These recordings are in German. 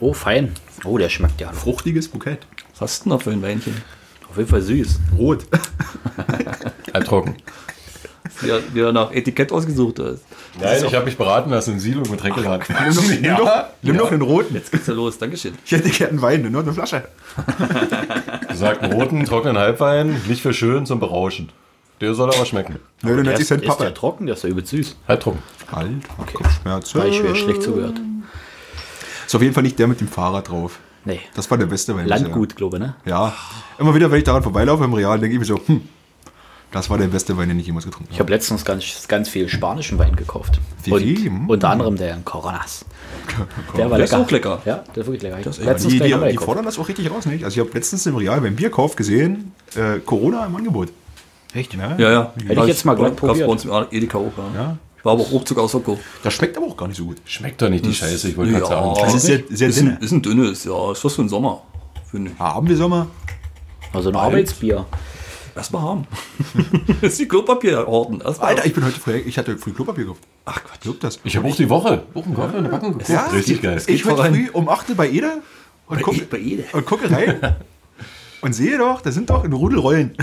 Oh, fein. Oh, der schmeckt ja. noch. Fruchtiges Bukett. Was hast du denn da für ein Weinchen? Auf jeden Fall süß. Rot. Halbtrocken. Ja, ja nach Etikett ausgesucht ist. Nein, Also, ich habe mich beraten lassen im Silo mit Renkelhahn. Nimm doch, nimm doch, nimm doch den roten. Jetzt geht's ja los, Dankeschön. Ich hätte gern einen Wein, nur eine Flasche. Sagt einen roten, trockenen Halbwein, nicht für schön, zum Berauschen. Der soll aber schmecken. 99 ist, Cent ist der halt Pappe. trocken? Der ist ja übel süß. Halbtrocken. Halt, okay. Kopfschmerzen. Hab ich mir schlecht zugehört. Ist auf jeden Fall nicht der mit dem Fahrrad drauf. Nee. Das war der beste Wein. bisher. Landgut, glaube ich, ne? Ja. Immer wieder, wenn ich daran vorbeilaufe im Real, denke ich mir so, hm, das war der beste Wein, den ich jemals getrunken Ich habe letztens ganz, ganz viel spanischen Wein gekauft. Wie viel? Und, Mm. unter anderem den Coronas. Der war Der lecker. ist auch lecker. Ja, der ist wirklich lecker. Das habe. Die, die, die fordern das auch richtig raus, nicht? Also ich habe letztens im Real beim Bierkauf gesehen, äh, Corona im Angebot. Echt? Ja. Ja, ja. Hätte ich jetzt mal gleich Gab's bei probiert. uns im Edeka auch, ja. Ja. Ich war aber auch ruckzuck ausverkauft. Das schmeckt aber auch gar nicht so gut. Schmeckt doch nicht die Scheiße, Also, ich wollte gerade sagen. Das ist sehr, sehr ist, ein, dünn. ist ein dünnes, ja. Ist was für ein Sommer, finde ich. Haben wir Sommer? Also ein Arbeitsbier. Erstmal haben. das ist die Klopapierorden. Erstmal. Alter, ich bin heute früh, ich hatte früh Klopapier gekauft. Ach Quatsch. Glaubt das? Ich habe auch die Woche. Auch einen Kopf in der Backen geguckt. Richtig geil. Ich heute voran. früh um 8 Uhr bei Ede und, gucke, bei Ede. und gucke rein und sehe doch, da sind doch in Rudelrollen.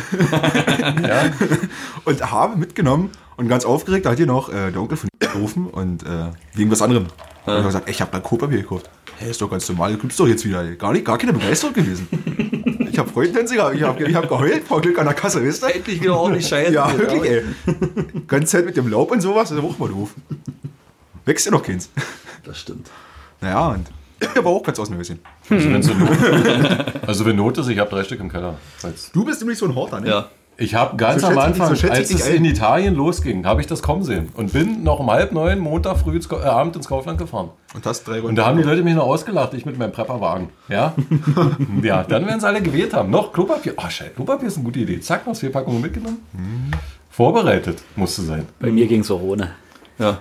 Und habe mitgenommen und ganz aufgeregt, da hat hier noch äh, der Onkel von gerufen und äh, wegen was anderem. Ah. Und ich habe gesagt, ey, ich habe da Klopapier gekauft. Hä, ist doch ganz normal, du gibst doch jetzt wieder. ey. Gar, nicht, gar keine Begeisterung gewesen. Ich habe Freundensing, ich habe ich hab geheult vor Glück an der Kasse, wisst ihr? Endlich wieder ordentlich Scheiße. Ja, wirklich, ey. Ganze Zeit mit dem Laub und sowas, das ist auch mal doof. Wächst ja noch keins. Das stimmt. Naja, und der war auch ganz aus dem Häuschen. Also wenn, Not, also wenn Not ist, ich habe drei Stück im Keller. Falls- Du bist nämlich so ein Horter, ne? Ja. Ich habe ganz So am schätze ich dich, Anfang, so schätze ich als dich es ein. in Italien losging, habe ich das kommen sehen und bin noch um halb neun Montag früh ins, Ko- äh, Abend ins Kaufland gefahren. Und hast drei Und da haben die Leute mich noch ausgelacht, ich mit meinem Prepperwagen. Ja, ja dann werden sie alle gewählt haben. Noch Klopapier. Oh, scheiße, Klopapier ist eine gute Idee. Zack, noch vier Packungen mitgenommen. Mhm. Vorbereitet musste sein. Bei mir ging es auch ohne. Ja.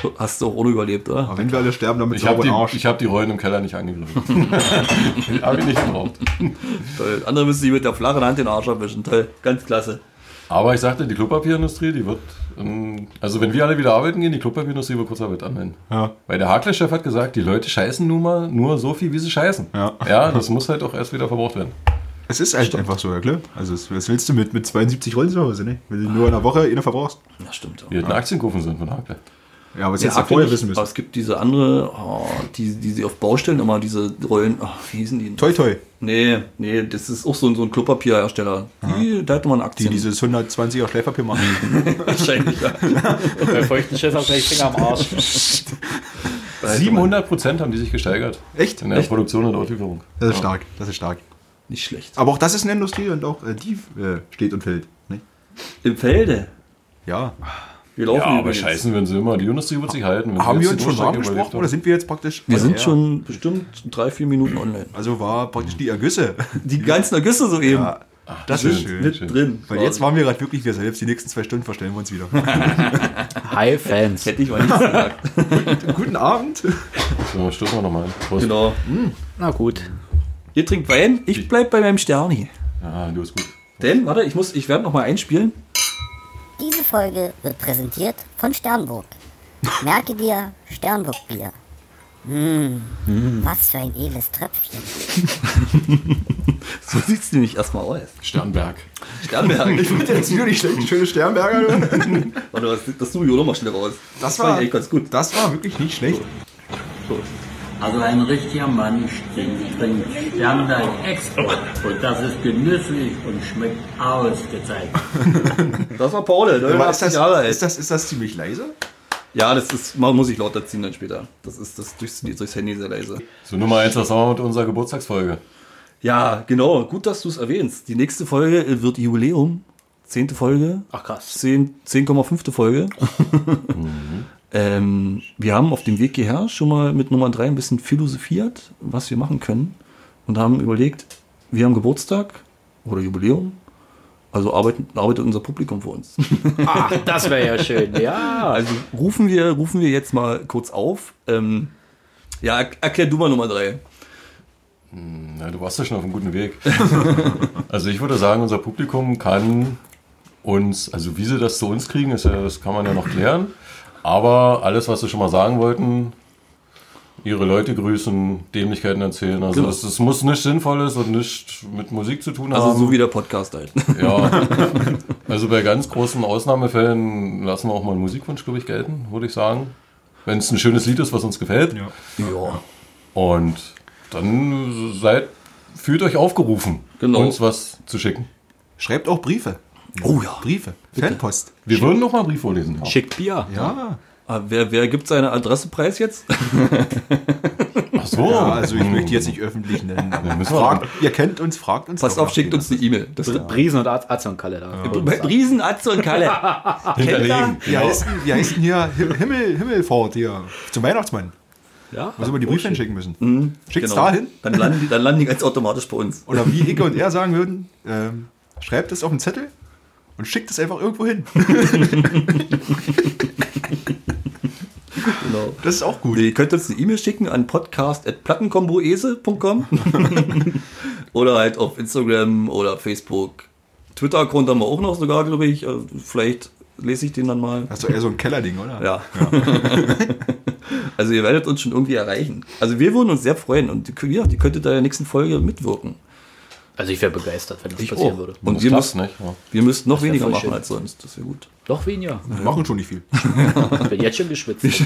Du Hast du auch ohne überlebt, oder? Aber wenn wir alle sterben, damit Ich habe sauberen die, ich hab die Rollen im Keller nicht angegriffen. habe ich nicht gebraucht. Toll. Andere müssen sich mit der flachen Hand den Arsch abwischen. Toll. Ganz klasse. Aber ich sagte, die Klopapierindustrie, die wird. ähm, Also, wenn wir alle wieder arbeiten gehen, die Klopapierindustrie wird Kurzarbeit anmelden. Ja. Weil der Hakle-Chef hat gesagt, die Leute scheißen nun mal nur so viel, wie sie scheißen. Ja. das muss halt auch erst wieder verbraucht werden. Es ist halt einfach so, ja klar. Also, es- was willst du mit, mit 72 Rollen zu Hause, ne? Wenn du nur in einer Woche eine verbrauchst. Ja, stimmt. Ja. Wir hätten Aktienkurven sind von Hakle. Ja, aber es Der hättest du Hakel vorher nicht, wissen aber müssen. es gibt diese andere, oh, die, die sie auf Baustellen immer, diese Rollen, oh, wie hießen die? denn? Toi, toi. Nee, nee, das ist auch so ein, so ein Klopapierhersteller. Die, da hätte man Die Aktien. dieses 120er Schleifpapier machen. wahrscheinlich. Ja. Bei feuchten Schiff hast du gleich Finger am Arsch. 700 Prozent haben die sich gesteigert. Echt? In der Produktion und Auslieferung. Das ist stark, das ist stark. Nicht schlecht. Aber auch das ist eine Industrie und auch äh, die äh, steht und fällt. Ne? Im Felde. Ja. Wir laufen Ja, aber übrigens. scheißen würden sie immer. Die Industrie wird sich halten. Wenn sie Haben jetzt wir uns die schon Durchstrecke warm gesprochen oder überlebt sind wir jetzt praktisch. Wir on sind air? schon bestimmt drei, vier Minuten online. Also war praktisch die Ergüsse. Die ganzen Ergüsse soeben. Ja, das schön, ist schön. schön. mit drin. Weil jetzt waren wir gerade wirklich wir selbst. Die nächsten zwei Stunden verstellen wir uns wieder. Hi, Fans. Hätte ich mal nichts gesagt. Guten Abend. haben. So, stoßen wir nochmal. Prost. genau. Na gut. Ihr trinkt Wein, ich bleib bei meinem Sterni. Ah, du bist gut. Denn, warte, ich muss, ich werde nochmal einspielen. Diese Folge wird präsentiert von Sternburg. Merke dir Sternburg Bier. Mmh, was für ein edles Tröpfchen. So sieht's nämlich erstmal aus. Sternberg. Sternberg. Ich finde jetzt wieder die schlechten- schöne Sternberger. du. Warte, was, das suche ich auch nochmal schnell raus. Das fand war, ich eigentlich ganz gut. das war wirklich nicht schlecht. Also ein richtiger Mann trinkt, trinkt Sternberg Export. Und das ist genüsslich und schmeckt ausgezeichnet. Das war Paul, der Aber war ist, das, Jahre alt. ist, das, ist das ziemlich leise? ja, das ist, man muss ich lauter ziehen dann später. Das ist das durchs, durchs Handy sehr leise. So, Nummer eins, das war mit unserer Geburtstagsfolge. Ja, genau. Gut, dass du es erwähnst. Die nächste Folge äh, wird Jubiläum. Zehnte Folge. Ach krass. 10 10,5. Folge. Mhm. ähm, wir haben auf dem Weg hierher schon mal mit Nummer 3 ein bisschen philosophiert, was wir machen können. Und haben überlegt, wir haben Geburtstag oder Jubiläum. Also arbeitet, arbeitet unser Publikum für uns. Ah. Ach, das wäre ja schön. Ja. Also rufen wir, rufen wir jetzt mal kurz auf. Ähm, ja, er- erklär du mal Nummer 3. Na, Ne, du warst ja schon auf einem guten Weg. also ich würde sagen, unser Publikum kann uns, also wie sie das zu uns kriegen, ist ja, das kann man ja noch klären. Aber alles, was wir schon mal sagen wollten, ihre Leute grüßen, Dämlichkeiten erzählen. Also Genau. es, es muss nichts Sinnvolles und nichts mit Musik zu tun Also haben. so wie der Podcast halt. Ja. Also bei ganz großen Ausnahmefällen lassen wir auch mal einen Musikwunsch, glaube ich, gelten, würde ich sagen. Wenn es ein schönes Lied ist, was uns gefällt. Ja. ja. Und dann seid, fühlt euch aufgerufen, Genau. uns was zu schicken. Schreibt auch Briefe. Oh ja. Briefe. Fanpost. Wir würden noch mal einen Brief vorlesen. Schickt Bier. Ja. Ah, Wer, wer gibt seine Adresse preis jetzt? Ach so. ja, also ich möchte die jetzt nicht öffentlich nennen. aber müssen wir- fragt, ihr kennt uns, fragt uns. Passt doch auf, schickt uns eine E-Mail. Das Br- Briesen und Az- Atze und Kalle da. Bei Riesen, Atze und Kalle. hinterlegen. Wie heißt, denn- wie heißt denn hier Him- Himmel, Himmelfort hier? Zum Weihnachtsmann. Ja. Wo sind wir die Briefe hinschicken müssen? Schickt's da hin. Genau. Dann landen, die, dann landen die ganz automatisch bei uns. Oder wie Hicke und er sagen würden, ähm, schreibt es auf einen Zettel und schickt es einfach irgendwo hin. Genau. Das ist auch gut. Ihr könnt uns eine E-Mail schicken an podcast.plattenkomboese.com oder halt auf Instagram oder Facebook. Twitter-Account haben wir auch noch sogar, glaube ich. Also Vielleicht lese ich den dann mal. Das ist doch eher so ein Kellerding, oder? Ja. also ihr werdet uns schon irgendwie erreichen. Also wir würden uns sehr freuen und wie gesagt, ihr könntet da in der nächsten Folge mitwirken. Also ich wäre begeistert, wenn das Ich Oh, passieren auch. würde. Und Das wir klappt müssen, nicht. Ja. ne? wir müssten noch weniger voll machen schön. als sonst. Das wäre gut. Doch weniger. Wir machen schon nicht viel. Ich bin jetzt schon geschwitzt. Ist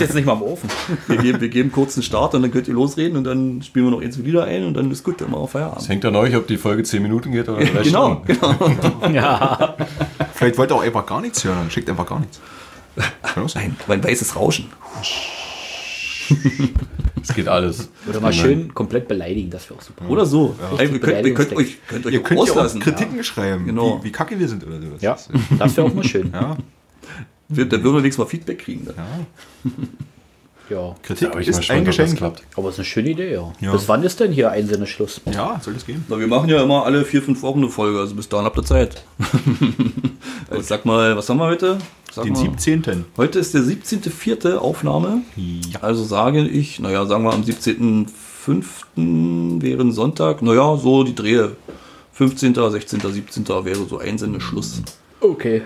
jetzt nicht mal im Ofen. Wir geben, wir geben kurz einen Start und dann könnt ihr losreden und dann spielen wir noch eins Lieder ein und dann ist gut, dann machen wir Es Feierabend. hängt an euch, ob die Folge 10 Minuten geht oder drei Genau, Stunden. genau. Ja. Vielleicht wollt ihr auch einfach gar nichts hören, dann schickt einfach gar nichts. Kann auch sein. Ein, ein weißes Rauschen. Es geht alles. Oder mal schön komplett beleidigen, das wäre auch super. Oder so. Ey, ihr könnt, ihr könnt Beleidigungstext. euch, könnt euch Ihr auch könnt ja auch auslassen. Kritiken schreiben, Genau. wie, wie kacke wir sind oder sowas. Also, Ja, Das, das wäre auch mal schön. ja. Wir, dann würden wir nächstes Mal Feedback kriegen. Dann. Ja. Kritik Da bin ich mal ist ein gespannt, ob das Geschenk. klappt. Aber ist eine schöne Idee, ja. Ja. Bis wann ist denn hier Einsendeschluss? Ja, soll das gehen? Na, wir machen ja immer alle vier, fünf Wochen eine Folge, also bis dahin habt ihr Zeit. also sag mal, was haben wir heute? Sag Den mal. 17. Heute ist der 17.04. Aufnahme. Also sage ich, naja, sagen wir am 17.05. wäre ein Sonntag. Naja, so die Drehe. 15., 16., 17. wäre so Einsendeschluss. Okay.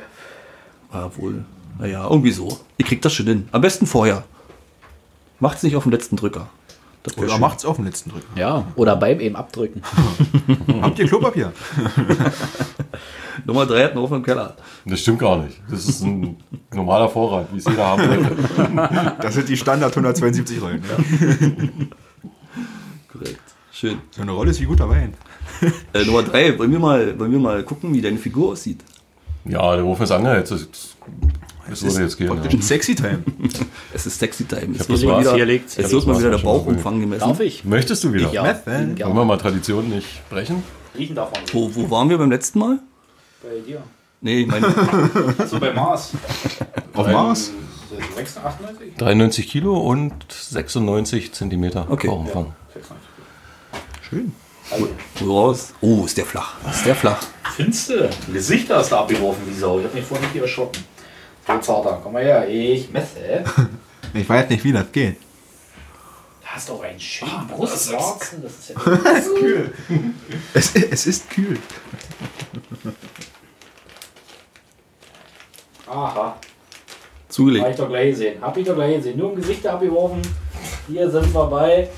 Ah, wohl. Naja, irgendwie so. Ihr kriegt das schon hin. Am besten vorher. Macht's nicht auf den letzten Drücker. Das wär Oder schön. macht's auf den letzten Drücker. Ja, oder beim eben abdrücken. Habt ihr Klopapier? Nummer 3 hatten wir auf im Keller. Das stimmt gar nicht. Das ist ein normaler Vorrat, wie es jeder haben wollte. Das sind die Standard 172 Rollen. Ja. Korrekt. Schön. So eine Rolle ist wie guter Wein. Äh, Nummer 3, wollen wir, mal, wollen wir mal gucken, wie deine Figur aussieht? Ja, der Ofen ist angeheizt. Das, das würde jetzt gehen. Praktisch Ja. ein Sexy Time. Es ist sexy time. Es hab wird das mal war's. wieder, Hier liegt's. Ich es hab wird das mal war's wieder der schon mal Bauchumfang gemessen. Darf ich? Möchtest du wieder? Ja, Meth, äh? lieben Wollen gern. wir mal Tradition nicht brechen? Riechen darf man nicht. Wo, wo waren wir beim letzten Mal? Bei dir. Nee, ich meine, Also bei Mars. Auf Mars. 96? 93 Kilo und 96 Zentimeter Okay. Bauchumfang. Schön. raus. Oh, ist der flach. Ist der flach. Finste. Gesichter hast du abgeworfen, wie Sau. Ich hab mich vorhin nicht erschrocken. So, Zarter, komm mal her. Ich messe. Ich weiß nicht, wie das geht. Da hast du auch einen schönen Brustwarzen. Das ist ja Es, es ist kühl. Aha. Habe ich Zugelegt. doch gleich gesehen. Hab ich doch gleich gesehen. Nur im Gesicht abgeworfen. Hier sind wir bei.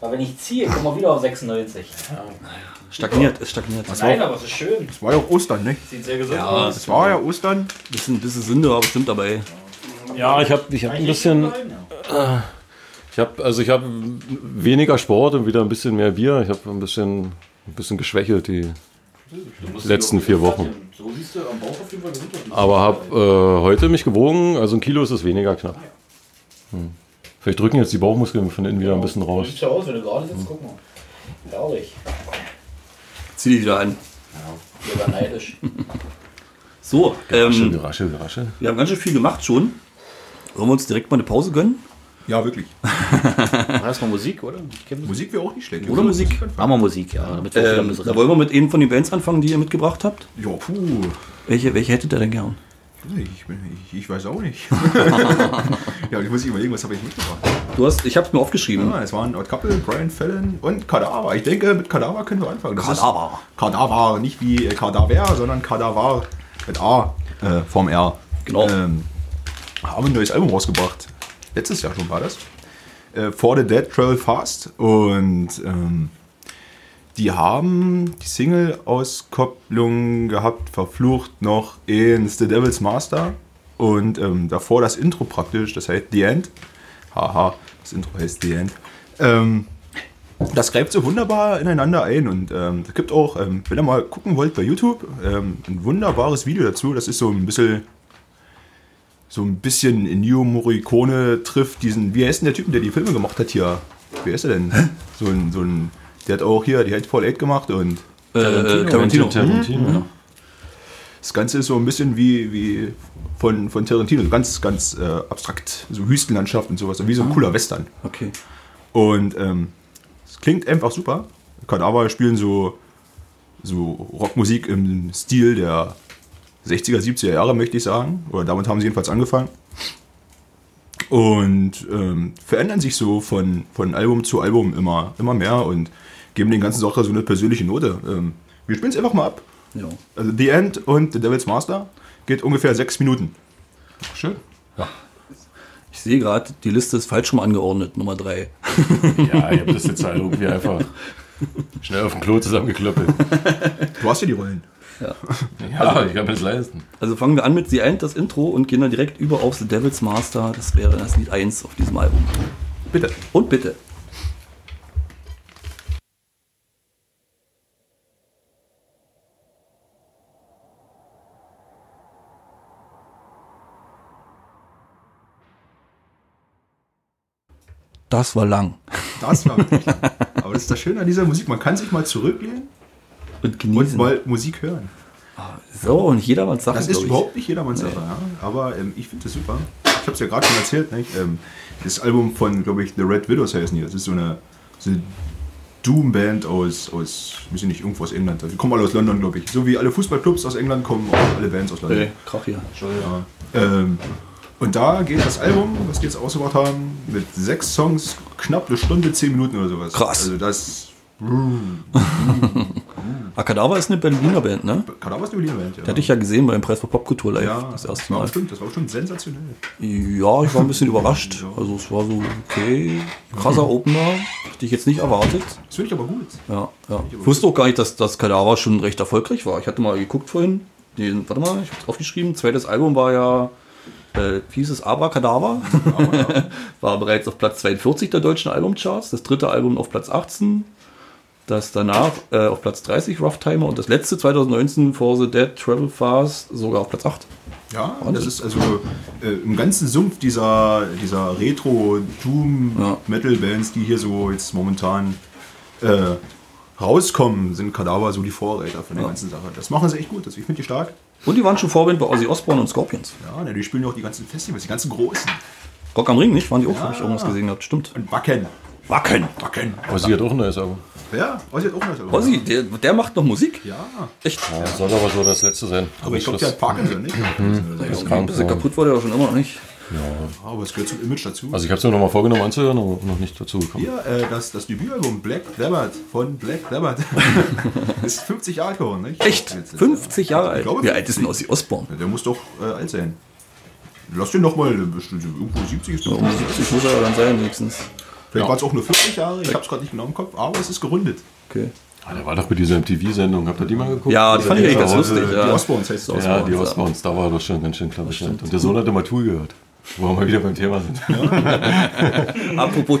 Aber wenn ich ziehe, kommen wir wieder auf 96. Stagniert, es stagniert. Nein, aber es ist schön. Es war ja auch Ostern, ne? Sieht sehr gesund Ja, aus. Es war ja Ostern. bisschen, bisschen Sünde, aber bestimmt dabei. Ja, ich habe ich hab ein bisschen. äh, Ich habe also ich habe weniger Sport und wieder ein bisschen mehr Bier. Ich habe ein bisschen, ein bisschen geschwächelt die letzten vier Wochen. So siehst du am Bauch auf jeden Fall gesund aus. Aber habe äh, heute mich gewogen. Also ein Kilo ist es weniger knapp. Hm. Vielleicht drücken jetzt die Bauchmuskeln von innen wieder ein bisschen raus. Sieht ja aus, wenn du gerade sitzt, guck mal. Traurig. Zieh dich wieder an. Ich bin neidisch. So, Genau, ähm, Gerasche, gerasche. wir haben ganz schön viel gemacht schon. Wollen wir uns direkt mal eine Pause gönnen? Ja, wirklich. Erstmal Musik, oder? Musik wäre auch nicht schlecht. Oder Musik? Machen wir Musik, ja. Damit wir wieder ein Ähm, bisschen da wollen wir mit einem von den Bands anfangen, die ihr mitgebracht habt. Ja, puh. Welche, welche hättet ihr denn gern? Ich, bin, ich, ich weiß auch nicht. ja, und ich muss überlegen, was habe ich mitgebracht. Du hast, ich hab's mir aufgeschrieben. Ja, es waren Odd Couple, Brian Fallon und Kadaver. Ich denke, mit Kadaver können wir anfangen. Das ist- Kadaver. Kadaver, nicht wie äh, Kadaver, sondern Kadaver mit A äh, vom R. Genau. Ähm, haben ein neues Album rausgebracht. Letztes Jahr schon war das. äh, For the Dead Travel Fast. Und ähm, die haben die Single-Auskopplung gehabt, verflucht noch ins The Devil's Master. Und ähm, davor das Intro praktisch, das heißt The End. Haha, das Intro heißt The End. Ähm, das greift so wunderbar ineinander ein und ähm, es gibt auch, ähm, wenn ihr mal gucken wollt bei YouTube, ähm, ein wunderbares Video dazu. Das ist so ein bisschen, so ein bisschen Neo Morricone trifft diesen, wie heißt denn der Typ, der die Filme gemacht hat hier? Wie heißt er denn? So ein, so ein, der hat auch hier die Hateful Eight gemacht und Äh, Tarantino. Tarantino. Tarantino. das Ganze ist so ein bisschen wie, wie von, von Tarantino, so ganz, ganz äh, abstrakt, so Wüstenlandschaft und sowas, wie so ein cooler Western. Okay. Und ähm, es klingt einfach super. Kadaver spielen so, so Rockmusik im Stil der 60er, 70er Jahre, möchte ich sagen. Oder damit haben sie jedenfalls angefangen. Und ähm, verändern sich so von, von Album zu Album immer, immer mehr und geben den ganzen Sache so eine persönliche Note. Ähm, wir spielen es einfach mal ab. Ja. Also The End und The Devil's Master geht ungefähr sechs Minuten. Schön. Ich sehe gerade, die Liste ist falsch rum angeordnet, Nummer 3. Ja, ich habe das jetzt halt irgendwie einfach schnell auf dem Klo zusammengeklöppelt. Du hast ja die Rollen. Ja, ich kann mir das leisten. Also fangen wir an mit The End, das Intro, und gehen dann direkt über auf The Devil's Master. Das wäre das Lied 1 auf diesem Album. Bitte. Und bitte. Das war lang. Das war wirklich lang. Aber das ist das Schöne an dieser Musik. Man kann sich mal zurücklehnen Und und genießen. mal Musik hören. so, und jedermanns Sache, Das ist glaub ich. überhaupt nicht jedermanns Sache, ja. aber ähm, ich finde das super. Ich habe es ja gerade schon erzählt, nicht? Ähm, das Album von, glaube ich, The Red Widows heißen die. Das ist so eine, so eine Doom-Band aus, aus, weiß ich nicht, irgendwo aus England. Die kommen alle aus London, glaube ich. So wie alle Fußballclubs aus England kommen auch alle Bands aus London. Nee, Krach hier. Ja. Ähm, und da geht das Album, was die jetzt ausgebracht haben, mit sechs Songs knapp eine Stunde, zehn Minuten oder sowas. Krass. Also das mm, Ah, Kadaver ist eine Berliner Band, ne? kann auch was eine Berliner Band, ja. Die hatte ich ja gesehen beim Preis für Popkultur live. ja, genau. das erste war Mal. bestimmt, das war bestimmt sensationell. Ja, ich war ein bisschen überrascht. Also es war so, okay, krasser Opener, hätte ich jetzt nicht erwartet. Das finde ich aber gut. Ja, ja. Ich wusste auch gar nicht, dass das Kadaver schon recht erfolgreich war. Ich hatte mal geguckt vorhin, den, warte mal, ich hab's aufgeschrieben, zweites Album war ja, äh, wie hieß es, Abracadabra. war bereits auf Platz 42 der deutschen Albumcharts, das dritte Album auf Platz 18, das danach äh, auf Platz 30 Rough Timer und das letzte 2019 For the Dead Travel Fast sogar auf Platz 8. Ja, das ist also äh, im ganzen Sumpf dieser, dieser Ja. Retro-Doom-Metal-Bands, die hier so jetzt momentan äh, rauskommen, sind Kadaver so die Vorräter von der ganzen Sache. Das machen sie echt gut, das, ich finde die stark. Und die waren schon Vorband bei Ozzy Osbourne und Scorpions. Ja, ne, die spielen ja auch die ganzen Festivals, die ganzen großen. Rock am Ring, nicht? Waren die auch, hab ich irgendwas gesehen gehabt, stimmt. Und Wacken. Wacken! Wacken. Aber sie hat auch ein neues Album. Ja, Ozzy hat auch noch dabei. Ozzy, der, der macht noch Musik? Ja, Echt? Ja, soll aber so das letzte sein. aber ich glaube, der hat Parkinson, nicht? das Ein krank. bisschen ja. kaputt war der schon immer noch nicht. Aber es gehört zum Image dazu. Also ich habe es mir nochmal vorgenommen anzuhören, aber noch nicht dazu gekommen. Hier, äh, das, das Debütalbum Black Sabbath von Black Sabbath ist 50 Jahre alt geworden, nicht? Echt? Jetzt, äh, 50 Jahre Ich alt? glaube, Wie alt ist denn Ozzy Osbourne? Der muss doch äh, alt sein. Lass den nochmal, irgendwo 70 ist doch. Um 70 muss er ja dann sein wenigstens. Vielleicht war es auch nur 40 Jahre, ich habe es gerade nicht genau im Kopf, aber es ist gerundet. Okay. Ah, der war doch bei dieser MTV-Sendung. Habt ihr die mal geguckt? Ja, die fand ich eigentlich ganz lustig. Äh, die Ja. Osbournes heißt es auch. Ja, die Osbournes, Osborns, da war doch schon ganz schön klappig. Und der Sohn hatte mal Tool gehört. Wo wir mal wieder beim Thema sind. Apropos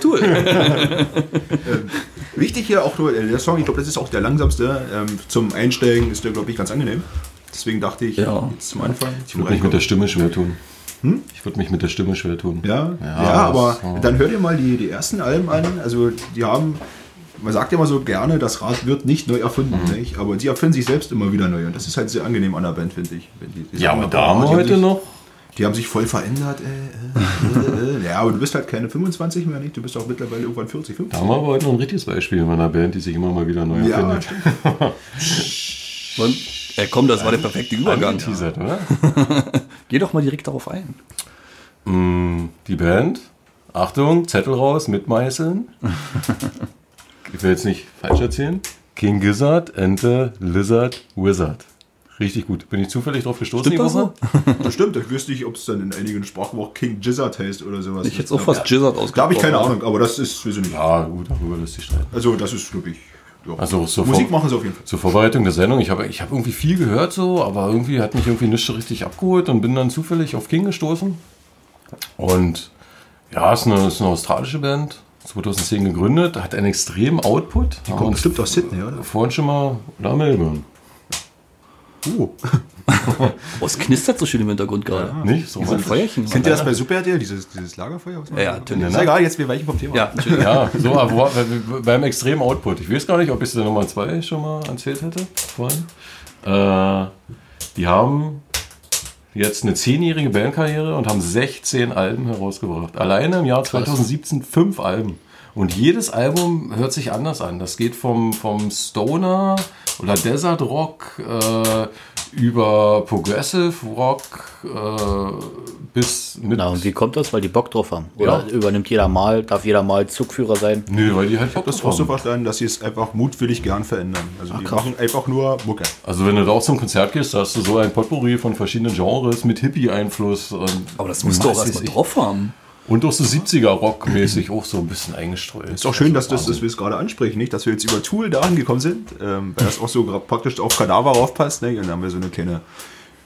Tool. Wichtig hier auch nur, äh, der Song, ich glaube, das ist auch der langsamste. Ähm, zum Einsteigen ist der, glaube ich, ganz angenehm. Deswegen dachte ich, Ja. jetzt zum Anfang. Ich würde mich mit der Stimme schwer tun. Ich würde mich mit der Stimme schwer tun. Ja, ja, das- aber oh. dann hör dir mal die, die ersten Alben an. Also die haben, man sagt ja immer so gerne, das Rad wird nicht neu erfunden, Mhm. nicht? aber die erfinden sich selbst immer wieder neu. Und das ist halt sehr angenehm an der Band, finde ich. Wenn die, die Ja, sagen, oh, aber da haben wir die heute sich, noch. Die haben sich voll verändert. Äh, äh, äh, äh. ja, aber du bist halt keine 25 mehr, nicht? Du bist auch mittlerweile irgendwann 40, 50. Da haben wir aber heute noch ein richtiges Beispiel meiner Band, die sich immer mal wieder neu Ja, erfindet. stimmt. Und, äh, komm, das war der perfekte Übergang. Angeteasert, oder? Geh doch mal direkt darauf ein. Die Band. Achtung, Zettel raus, mitmeißeln. Ich will jetzt nicht falsch erzählen. King Gizzard and the Lizard Wizard. Richtig gut. Bin ich zufällig drauf gestoßen Stimmt das so? Das stimmt, ich wüsste nicht, ob es dann in einigen Sprachen auch King Gizzard heißt oder sowas. Ich hätte auch fast Jizzard ausgesprochen. Da habe ich keine Ahnung, aber das ist, wir sind Ja, gut, darüber lässt sich streiten. Also, das ist, glaube ich. Ja. Also, so Musik vor- machen sie auf jeden Fall. Zur Vorbereitung der Sendung, ich habe ich habe irgendwie viel gehört so, aber irgendwie hat mich irgendwie nicht so richtig abgeholt und bin dann zufällig auf King gestoßen. Und ja, ist eine, ist eine australische Band, 2010 gegründet, hat einen extremen Output. Die Kommt bestimmt aus Sydney, oder? vorhin schon mal nach Melbourne. Oh. Oh, es knistert so schön im Hintergrund gerade. Nicht? So So ein romantisch. Feuerchen. Kennt ihr das bei Super RTL, dieses, dieses Lagerfeuer? Was man- Ja, ja, natürlich. ne? Ist egal, jetzt wir weichen vom Thema. Ja, ab. natürlich. Ja, so, aber wo- bei- beim extremen Output. Ich weiß gar nicht, ob ich es in der Nummer 2 schon mal erzählt hätte vorhin. Äh, die haben jetzt eine zehnjährige Bandkarriere und haben 16 Alben herausgebracht. Alleine im Jahr 2017 fünf Alben. Und jedes Album hört sich anders an. Das geht vom, vom Stoner oder Desert Rock äh, über Progressive Rock äh, bis mit. Na, und wie kommt das? Weil die Bock drauf haben. Oder übernimmt jeder mal, darf jeder mal Zugführer sein? Nö, weil die halt Bock Das drauf auch so haben. verstanden, dass sie es einfach mutwillig gern verändern. Also, die machen einfach nur Mucke. Also wenn du da auch zum Konzert gehst, da hast du so ein Potpourri von verschiedenen Genres mit Hippie-Einfluss und, Aber das musst du auch Was erstmal weiß ich. drauf haben. und auch so 70er-Rock-mäßig auch so ein bisschen eingestreut. Also Ist auch schön, dass, das, dass wir es gerade ansprechen, nicht? Dass wir jetzt über Tool da angekommen sind, ähm, weil das auch so gra- praktisch auf Kadaver raufpasst, ne? Und dann haben wir so eine kleine,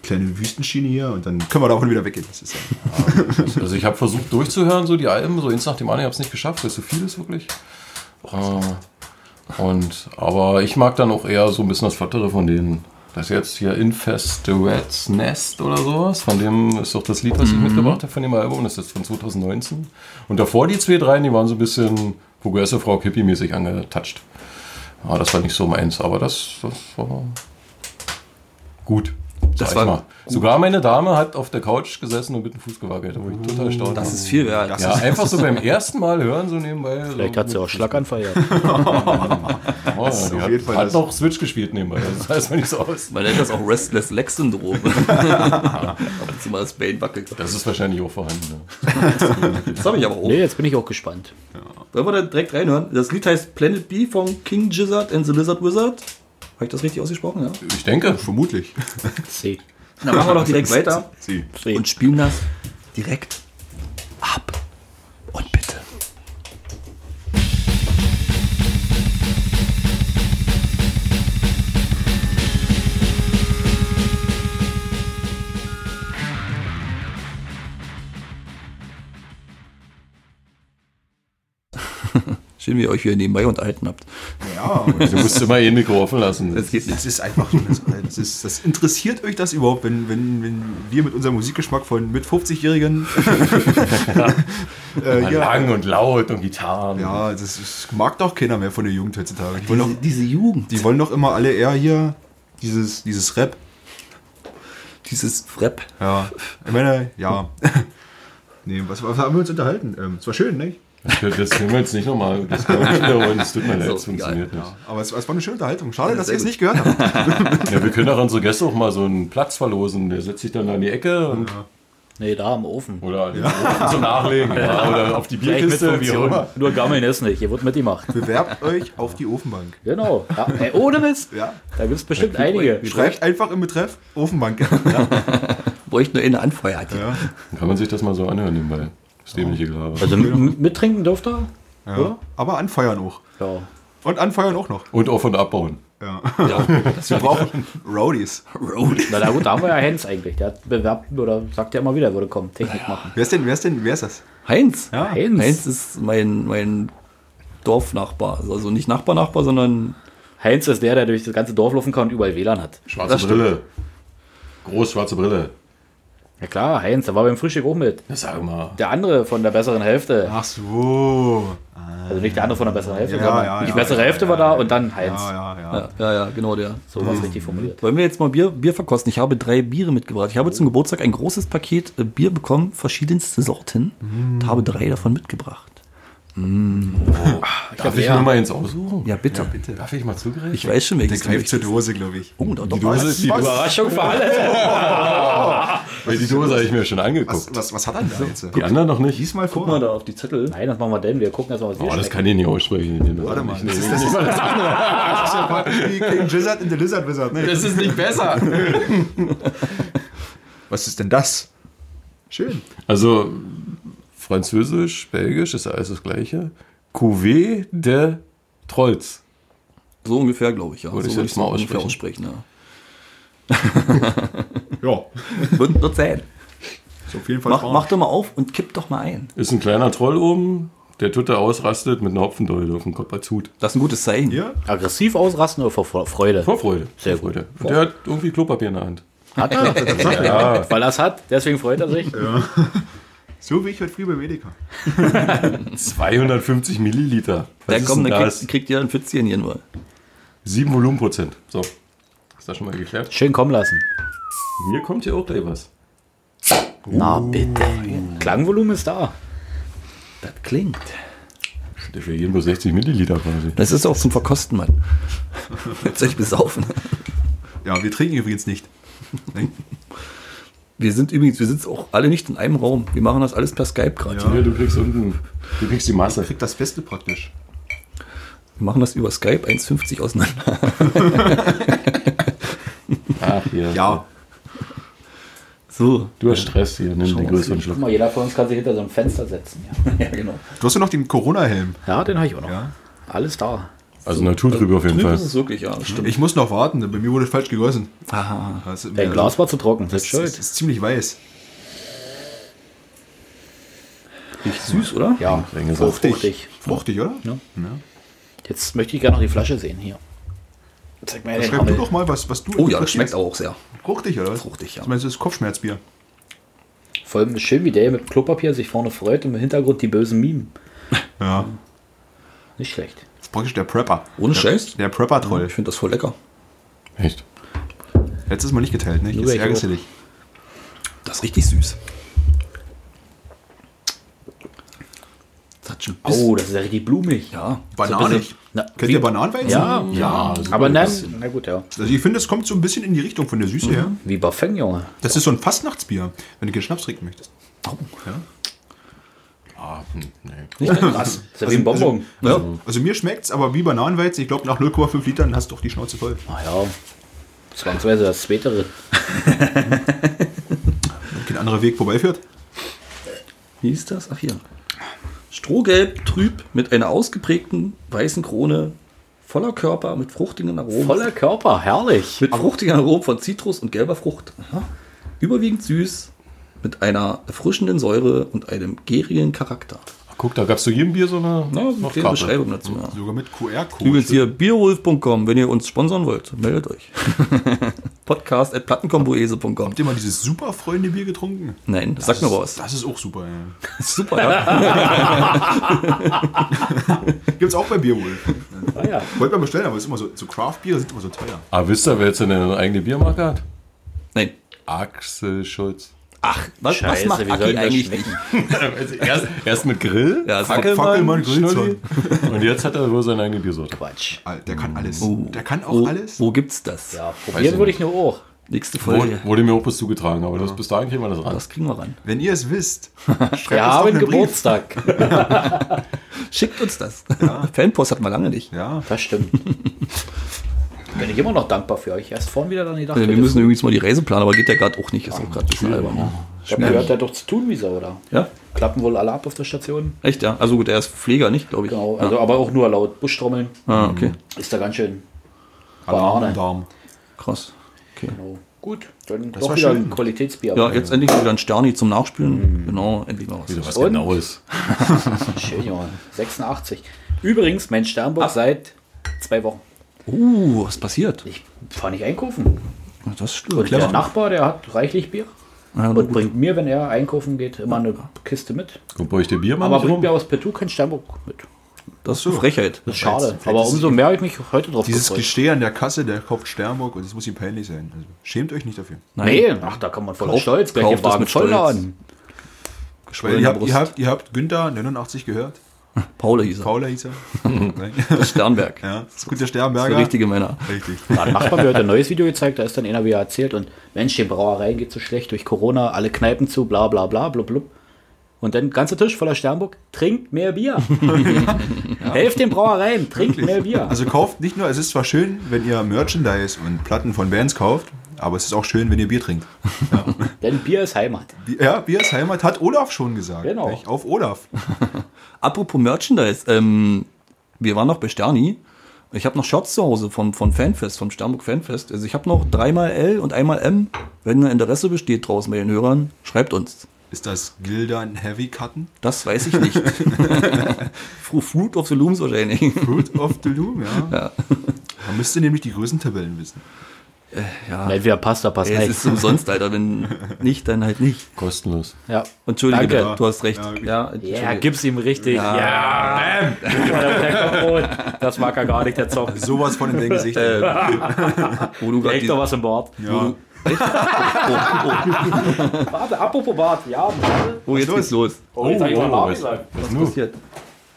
kleine Wüstenschiene hier und dann können wir davon wieder weggehen. Das ist ja Also ich habe versucht durchzuhören, so die Alben, so eins nach dem anderen, ich habe es nicht geschafft, weil es so viel ist wirklich. Äh, und, aber ich mag dann auch eher so ein bisschen das Flottere von denen. Das jetzt hier Infest the Rats Nest oder sowas, von dem ist doch das Lied, Mhm. was ich mitgebracht habe von dem Album, das ist jetzt von 2019. Und davor die zwei, drei, die waren so ein bisschen progressive Rock Hippie-mäßig angetatscht. Ja, das war nicht so meins, aber das, das war gut. Das sag war ich mal. Sogar meine Dame hat auf der Couch gesessen und mit dem Fuß gewackelt. Da war ich total erstaunt. Das ist viel wert. ja, einfach so beim ersten Mal hören, so nebenbei. Vielleicht so hat sie auch Schlaganfall. Ja. Oh, die hat, jeden Fall hat das- noch Switch gespielt nebenbei. Das heißt man nicht so aus. Man nennt das auch Restless Leg Syndrom. Ab und zu mal das Bane wackelt. Das ist wahrscheinlich auch vorhanden. Ne? Das habe ich aber auch. Nee, jetzt bin ich auch gespannt. Wollen wir da direkt reinhören? Das Lied heißt Planet B von King Gizzard and the Lizard Wizard. Habe ich das richtig ausgesprochen? Ja. Ich denke. vermutlich. C. Dann machen wir doch direkt weiter Sie. C. und spielen das direkt ab. Und bitte. Schön, wie ihr euch hier nebenbei unterhalten habt. Ja, Du musst immer eh ein Mikro offen lassen. Das geht nicht. es ist einfach so. Das, das, ist, das interessiert euch das überhaupt, wenn, wenn, wenn wir mit unserem Musikgeschmack von mit 50-Jährigen. äh, Mal ja. Lang und laut und Gitarren. ja, das ist, mag doch keiner mehr von der Jugend heutzutage. Die wollen doch, Diese Jugend, die wollen doch immer alle eher hier dieses, dieses Rap. dieses Frep. Ja, ich meine, ja. Nee, was, was haben wir uns unterhalten? Ähm, es war schön, nicht? Das können wir jetzt nicht nochmal. Das können wir nicht wiederholen. Das tut mir leid, So, das funktioniert nicht. Aber es, es war eine schöne Unterhaltung. Schade, dass ihr sehr es gut. nicht gehört habt. Ja, wir können auch unsere Gäste auch mal so einen Platz verlosen. Der setzt sich dann an die Ecke und, Nee, da am Ofen. oder an den Ofen zum Nachlegen. Ja, oder auf die Bierkiste, wie auch immer. Nur gammeln ist nicht, hier wird mitgemacht. Bewerbt euch auf die Ofenbank. Genau. Ja, ey, ohne Mist. Ja. Da gibt es bestimmt einige. Schreibt einfach im Betreff Ofenbank. Bräuchte nur eine anfeuert. Ja. Kann man sich das mal so anhören nebenbei? Das dämliche Gelaber. Also m- m- mittrinken dürft ihr? Ja. Aber anfeuern auch. Ja. Und anfeuern auch noch. Und auf und abbauen. Wir brauchen Roadies. Na, na gut, da haben wir ja Hens eigentlich. Der hat bewerbt oder sagt ja immer wieder, er würde kommen, Technik machen. Wer ist denn, wer ist denn, wer ist das? Heinz. Heinz. Heinz ist mein, mein Dorfnachbar. Also nicht Nachbar-Nachbar, sondern Heinz ist der, der durch das ganze Dorf laufen kann und überall WLAN hat. Schwarze Brille. Groß schwarze Brille. Ja klar, Heinz, der war beim Frühstück auch mit. Ja, sag mal. Der andere von der besseren Hälfte. Ach so. Also nicht der andere von der besseren Hälfte, Ja, sondern ja, die ja, bessere ja, Hälfte war da und dann Heinz. Ja, ja, ja. ja, ja, ja genau der. So war es richtig formuliert. Wollen wir jetzt mal Bier, Bier verkosten? Ich habe drei Biere mitgebracht. Ich habe zum Geburtstag ein großes Paket äh, Bier bekommen, verschiedenste Sorten. Und habe drei davon mitgebracht. Darf ich mir mal ins aussuchen? Ja, bitte. Darf ich mal zugreifen? Ich weiß schon, welches Der du greift zur möchtest. Dose, glaube ich. Oh, da, doch, Dose ist die Dose. Überraschung für alle. Die Dose habe ich mir schon angeguckt. Was, was, was hat er denn da jetzt? Die anderen noch nicht. Diesmal Guck mal da auf die Zettel. Nein, das machen wir denn. Wir gucken erstmal, was wir Oh, das schmecken. kann ich nicht aussprechen. Warte mal, das ist das, ist das andere. Wie King Gizzard in the Lizard Wizard. Ne? Das ist nicht besser. Was ist denn das? Schön. Also, Französisch, Belgisch ist ja alles das Gleiche. Cuvée de Trolls. So ungefähr, glaube ich. Ja. Würde so ich jetzt es mal ungefähr aussprechen. aussprechen. Ja, Ja. Wird, wird sein. ist auf jeden Fall Mach, warm. mach doch mal auf und kipp doch mal ein. Ist ein kleiner Troll oben, der Tutte ausrastet mit einer Hopfendeule auf dem Kopf als Hut. Das ist ein gutes Zeichen. Hier? Aggressiv ausrasten oder vor Vor- Freude? Vor Freude. Sehr Vor gut. Freude. Und der hat irgendwie Klopapier in der Hand. Weil er es hat, deswegen freut er sich. So wie ich heute früh bei Medica. 250 Milliliter. Was Da ist komm, denn dann das? kriegt, kriegt ihr einen 14 hier nur. Sieben Volumenprozent. So. Ist das schon mal geklärt? Schön kommen lassen. Mir kommt hier auch gleich was. Oh. Na bitte. Klangvolumen ist da. Das klingt. Wir gehen nur 60 Milliliter quasi. Das ist auch zum Verkosten, Mann. Jetzt euch besaufen. Ja, wir trinken übrigens nicht. Wir sind übrigens, wir sitzen auch alle nicht in einem Raum. Wir machen das alles per Skype gerade. Hier, du kriegst unten, du kriegst die Masse. Kriegt das Beste praktisch. Wir machen das über Skype 1,50 auseinander. Ach, hier. Ja, So. Du hast Stress hier, nimm den größeren Schluck. Guck mal, jeder von uns kann sich hinter so ein Fenster setzen. Ja, Ja, genau. du hast ja noch den Corona-Helm. ja den habe ich auch noch. Ja. Alles da. Also Natur drüber auf jeden Drüben Fall. ist es wirklich, ja, das stimmt. Ich muss noch warten, denn bei mir wurde falsch gegossen. Aha. Das ist, Dein Glas war zu trocken. Das ist das ist, das schuld. ist ziemlich weiß. Riecht süß, oder? Ja, Reingesaugt. fruchtig. Fruchtig, oder? Jetzt möchte ich gerne noch die Flasche sehen hier. Zeig mir den Schreib du Hammel. doch mal, was, was du. Oh ja, das schmeckt auch sehr. Fruchtig, oder? was? Fruchtig, ja. Das meinst du, das ist Kopfschmerzbier? Vor allem schön, wie der hier mit Klopapier sich vorne freut und im Hintergrund die bösen Mimen. Ja. Nicht schlecht. Das ist praktisch der Prepper. Ohne der, Scheiß? Der Prepper-Troll. Ich finde das voll lecker. Echt? Letztes Mal nicht geteilt, ne? Nur Jetzt welche ärgerst du auch. dich. Das ist richtig süß. Das hat schon Biss. Oh, das ist ja richtig blumig. Ja. Bananig. Na, Kennt ihr Bananenweizen? Ja, Ja, aber nein, na gut, ja. Also ich finde, es kommt so ein bisschen in die Richtung von der Mhm. Süße her. Wie Buffeng, Junge. Das ist so ein Fastnachtsbier, wenn du keinen Schnaps trinken möchtest. Ah, hm, nee. Krass. Das ist ja wie ein Bonbon. Ja. Also mir schmeckt's, aber wie Bananenweizen, ich glaube nach 0,5 Litern hast du doch die Schnauze voll. Naja, zwangsweise Ah, das Spätere. Wenn kein anderer Weg vorbeiführt. Wie ist das? Ach hier. Strohgelb, trüb, mit einer ausgeprägten weißen Krone, voller Körper, mit fruchtigen Oh. Aromen. Voller Körper, herrlich. Mit fruchtigen Aromen von Zitrus und gelber Frucht. Überwiegend süß, mit einer erfrischenden Säure und einem gärigen Charakter. Ach, guck, da gab es zu jedem Bier so eine Na, noch mit der Karte. Beschreibung dazu. Ja. Sogar mit QR-Code. Übrigens hier bierwolf.com, wenn ihr uns sponsern wollt, meldet euch. Podcast at plattenkomboese.com. Habt ihr mal dieses Superfreunde-Bier getrunken? Nein, das sagt mir was. Das ist auch super, ja. Super, ja. Gibt's auch bei Bierwolf. Ah, ja. Wollt man bestellen, aber es ist immer so, so Craft-Bier sind immer so teuer. Ah, wisst ihr, wer jetzt eine eigene Biermarke hat? Nein. Axel Schulz. Ach, was, was Scheiße, macht wie soll Aki das eigentlich? schmecken? Also erst, erst mit Grill, Ja, das Fackelmann, Schnulli. Grillzorn. Und jetzt hat er wohl seine eigene Biersorte. Quatsch. Ah, Der kann alles. Oh. Der kann auch wo, alles. wo gibt's das? Ja, probieren würde ich nur auch. Nächste Folge. Wurde, wurde mir auch bis zugetragen, aber das, bis dahin kriegen wir das ran. Das kriegen wir ran. Wenn ihr es wisst, schreibt Wir uns doch haben einen Brief. Geburtstag. Schickt uns das. Fanpost hat man lange nicht. Ja, Das stimmt. Bin ich immer noch dankbar für euch. Erst vorhin wieder dann gedacht. Äh, Also wir müssen übrigens mal die Reise planen, aber geht ja gerade auch nicht. Ist auch gerade ein bisschen albern. ne? Ihr hört ja doch zu tun, wie so, oder? Ja, Klappen wohl alle ab auf der Station. echt, ja. Also gut, er ist Pfleger, nicht, glaube ich. Genau, also, aber auch nur laut Buschtrommeln. Ah, okay. Ist da ganz schön. Alarm Banane. im Darm. Krass. Okay. Genau. Gut, dann Das doch war wieder schön. ein Qualitätsbier. Ja, jetzt endlich mal wieder ein Sterni zum Nachspülen. Genau, endlich mal was. Wieder was Mhm. Und? Genaues. Schön, Junge. 86. Übrigens, mein Sternburg seit zwei Wochen. Uh, was passiert? Ich fahr nicht einkaufen. Das stört. Der Nachbar, der hat reichlich Bier. Ja, Und gut. bringt mir, wenn er einkaufen geht, immer eine Kiste mit. Kommt bei euch der Biermann Aber nicht bringt mir rum? aus Petu kein Sternburg mit. Das ist eine Frechheit. Das ist schade. vielleicht Aber ist- umso mehr habe ich mich heute drauf Dieses gefreut. Gesteh an der Kasse, der kauft Sternburg und es muss ihm peinlich sein. Also, schämt euch nicht dafür. Nee, ach, da kann man voll Kauf- stolz. Gleich kauf den das Wagen mit voll Stolz. laden. Weil ihr, habt, Brust. ihr, habt, ihr habt Günther 89 gehört. Paula hieß er. Paula hieß er. Nein. Das Sternberg. Ja, das ist gut, der Das sind Sternberger. richtige Männer. Richtig. Gerade Nachbar mir heute ein neues Video gezeigt, da ist dann einer wieder erzählt und Mensch, den Brauereien geht so schlecht durch Corona, alle Kneipen zu, bla bla bla, blub blub. Und dann ganzer Tisch voller Sternburg, trinkt mehr Bier. Helft den Brauereien, trinkt mehr Bier. Also kauft nicht nur, es ist zwar schön, wenn ihr Merchandise und Platten von Bands kauft, aber es ist auch schön, wenn ihr Bier trinkt. Denn Bier ist Heimat. Bi- Ja, Bier ist Heimat, hat Olaf schon gesagt. Genau. Nicht? Auf Olaf. Apropos Merchandise, ähm, wir waren noch bei Sterni. Ich habe noch Shirts zu Hause vom, von Fanfest, vom Sternburg Fanfest. Also ich habe noch dreimal L und einmal M. Wenn da Interesse besteht draußen bei den Hörern, schreibt uns. Ist das Gildan Heavy Cutten? Das weiß ich nicht. Fru- Fruit of the Looms wahrscheinlich. Root of the Loom, ja. Man müsste nämlich die Größentabellen wissen. Entweder passt, da passt Ey, es nicht. ist umsonst, Alter. Wenn nicht, dann halt nicht. Kostenlos. Ja. Und Entschuldige, Danke. bitte, du hast recht. Ja, ja, Entschuldige. gib's ihm richtig. Ja, Bam. Das mag er gar nicht, der Zock. Sowas von in dein Gesicht. wo du grad Leg die- doch was im Bart. ja. Warte, apropos Bart, ja, warte. Oh, jetzt geht's los. Oh, jetzt hab ich mal oh, Bart was- gesagt. Was passiert?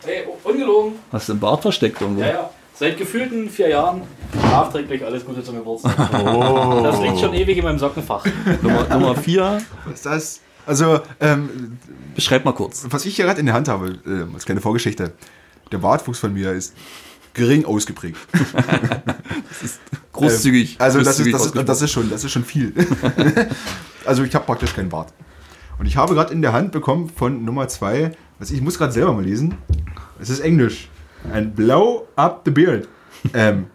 Ey, ungelogen. Hast du den Bart versteckt irgendwo? Ja, ja. Seit gefühlten vier Jahren nachträglich alles Gute zum Geburtstag. Oh. Das liegt schon ewig in meinem Sockenfach. Nummer, Nummer vier, Was ist das? Also, ähm, beschreib mal kurz. was ich hier gerade in der Hand habe, äh, als kleine Vorgeschichte, der Bartwuchs von mir ist gering ausgeprägt. Großzügig. Ähm, Also das ist, großzügig das, ist, das, ist schon, das ist schon viel. also ich habe praktisch keinen Bart. Und ich habe gerade in der Hand bekommen von Nummer 2, also ich muss gerade selber mal lesen, es ist Englisch. Ein Blow up the beard. Ähm,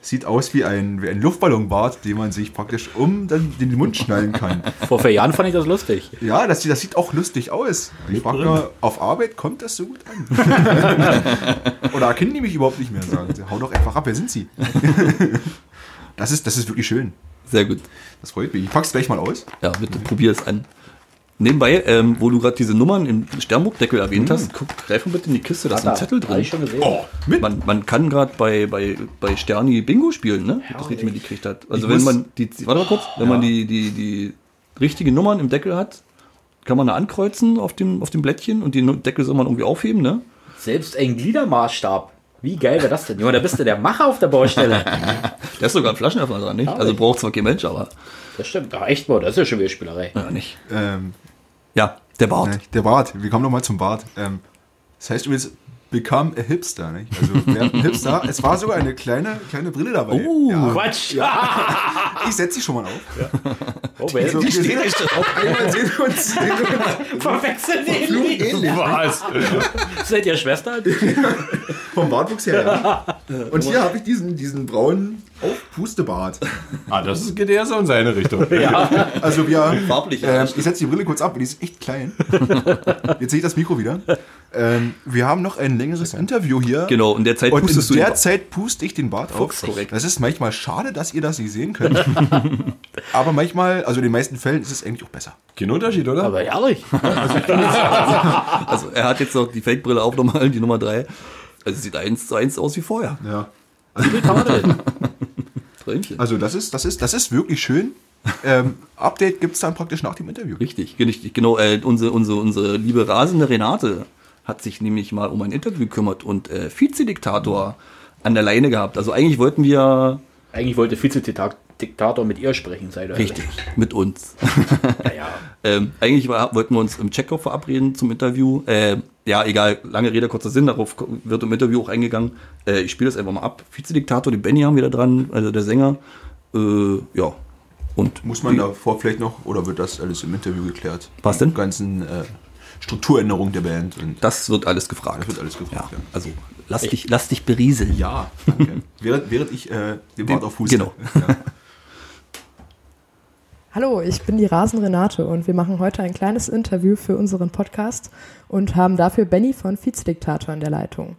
sieht aus wie ein, wie ein Luftballonbart, den man sich praktisch um den, den Mund schnallen kann. Vor vier Jahren fand ich das lustig. Ja, das, sieht- das sieht auch lustig aus. Ich frage nur, auf Arbeit kommt das so gut an? Oder erkennen die mich überhaupt nicht mehr? Sagen sie, hau doch einfach ab, wer sind sie? das, ist, das ist wirklich schön. Sehr gut. Das freut mich. Ich pack's gleich mal aus. Ja, bitte probier es an. Nebenbei, ähm, wo du gerade diese Nummern im Sternburg-Deckel erwähnt hast, guck, greif mal bitte in die Kiste, da ist ein Zettel Hab drin. ich schon gesehen. Mit. Man, man kann gerade bei, bei, bei Sterni Bingo spielen, ne? Das richtig mitgekriegt hat. Also wenn muss- man die, warte mal kurz, wenn man die, die, die richtigen Nummern im Deckel hat, kann man da ankreuzen auf dem, auf dem Blättchen und die Nu- Deckel soll man irgendwie aufheben, ne? Selbst ein Gliedermaßstab. Wie geil wäre das denn? Junge, da bist du der Macher auf der Baustelle. Da ist sogar ein Flaschenöffner dran, nicht? Also braucht zwar kein Mensch, aber Das stimmt. Ah, echt, boah, das ist ja schon wieder Spielerei. ja, nicht. Ähm, Ja, der Bart. ne, der Bart. Wir kommen nochmal zum Bart. Ähm, das heißt übrigens, become a hipster, nicht? Also, werd ein hipster. Es war sogar eine kleine, kleine Brille dabei. Oh. ja, Quatsch! Ja. ich setze die schon mal auf. Oh, wer Also, wir sehen, auf einmal sehen wir uns, sehen wir uns verwechselt den nicht? ähnlich. Was? Seid ihr Schwestern? Vom Bartwuchs her, ja. Und hier habe ich diesen, diesen braunen Aufpustebart. ah, das geht eher so in seine Richtung. Also, wir. Farblich, Ähm, ich setze die Brille kurz ab, die ist echt klein. Jetzt sehe ich das Mikro wieder. Ähm, wir haben noch ein längeres Interview hier. Genau, in der Zeit Und pustest in du der den- Zeit puste ich den Bart auf. Fuchs, korrekt. Das ist manchmal schade, dass ihr das nicht sehen könnt. Aber manchmal, also in den meisten Fällen, ist es eigentlich auch besser. Kein Unterschied, oder? Aber ehrlich. Also er hat jetzt noch die Fake-Brille auf nochmal, die Nummer 3. Also sieht eins zu eins aus wie vorher. Ja. Träumchen. Also das ist, das ist, das ist wirklich schön. Ähm, Update gibt es dann praktisch nach dem Interview. Richtig, richtig, genau. Äh, unsere, unsere, unsere liebe rasende Renate hat sich nämlich mal um ein Interview gekümmert und äh, Vizediktator an der Leine gehabt. Also eigentlich wollten wir Eigentlich wollte Vize-Diktator mit ihr sprechen, seid ihr. richtig mit uns. ähm, eigentlich war, wollten wir uns im Checkoff verabreden zum Interview. Äh, ja, egal, lange Rede, kurzer Sinn, darauf ko- wird im Interview auch eingegangen. Äh, ich spiele das einfach mal ab. Vizediktator, den Benny haben wir da dran, also der Sänger. Äh, ja. Und Muss man davor vielleicht noch, oder wird das alles im Interview geklärt? Was denn? Die ganzen äh, Strukturänderungen der Band. Und das wird alles gefragt. Das wird alles gefragt, Ja, ja. also lass dich, lass dich berieseln. ja, danke. während, während ich äh, den Bart auf Fuß genau. Ja. Hallo, ich bin die Rasen Renate und wir machen heute ein kleines Interview für unseren Podcast und haben dafür Benny von Vizediktator in der Leitung.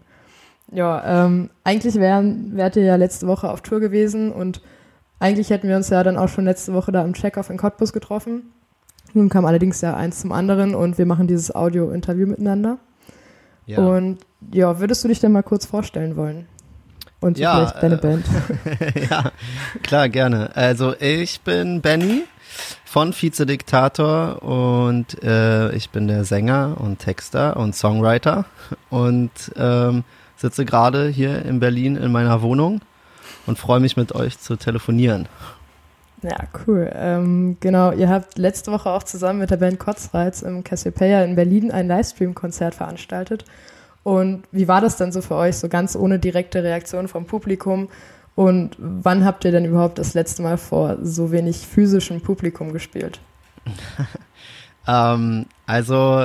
Ja, ähm, eigentlich wären, wärt ihr ja letzte Woche auf Tour gewesen und eigentlich hätten wir uns ja dann auch schon letzte Woche da im Checkoff in Cottbus getroffen. Nun kam allerdings ja eins zum anderen und wir machen dieses Audio-Interview miteinander. Ja. Und ja, würdest du dich denn mal kurz vorstellen wollen? Und Ja, vielleicht deine äh, Band. ja, klar, gerne. Also ich bin Benny, von Vizediktator und äh, ich bin der Sänger und Texter und Songwriter und ähm, sitze gerade hier in Berlin in meiner Wohnung und freue mich mit euch zu telefonieren. Ja, cool. Ähm, genau, ihr habt letzte Woche auch zusammen mit der Band Kotzreiz im Cassiopeia in Berlin ein Livestream-Konzert veranstaltet. Und wie war das denn so für euch, so ganz ohne direkte Reaktion vom Publikum? Und wann habt ihr denn überhaupt das letzte Mal vor so wenig physischem Publikum gespielt? Ähm, also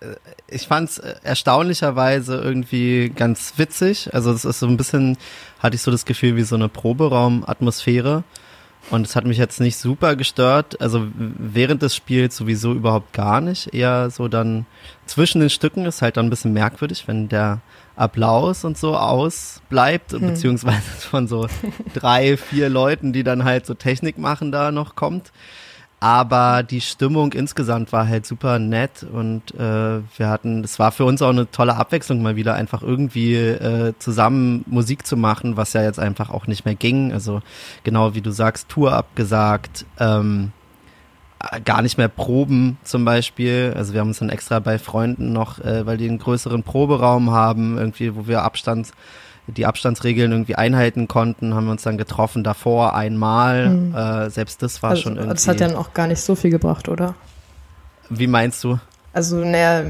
äh, ich fand es erstaunlicherweise irgendwie ganz witzig. Also es ist so ein bisschen, hatte ich so das Gefühl, wie so eine Proberaumatmosphäre. Und es hat mich jetzt nicht super gestört. Also w- während des Spiels sowieso überhaupt gar nicht. Eher so dann zwischen den Stücken ist halt dann ein bisschen merkwürdig, wenn der Applaus und so ausbleibt, beziehungsweise von so drei, vier Leuten, die dann halt so Technik machen, da noch kommt. Aber die Stimmung insgesamt war halt super nett und äh, wir hatten, es war für uns auch eine tolle Abwechslung, mal wieder einfach irgendwie äh, zusammen Musik zu machen, was ja jetzt einfach auch nicht mehr ging. Also genau wie du sagst, Tour abgesagt, ähm, äh, gar nicht mehr Proben zum Beispiel. Also wir haben uns dann extra bei Freunden noch, äh, weil die einen größeren Proberaum haben, irgendwie, wo wir Abstand, die Abstandsregeln irgendwie einhalten konnten, haben wir uns dann getroffen davor einmal. Äh, selbst das war Hm. also, schon irgendwie. das hat dann auch gar nicht so viel gebracht, oder? Wie meinst du? Also, naja,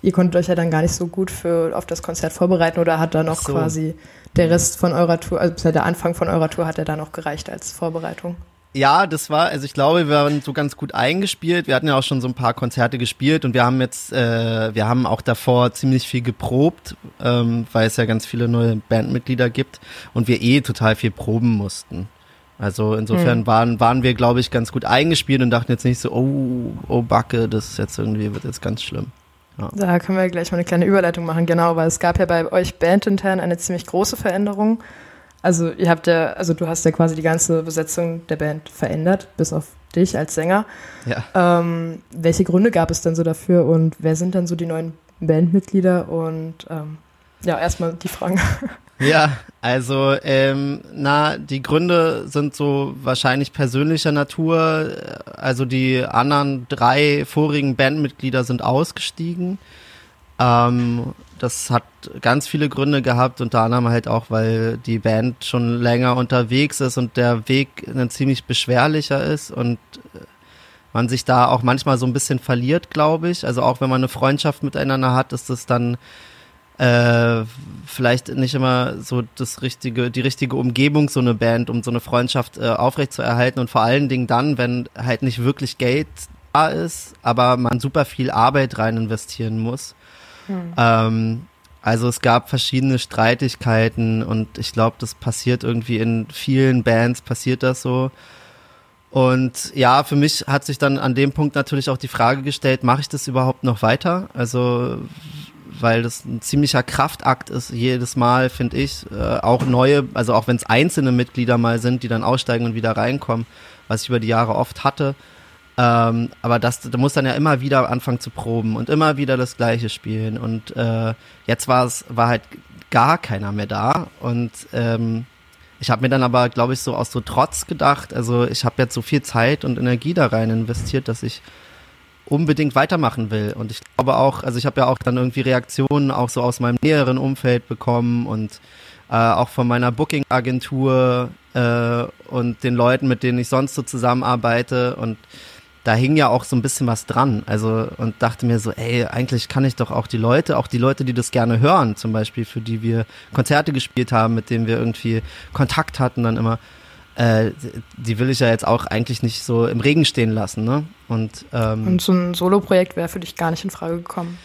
ihr konntet euch ja dann gar nicht so gut für, auf das Konzert vorbereiten oder hat da noch Ach so. quasi der Rest von eurer Tour, also bisher der Anfang von eurer Tour hat ja da noch gereicht als Vorbereitung. Ja, das war, also ich glaube, wir waren so ganz gut eingespielt. Wir hatten ja auch schon so ein paar Konzerte gespielt und wir haben jetzt, äh, wir haben auch davor ziemlich viel geprobt, ähm, weil es ja ganz viele neue Bandmitglieder gibt und wir eh total viel proben mussten. Also insofern waren, waren wir, glaube ich, ganz gut eingespielt und dachten jetzt nicht so, oh, oh Backe, das ist jetzt irgendwie, wird jetzt ganz schlimm. Da können wir gleich mal eine kleine Überleitung machen, genau, weil es gab ja bei euch bandintern eine ziemlich große Veränderung. Also ihr habt ja, also du hast ja quasi die ganze Besetzung der Band verändert, bis auf dich als Sänger. Ja. Ähm, welche Gründe gab es denn so dafür und wer sind denn so die neuen Bandmitglieder? Und ähm, ja, erstmal die Fragen. Ja, also ähm, na, die Gründe sind so wahrscheinlich persönlicher Natur. Also die anderen drei vorigen Bandmitglieder sind ausgestiegen. Ähm, das hat ganz viele Gründe gehabt, unter anderem halt auch, weil die Band schon länger unterwegs ist und der Weg dann ziemlich beschwerlicher ist und äh, man sich da auch manchmal so ein bisschen verliert, glaube ich. Also auch wenn man eine Freundschaft miteinander hat, ist das dann äh, vielleicht nicht immer so das richtige, die richtige Umgebung, so eine Band, um so eine Freundschaft äh, aufrechtzuerhalten und vor allen Dingen dann, wenn halt nicht wirklich Geld da ist, aber man super viel Arbeit rein investieren muss. Ähm, also es gab verschiedene Streitigkeiten und ich glaube, das passiert irgendwie in vielen Bands, passiert das so. Und ja, für mich hat sich dann an dem Punkt natürlich auch die Frage gestellt, mache ich das überhaupt noch weiter? Also weil das ein ziemlicher Kraftakt ist jedes Mal, finde ich. Äh, auch neue, also auch wenn es einzelne Mitglieder mal sind, die dann aussteigen und wieder reinkommen, was ich über die Jahre oft hatte. Ähm, aber das, du musst dann ja immer wieder anfangen zu proben und immer wieder das Gleiche spielen. Und äh, jetzt war es, war halt gar keiner mehr da. Und ähm, ich habe mir dann aber, glaube ich, so aus so Trotz gedacht. Also ich habe jetzt so viel Zeit und Energie da rein investiert, dass ich unbedingt weitermachen will. Und ich glaube auch, also ich habe ja auch dann irgendwie Reaktionen auch so aus meinem näheren Umfeld bekommen und äh, auch von meiner Booking-Agentur äh, und den Leuten, mit denen ich sonst so zusammenarbeite. Und da hing ja auch so ein bisschen was dran. Also und dachte mir so, ey, eigentlich kann ich doch auch die Leute, auch die Leute, die das gerne hören, zum Beispiel, für die wir Konzerte gespielt haben, mit denen wir irgendwie Kontakt hatten, dann immer. Äh, die will ich ja jetzt auch eigentlich nicht so im Regen stehen lassen, ne? Und, ähm, Und so ein Solo-Projekt wäre für dich gar nicht in Frage gekommen.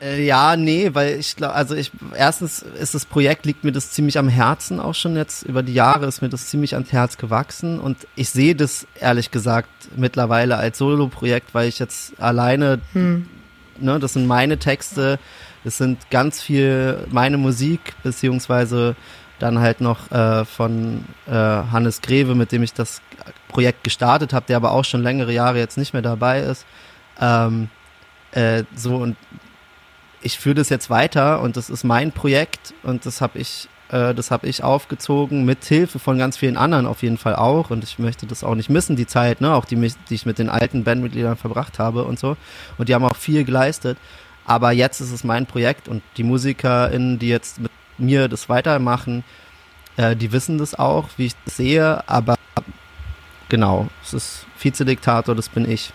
Äh, ja, nee, weil ich glaube, also ich erstens ist das Projekt liegt mir das ziemlich am Herzen auch schon jetzt über die Jahre ist mir das ziemlich ans Herz gewachsen und ich sehe das ehrlich gesagt mittlerweile als Solo-Projekt, weil ich jetzt alleine, ne, das sind meine Texte, das sind ganz viel meine Musik beziehungsweise dann halt noch äh, von äh, Hannes Greve, mit dem ich das Projekt gestartet habe, der aber auch schon längere Jahre jetzt nicht mehr dabei ist. Ähm, äh, so und ich führe das jetzt weiter und das ist mein Projekt und das habe ich Äh, das habe ich aufgezogen, mit Hilfe von ganz vielen anderen auf jeden Fall auch. Und ich möchte das auch nicht missen, die Zeit, ne? auch die, mich- die ich mit den alten Bandmitgliedern verbracht habe und so. Und die haben auch viel geleistet. Aber jetzt ist es mein Projekt und die MusikerInnen, die jetzt mit mir das weitermachen, äh, die wissen das auch, wie ich das sehe. Aber genau, es ist Vizediktator, das bin ich.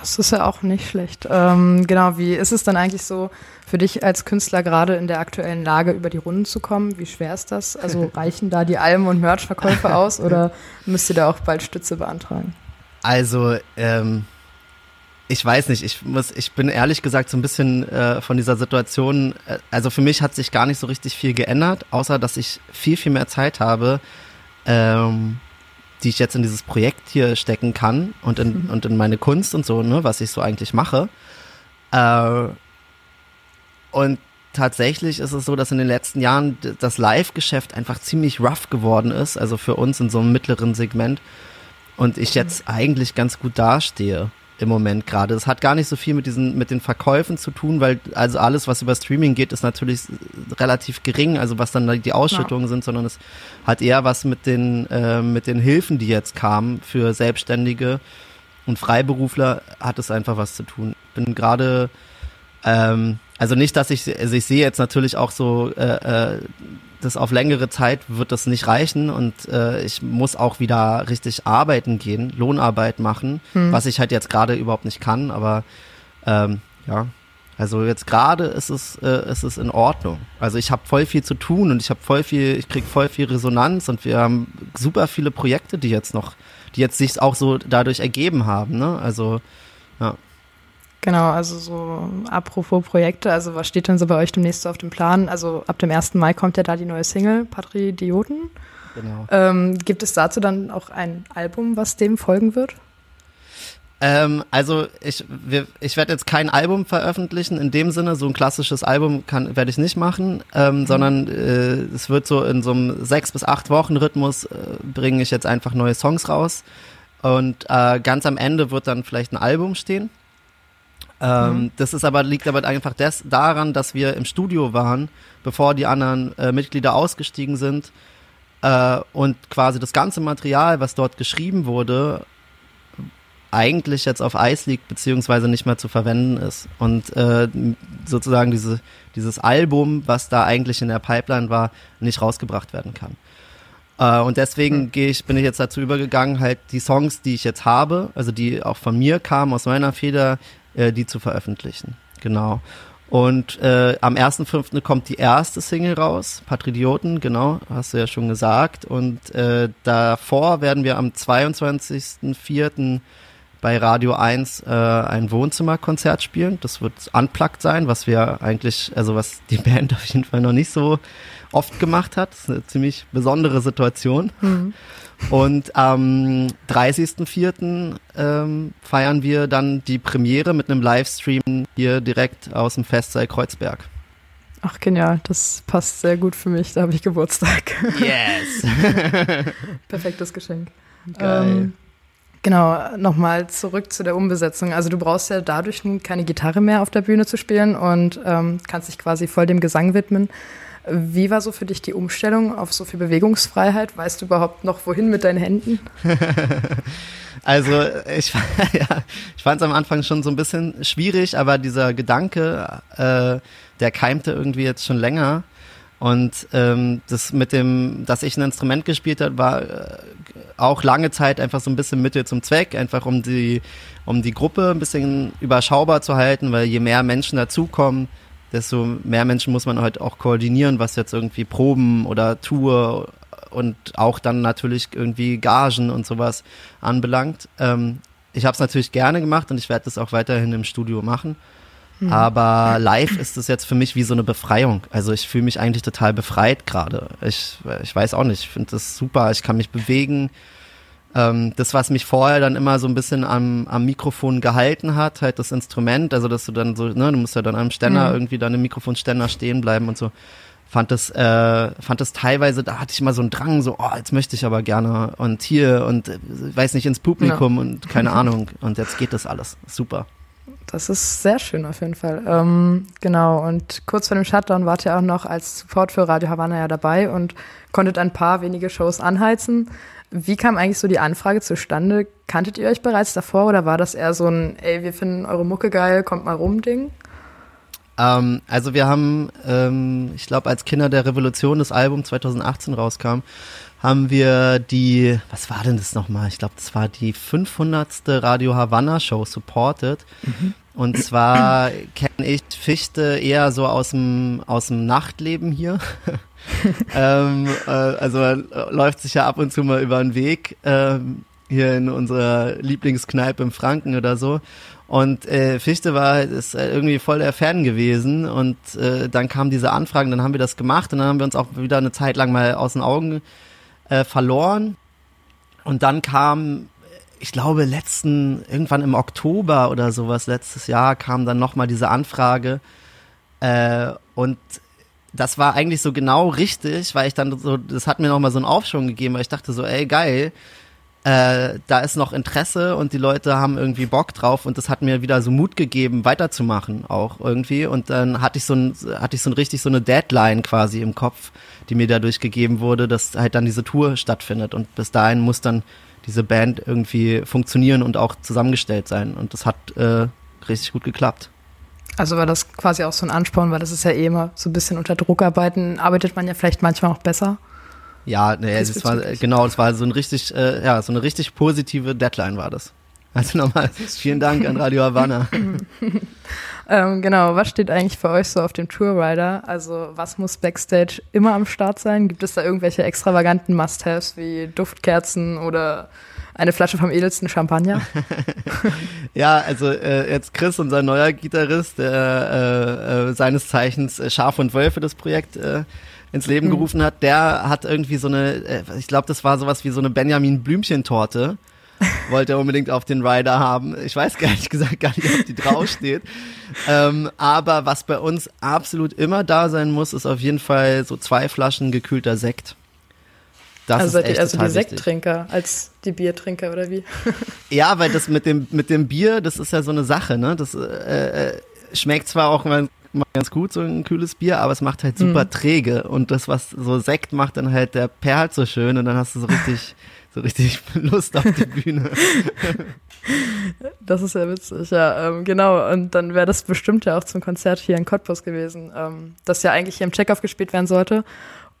Das ist ja auch nicht schlecht. Ähm, genau, wie ist es dann eigentlich so für dich als Künstler gerade in der aktuellen Lage über die Runden zu kommen? Wie schwer ist das? Also reichen da die Alben- und Merch-Verkäufe aus oder müsst ihr da auch bald Stütze beantragen? Also, ähm, ich weiß nicht, ich muss, ich bin ehrlich gesagt so ein bisschen äh, von dieser Situation, äh, also für mich hat sich gar nicht so richtig viel geändert, außer dass ich viel, viel mehr Zeit habe, ähm, die ich jetzt in dieses Projekt hier stecken kann und in, und in meine Kunst und so, ne, was ich so eigentlich mache. Äh, und tatsächlich ist es so, dass in den letzten Jahren d- das Live-Geschäft einfach ziemlich rough geworden ist, also für uns in so einem mittleren Segment und ich jetzt eigentlich ganz gut dastehe im Moment gerade. Das hat gar nicht so viel mit diesen mit den Verkäufen zu tun, weil also alles, was über Streaming geht, ist natürlich relativ gering, also was dann die Ausschüttungen sind, sondern es hat eher was mit den äh, mit den Hilfen, die jetzt kamen für Selbstständige und Freiberufler, hat es einfach was zu tun. Bin gerade ähm, also nicht, dass ich, also ich sehe jetzt natürlich auch so, äh, äh, das auf längere Zeit wird das nicht reichen und äh, ich muss auch wieder richtig arbeiten gehen, Lohnarbeit machen, was ich halt jetzt gerade überhaupt nicht kann, aber ähm, ja, also jetzt gerade ist es, äh, ist es in Ordnung. Also ich habe voll viel zu tun und ich habe voll viel, ich krieg voll viel Resonanz und wir haben super viele Projekte, die jetzt noch, die jetzt sich auch so dadurch ergeben haben, ne? Also Genau, also so apropos Projekte, also was steht denn so bei euch demnächst so auf dem Plan? Also ab dem 1. Mai kommt ja da die neue Single, Patrioten. genau. Ähm, gibt es dazu dann auch ein Album, was dem folgen wird? Ähm, also ich, wir- ich werde jetzt kein Album veröffentlichen, in dem Sinne, so ein klassisches Album kann werde ich nicht machen, ähm, sondern äh, es wird so in so einem sechs bis acht Wochen Rhythmus äh, bringe ich jetzt einfach neue Songs raus und äh, ganz am Ende wird dann vielleicht ein Album stehen. Ähm, Das ist aber liegt aber einfach des, daran, dass wir im Studio waren, bevor die anderen äh, Mitglieder ausgestiegen sind äh, und quasi das ganze Material, was dort geschrieben wurde, eigentlich jetzt auf Eis liegt, beziehungsweise nicht mehr zu verwenden ist. Und äh, m- sozusagen diese, dieses Album, was da eigentlich in der Pipeline war, nicht rausgebracht werden kann. Äh, und deswegen gehe ich, bin ich jetzt dazu übergegangen, halt die Songs, die ich jetzt habe, also die auch von mir kamen, aus meiner Feder, äh, die zu veröffentlichen. Genau. Und äh, am 1.5. kommt die erste Single raus, Patridioten, genau, hast du ja schon gesagt. Und äh, davor werden wir am 22.04 bei Radio 1 äh, ein Wohnzimmerkonzert spielen. Das wird unplugged sein, was wir eigentlich, also was die Band auf jeden Fall noch nicht so oft gemacht hat. Das ist eine ziemlich besondere Situation. Und am 30.04. Ähm, feiern wir dann die Premiere mit einem Livestream hier direkt aus dem Festsaal Kreuzberg. Ach genial, das passt sehr gut für mich, da habe ich Geburtstag. Yes! Perfektes Geschenk. Geil. genau, nochmal zurück zu der Umbesetzung. Also du brauchst ja dadurch nun keine Gitarre mehr auf der Bühne zu spielen und ähm, kannst dich quasi voll dem Gesang widmen. Wie war so für dich die Umstellung auf so viel Bewegungsfreiheit? Weißt du überhaupt noch, wohin mit deinen Händen? Also ich, ja, ich fand es am Anfang schon so ein bisschen schwierig, aber dieser Gedanke, äh, der keimte irgendwie jetzt schon länger. Und ähm, das mit dem, dass ich ein Instrument gespielt habe, war äh, auch lange Zeit einfach so ein bisschen Mittel zum Zweck, einfach um die, um die Gruppe ein bisschen überschaubar zu halten, weil je mehr Menschen dazukommen, desto mehr Menschen muss man halt auch koordinieren, was jetzt irgendwie Proben oder Tour und auch dann natürlich irgendwie Gagen und sowas anbelangt. Ähm, ich habe es natürlich gerne gemacht und ich werde das auch weiterhin im Studio machen. Aber live ist es jetzt für mich wie so eine Befreiung. Also ich fühle mich eigentlich total befreit gerade. Ich, ich weiß auch nicht, ich finde das super, ich kann mich bewegen. Ähm, das, was mich vorher dann immer so ein bisschen am, am Mikrofon gehalten hat, halt das Instrument, also dass du dann so, ne, du musst ja dann am Ständer irgendwie dann im Mikrofonständer stehen bleiben und so. Fand das, äh, fand das teilweise, da hatte ich immer so einen Drang, so, oh, jetzt möchte ich aber gerne und hier und äh, weiß nicht, ins Publikum und keine Ahnung. Und jetzt geht das alles. Super. Das ist sehr schön auf jeden Fall. Ähm, genau, und kurz vor dem Shutdown wart ihr auch noch als Support für Radio Havanna ja dabei und konntet ein paar wenige Shows anheizen. Wie kam eigentlich so die Anfrage zustande? Kanntet ihr euch bereits davor oder war das eher so ein, ey, wir finden eure Mucke geil, kommt mal rum Ding? Ähm, also wir haben, ähm, ich glaube, als Kinder der Revolution das Album 2018 rauskam, haben wir die, was war denn das nochmal? Ich glaube, das war die 500. Radio Havanna Show supported. Und zwar kenne ich Fichte eher so aus dem, aus dem Nachtleben hier. ähm, äh, also er läuft sich ja ab und zu mal über den Weg ähm, hier in unserer Lieblingskneipe im Franken oder so. Und äh, Fichte war ist äh, irgendwie voll der Fan gewesen und äh, dann kamen diese Anfragen, dann haben wir das gemacht und dann haben wir uns auch wieder eine Zeit lang mal aus den Augen äh, verloren. Und dann kam, ich glaube, letzten, irgendwann im Oktober oder sowas, letztes Jahr kam dann nochmal diese Anfrage. Äh, und das war eigentlich so genau richtig, weil ich dann so, das hat mir nochmal so einen Aufschwung gegeben, weil ich dachte so, ey, geil, äh, da ist noch Interesse und die Leute haben irgendwie Bock drauf und das hat mir wieder so Mut gegeben, weiterzumachen auch irgendwie. Und dann hatte ich so ein, hatte ich so ein richtig so eine Deadline quasi im Kopf, die mir dadurch gegeben wurde, dass halt dann diese Tour stattfindet. Und bis dahin muss dann diese Band irgendwie funktionieren und auch zusammengestellt sein. Und das hat äh, richtig gut geklappt. Also war das quasi auch so ein Ansporn, weil das ist ja eh immer so ein bisschen unter Druck arbeiten, arbeitet man ja vielleicht manchmal auch besser. Ja, nee, das war Diesbezüglich. genau, es war so ein richtig, äh, ja, so eine richtig positive Deadline war das. Also nochmal, vielen Dank an Radio Havana. Ähm, genau, was steht eigentlich für euch so auf dem Tourrider? Also was muss Backstage immer am Start sein? Gibt es da irgendwelche extravaganten Must-Haves wie Duftkerzen oder eine Flasche vom edelsten Champagner? Ja, also äh, jetzt Chris, unser neuer Gitarrist, der äh, äh, seines Zeichens äh, Schaf und Wölfe das Projekt äh, ins Mhm. Leben gerufen hat, der hat irgendwie so eine, äh, ich glaube, das war sowas wie so eine Benjamin Blümchen-Torte, wollte er unbedingt auf den Rider haben. Ich weiß gar nicht gesagt, gar nicht, ob die draufsteht. ähm, aber was bei uns absolut immer da sein muss, ist auf jeden Fall so zwei Flaschen gekühlter Sekt. Das also ist seid echt ihr also die total wichtig. Sekttrinker als die Biertrinker oder wie? Ja, weil das mit dem, mit dem Bier, das ist ja so eine Sache, ne? Das äh, äh, schmeckt zwar auch mal, mal ganz gut, so ein kühles Bier, aber es macht halt super träge. Und das, was so Sekt macht, dann halt der perlt so schön und dann hast du so richtig, so richtig Lust auf die Bühne. Das ist ja witzig, ja, ähm, genau. Und dann wäre das bestimmt ja auch zum Konzert hier in Cottbus gewesen, ähm, das ja eigentlich hier im Checkoff gespielt werden sollte.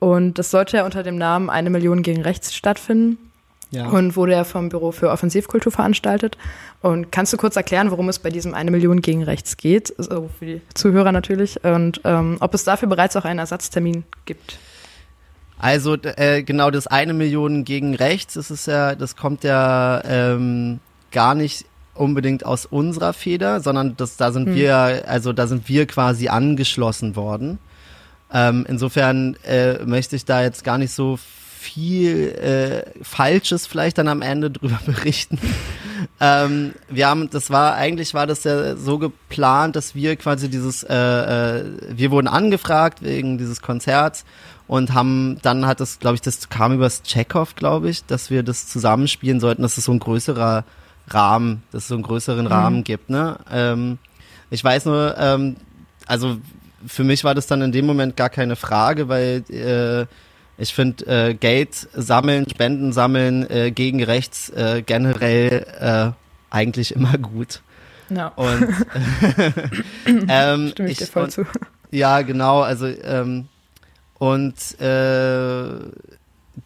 Und das sollte ja unter dem Namen Eine Million gegen Rechts stattfinden. Ja. und wurde ja vom Büro für Offensivkultur veranstaltet. Und kannst du kurz erklären, worum es bei diesem eine Million gegen rechts geht, also für die Zuhörer natürlich, und ähm, ob es dafür bereits auch einen Ersatztermin gibt? Also d- äh, genau das eine Million gegen rechts, das ist ja, das kommt ja ähm, gar nicht unbedingt aus unserer Feder, sondern das, da sind wir, also da sind wir quasi angeschlossen worden. Ähm, insofern äh, möchte ich da jetzt gar nicht so viel äh, Falsches vielleicht dann am Ende drüber berichten. ähm, wir haben, das war eigentlich war das ja so geplant, dass wir quasi dieses, äh, äh, wir wurden angefragt wegen dieses Konzerts und haben dann hat das, glaube ich, das kam übers Checkoff, glaube ich, dass wir das zusammenspielen sollten, dass es so ein größerer Rahmen, dass es so einen größeren Rahmen gibt. Ne? Ähm, ich weiß nur, ähm, also für mich war das dann in dem Moment gar keine Frage, weil äh, ich finde, äh, Geld sammeln, Spenden sammeln äh, gegen rechts äh, generell äh, eigentlich immer gut. Ja, Und ähm, stimme ich, dir voll und- zu. ja, genau. Also ähm, und äh,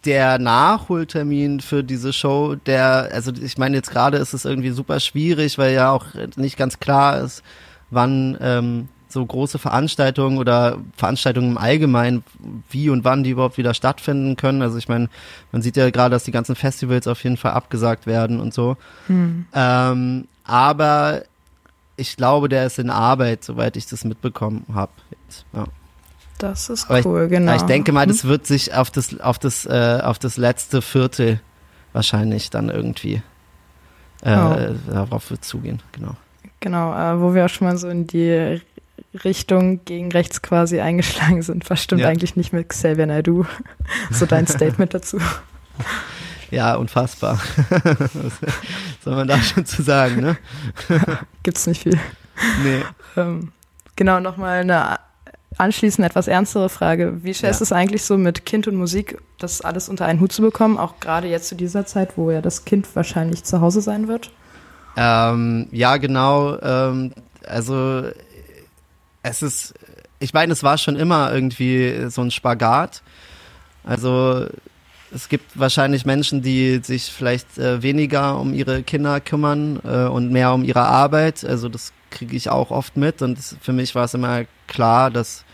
der Nachholtermin für diese Show, der, also ich meine jetzt gerade ist es irgendwie super schwierig, weil ja auch nicht ganz klar ist, wann ähm, so große Veranstaltungen oder Veranstaltungen im Allgemeinen, wie und wann die überhaupt wieder stattfinden können. Also ich meine, man sieht ja gerade, dass die ganzen Festivals auf jeden Fall abgesagt werden und so. Ähm, aber ich glaube, der ist in Arbeit, soweit ich das mitbekommen habe. Ja. Das ist Aber ich- cool, genau. Aber ich denke mal, das wird sich auf das, auf das, äh, auf das letzte Viertel wahrscheinlich dann irgendwie äh, Oh. darauf wird zugehen. Genau. Genau, äh, wo wir auch schon mal so in die Richtung gegen rechts quasi eingeschlagen sind, was stimmt Ja. eigentlich nicht mit Xavier Naidoo? so dein Statement dazu. Ja, unfassbar. Was soll man da schon zu sagen, ne? Gibt's nicht viel. Nee. Ähm, genau, nochmal eine anschließend etwas ernstere Frage. Wie schwer Ja. ist es eigentlich so mit Kind und Musik, das alles unter einen Hut zu bekommen, auch gerade jetzt zu dieser Zeit, wo ja das Kind wahrscheinlich zu Hause sein wird? Ähm, ja, genau. Ähm, also äh, es ist, ich meine, es war schon immer irgendwie so ein Spagat. Also es gibt wahrscheinlich Menschen, die sich vielleicht äh, weniger um ihre Kinder kümmern äh, und mehr um ihre Arbeit. Also das kriege ich auch oft mit. Und es- für mich war es immer klar, dass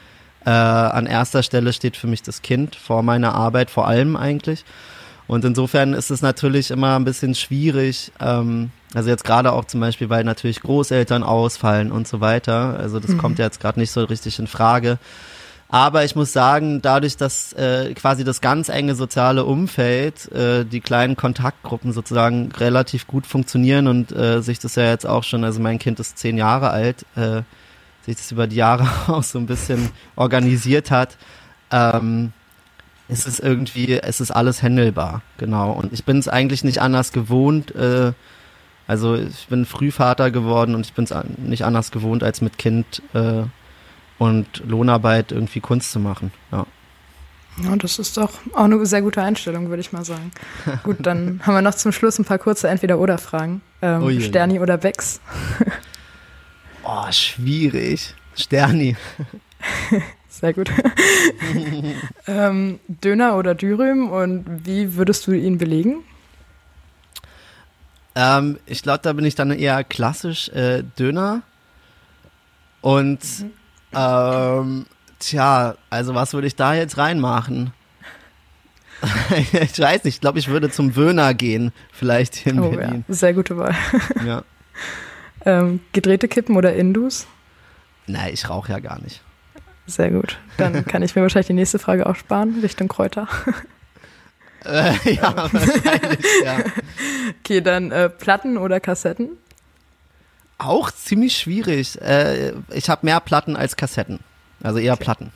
äh, an erster Stelle steht für mich das Kind, vor meiner Arbeit vor allem eigentlich. Und insofern ist es natürlich immer ein bisschen schwierig, ähm, also jetzt gerade auch zum Beispiel, weil natürlich Großeltern ausfallen und so weiter. Also das kommt ja jetzt gerade nicht so richtig in Frage. Aber ich muss sagen, dadurch, dass äh, quasi das ganz enge soziale Umfeld, äh, die kleinen Kontaktgruppen sozusagen relativ gut funktionieren und äh, sich das ja jetzt auch schon, also mein Kind ist zehn Jahre alt, äh, sich das über die Jahre auch so ein bisschen organisiert hat, ähm, es ist irgendwie, es ist alles händelbar, genau. Und ich bin es eigentlich nicht anders gewohnt. Äh, also ich bin Frühvater geworden und ich bin es nicht anders gewohnt, als mit Kind äh, und Lohnarbeit irgendwie Kunst zu machen. Ja. Ja, das ist doch auch eine sehr gute Einstellung, würde ich mal sagen. Gut, dann haben wir noch zum Schluss ein paar kurze Entweder-Oder-Fragen. Ähm, Ui, ui, ui. Sterni oder Becks? Oh, schwierig. Sterni. Sehr gut. ähm, Döner oder Dürüm und wie würdest du ihn belegen? Ähm, ich glaube, da bin ich dann eher klassisch äh, Döner. Und Mhm. ähm, tja, also was würde ich da jetzt reinmachen? ich weiß nicht, ich glaube, ich würde zum Wöhner gehen, vielleicht hier in Oh ja, Berlin. sehr gute Wahl. Ja. Ja. Ähm, gedrehte Kippen oder Indus? Nein, ich rauche ja gar nicht. Sehr gut. Dann kann ich mir wahrscheinlich die nächste Frage auch sparen, Richtung Kräuter. Äh, ja, wahrscheinlich, ja. Okay, dann äh, Platten oder Kassetten? Auch ziemlich schwierig. Äh, ich habe mehr Platten als Kassetten. Also eher Platten.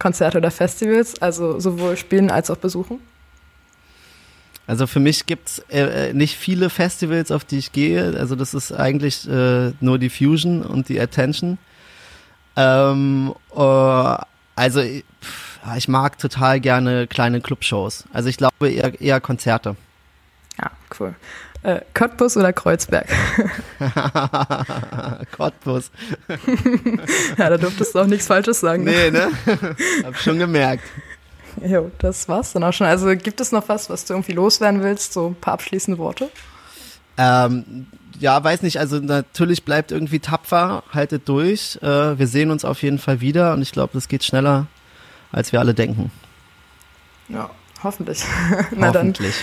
Konzerte oder Festivals? Also sowohl spielen als auch besuchen? Also für mich gibt's äh, äh, nicht viele Festivals, auf die ich gehe. Also das ist eigentlich äh, nur die Fusion und die Attention. Ähm, äh, also ich- pff, ich mag total gerne kleine Clubshows. Also ich glaube eher, eher Konzerte. Ja, cool. Äh, Cottbus oder Kreuzberg? Cottbus. Ja, da durftest du auch nichts Falsches sagen. ne? Nee, ne? Hab schon gemerkt. Jo, das war's dann auch schon. Also gibt es noch was, was du irgendwie loswerden willst? So ein paar abschließende Worte? Ähm, ja, weiß nicht, also natürlich bleibt irgendwie tapfer, haltet durch. Äh, wir sehen uns auf jeden Fall wieder und ich glaube, das geht schneller, als wir alle denken. Ja, hoffentlich. Na dann, Hoffentlich.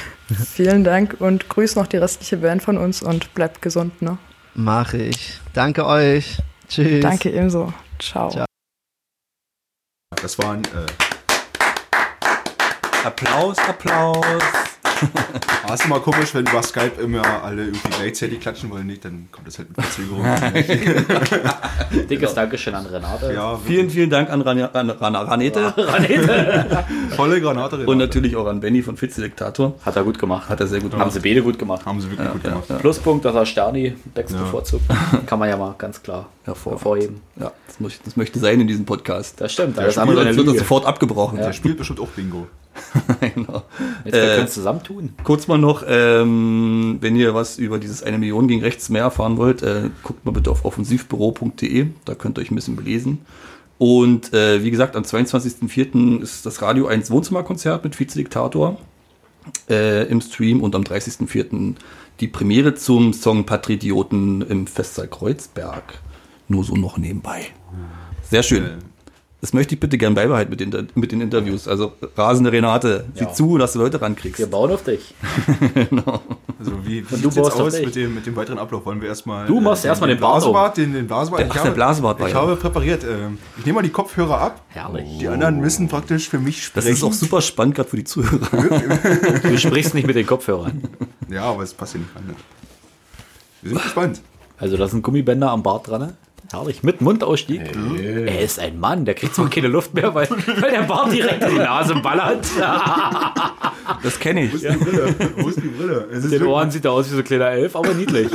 vielen Dank und grüß noch die restliche Band von uns und bleibt gesund, ne? Mache ich. Danke euch. Tschüss. Danke ebenso. Ciao. Ciao. Das war ein äh, Applaus, Applaus. Ah, ist immer komisch, wenn über Skype immer alle irgendwie gleichzeitig klatschen wollen. Nicht, dann kommt das halt mit Verzögerung. Dickes Dankeschön an Renate. ja, Vielen, vielen Dank an, Rania, an Rana Ranete volle Granate. Renate. und natürlich auch an Benny von Fitzdiktator. Hat er gut gemacht. Hat er sehr gut Haben sie beide gut gemacht. Haben sie wirklich gut gemacht. Pluspunkt, dass er Sterni Becks Ja. bevorzugt. Kann man ja mal ganz klar Hervorragend. hervorheben. Ja, das, muss, das möchte sein in diesem Podcast. Das stimmt. Der Alles Spiel- andere Sonst eine wird das Lüge. sofort abgebrochen. Der spielt bestimmt auch Bingo. genau. Jetzt wir Äh, können es zusammentun. Kurz mal noch, ähm, wenn ihr was über dieses eine Million gegen rechts mehr erfahren wollt, äh, guckt mal bitte auf offensivbüro.de, da könnt ihr euch ein bisschen belesen. Und äh, wie gesagt, am 22.04. ist das Radio 1 Wohnzimmerkonzert mit Vize-Diktator äh, im Stream und am 30.04. die Premiere zum Song Patrioten im Festsaal Kreuzberg. Nur so noch nebenbei. Sehr schön. Das möchte ich bitte gern beibehalten mit, den- mit den Interviews. Also rasende Renate, sieh Ja. zu, dass du Leute rankriegst. Wir bauen auf dich. Also wie, wie Und sieht du jetzt baust auf aus dich. mit dem, mit dem weiteren Ablauf? Wollen wir erstmal. Du machst erstmal den Bart Blasebart, den, den Blasebart. Der- Ich ach, habe- der Blasebart war Ich ja. habe präpariert. ähm, Ich nehme mal die Kopfhörer ab. Herrlich. Oh. Die anderen müssen praktisch für mich Das sprechen. ist auch super spannend, gerade für die Zuhörer. Du sprichst nicht mit den Kopfhörern. Ja, aber es passt hier nicht rein. ne? Wir sind gespannt. Also da sind Gummibänder am Bart dran. ne? Herrlich. Mit Mundausstieg. Er ist ein Mann. Der kriegt zwar keine Luft mehr, weil, weil der Bart direkt in die Nase ballert. Das kenne ich. Wo ist die Brille? Wo ist die Brille? Es ist Den wirklich- Ohren sieht er aus wie so ein kleiner Elf, aber niedlich.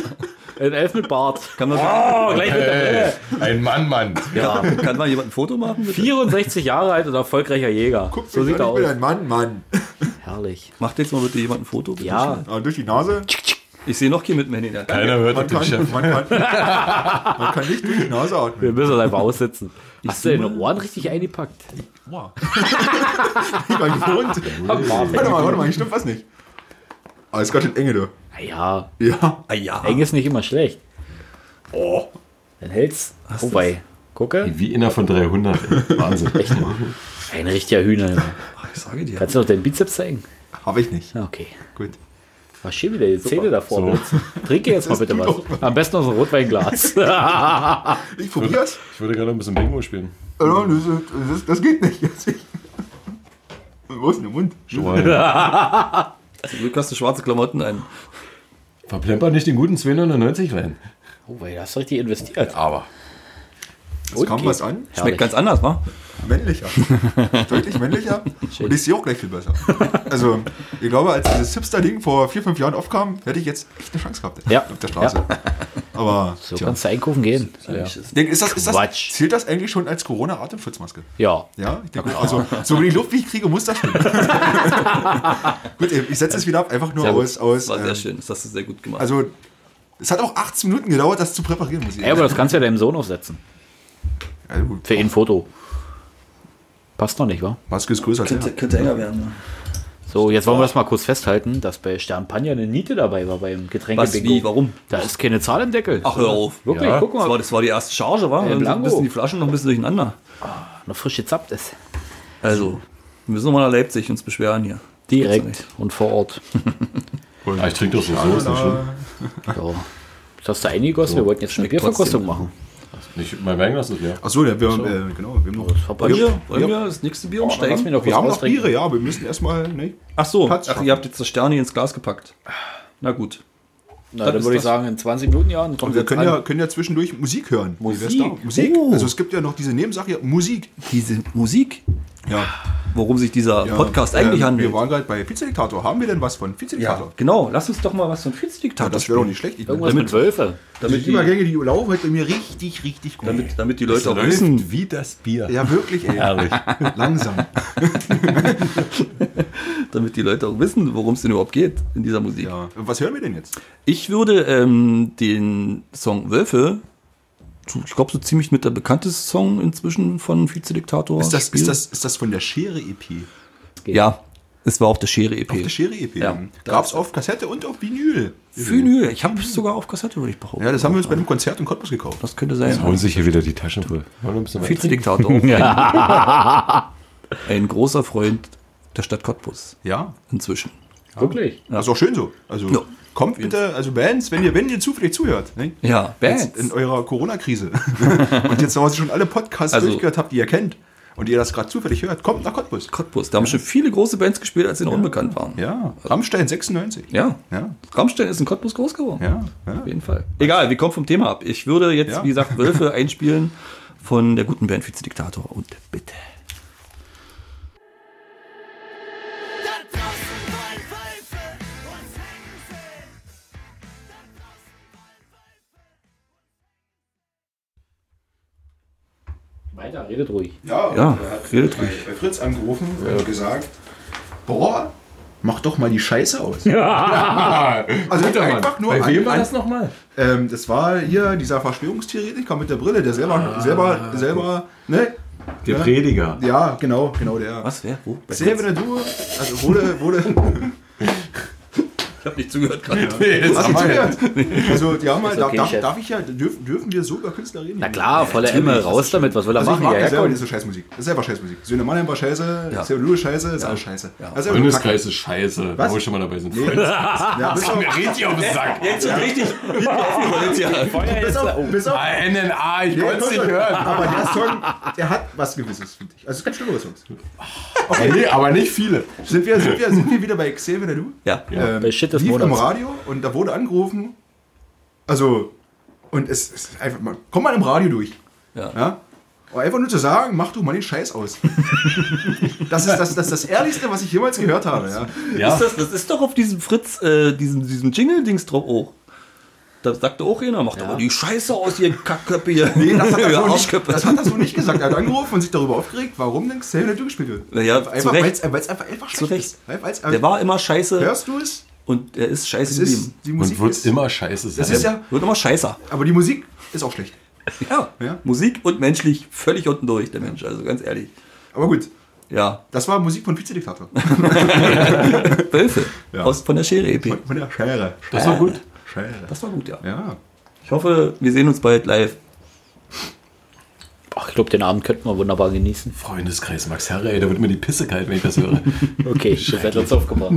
Ein Elf mit Bart. Kann man, so- Oh, gleich mit der Brille. Ein Mann, Mann. Ah, ja, kann mal jemand ein Foto machen? Bitte? 64 Jahre alt und erfolgreicher Jäger. Guck, so sieht er ich aus. bin ein Mann, Mann. Herrlich. Macht jetzt mal bitte jemand ein Foto? Bitte Ja, Ah, durch die Nase. schön. Ich sehe noch keinen mit dem Handy. in der Hand. Keiner hört Man auf den kann, Chef. man, kann, man kann nicht durch die Nase atmen. wir müssen das einfach aussitzen. Hast du deine Ohren richtig eingepackt? Wow. Wie war gewohnt. Warte mal, warte mal, hier stimmt was nicht. Aber es ist ganz schön enge, du. Naja, Ja. Ah ja. eng ist nicht immer schlecht. Oh. Dann hält's. Oh, wei. Gucke. Wie inner von 300. ey. Wahnsinn. Echt mal. Ein richtiger Hühner. Ich sage dir. Kannst du noch deinen Bizeps zeigen? Habe ich nicht. Na, okay. Gut. War schön wieder die Zähne davor. benutzen. Trinke jetzt mal bitte was. Am besten aus einem Rotweinglas. Ich probier's. Ich würde gerne ein bisschen Bingo spielen. Äh, Das, ist- das, ist- das geht nicht. Das ich, wo ist denn der Mund? Joa, Zum Glück hast Also, du schwarze Klamotten ein. Verplemper nicht den guten 290 rein. Oh, wei, da hast du richtig investiert. Aber. Es kam was an. Schmeckt ganz anders, wa? Männlicher. Deutlich männlicher. Und ich sehe auch gleich viel besser. Also, ich glaube, als dieses Hipster-Ding vor vier, fünf Jahren aufkam, hätte ich jetzt echt eine Chance gehabt. Ja. Auf der Straße. Aber, So tja. kannst du einkaufen gehen. Ja. Ich denke, ist das, ist das, Quatsch. zählt das eigentlich schon als Corona-Atemschutzmaske? ja. Ja, ich denke, also, so wie die Luft, wie ich kriege, muss das stimmen. Gut, ich setze es wieder ab, einfach nur Sehr gut. aus. aus War ähm, sehr schön. Das hast du sehr gut gemacht. Also, es hat auch 18 Minuten gedauert, das zu präparieren, muss ich Ey, aber das kannst du ja deinem Sohn aufsetzen. Ja, gut. Für ihn ein Foto. Passt noch nicht, wa? Maske ist größer als er. enger werden. Ne? So, jetzt wollen wir das mal kurz festhalten, dass bei Sternpanja eine Niete dabei war beim Getränke Was, wie, warum? Da ist keine Zahl im Deckel. Ach, hör auf. Wirklich, Ja. guck Das war, mal. das war die erste Charge, war? Ey, Dann sind ein Blanco. bisschen die Flaschen noch ein bisschen durcheinander. Noch frisch gezappt ist. Also, wir müssen nochmal nach Leipzig uns beschweren hier. Direkt und vor Ort. Ah, ich trinke doch so, so ist nicht schlimm. So. Das hast du eingegossen. Wir wollten jetzt eine Schmeckt trotzdem. Bierverkostung machen. Nicht, mein Weinglas ist leer. Achso, ja, wir, haben, Äh, genau, wir haben noch. Wollen wir, wollen wir das nächste Bier Lass mich umsteigen? noch kurz Wir haben noch austrinken. Biere, ja, aber wir müssen erstmal. Ne? Ach so, Platz ach, schaffen. ihr habt jetzt das Sterne hier ins Glas gepackt. Na gut. Na, Das dann ist würde ich das. sagen, in 20 Minuten, ja. Und Also wir können ja, können ja zwischendurch Musik hören. Wie wär's da? Musik? Musik. Also es gibt ja noch diese Nebensache hier, Musik. Diese Musik, Ja. worum sich dieser ja. Podcast Ähm, eigentlich handelt. Wir waren gerade bei Pizzadiktator. Haben wir denn was von Pizzadiktator? Genau, lass uns doch mal was von Ja, Fitzdiktator das wäre doch nicht schlecht. Ich Irgendwas mit Wölfe. damit damit die die, Übergänge, die laufen heute bei mir richtig, richtig gut. damit, damit die Leute auch wissen. Wissen wie das Bier. ja, wirklich, ey. Herrlich. Langsam. damit die Leute auch wissen, worum es denn überhaupt geht in dieser Musik. Ja. Was hören wir denn jetzt? Ich würde ähm, den Song Wölfe, so- ich glaube so ziemlich mit der bekannteste Song inzwischen von Vizediktator. Oh, Ist das, spielen. ist das, ist das von der Schere-EP? Ja, es war auf der Schere-EP. Auf der Schere-EP. Ja. Gab es auf Kassette und auf Vinyl. Vinyl, ich habe es sogar auf Kassette, würde ich behaupten. Ja, das haben wir uns bei einem Konzert in Cottbus gekauft. Das könnte sein. Holen sich hier wieder die Taschen voll. Wollen wir ein bisschen weiter? Vizediktator. Ein, ein großer Freund der Stadt Cottbus Ja. inzwischen. Wirklich? Das ist auch schön so. Also Ja. kommt bitte, also Bands, wenn ihr, wenn ihr zufällig zuhört, ne? Ja, Jetzt in eurer Corona-Krise und jetzt zu Hause schon alle Podcasts Also- durchgehört habt, die ihr kennt und ihr das gerade zufällig hört, kommt nach Cottbus. Cottbus. Da haben schon viele große Bands gespielt, als sie noch unbekannt waren. Ja, Rammstein 96. Ja. Ja. Rammstein ist in Cottbus groß geworden. Ja, Auf ja. jeden Fall. Egal, wir kommen vom Thema ab. Ich würde jetzt, Ja. wie gesagt, Wölfe einspielen von der guten Band Vizediktator. Und bitte. Weiter, redet ruhig. Oh, Ja, Ja, er hat redet bei, ruhig. bei Fritz angerufen und gesagt, boah, mach doch mal die Scheiße aus. also einfach nur Bei wem ein, war ein, das nochmal? Ähm, das war hier dieser Verschwörungstheoretiker mit der Brille, der selber, Ah, selber, selber, ne? Der Ja. Prediger. Ja, genau, genau der. Was, wer, wo? Bei Sehr, wenn du, also wurde, wurde, Ich habe nicht zugehört gerade. hast du zugehört? Also, die haben halt, Ist okay, darf, Chef. darf ich ja, dürfen, dürfen wir so über Künstler reden? Na klar, voller Emme, raus damit. Was will er Also ich machen? mag ja, Ja, selber komm. diese Scheißmusik. Das ist einfach Scheißmusik. Söhne Mannheim war scheiße, Ja. ja. Lude scheiße, ist alles scheiße. Ja. Also, Freundeskreis ist scheiße. Was? Wo wir schon mal dabei sind. Nee, Freundes- ja, bis auf, Mir redet ihr auf den Sack. bis auf, bis Ah, auf. NNA, ich wollte es nicht hören. Aber der Song, der hat was Gewisses, finde ich. Also es gibt schlimmere Songs. Nee, aber nicht viele. Sind wir, sind wir, sind wir wieder bei Xavier Nadu? Ja. ähm, Bei Shit des lief im Monats. Radio und da wurde angerufen. Also, und es ist einfach, man, komm mal im Radio durch. Ja. Aber einfach nur zu sagen, mach du mal den Scheiß aus. das, ist, das, das ist das Ehrlichste, was ich jemals gehört habe. Ja. Ist das, das ist doch auf diesem Fritz, äh, diesem, diesem Jingle-Dings drauf. Oh. Da sagte auch einer, macht aber die Scheiße aus, ihr Kackköpfe hier. Nee, das hat, er Ihr so nicht, Arschköpfe. das hat er so nicht gesagt. Er hat angerufen und sich darüber aufgeregt, warum denn Xavier nicht gespielt wird. Na ja, zu einfach, Recht. weil es einfach, einfach Zu schlecht Recht. ist. Weil- weil's- also, Der war immer scheiße hörst du es? und er ist scheiße Es geblieben. ist die Musik. Und wird ist, immer scheiße sein. das ist ja, Wird immer scheißer. aber die Musik ist auch schlecht. Ja. Ja. Musik und menschlich völlig unten durch, der Mensch, also ganz ehrlich. Aber gut, Ja. das war Musik von Vizediktator. Wölfe Ja. aus von der Schere EP. Von, von der Schere. Das war gut. Schere. Das war gut, ja. Ja. Ich hoffe, wir sehen uns bald live. Ach, ich glaube, den Abend könnten wir wunderbar genießen. Freundeskreis Max Herre, ey, da wird mir die Pisse kalt, wenn ich das höre. Okay, das hat uns aufgemacht.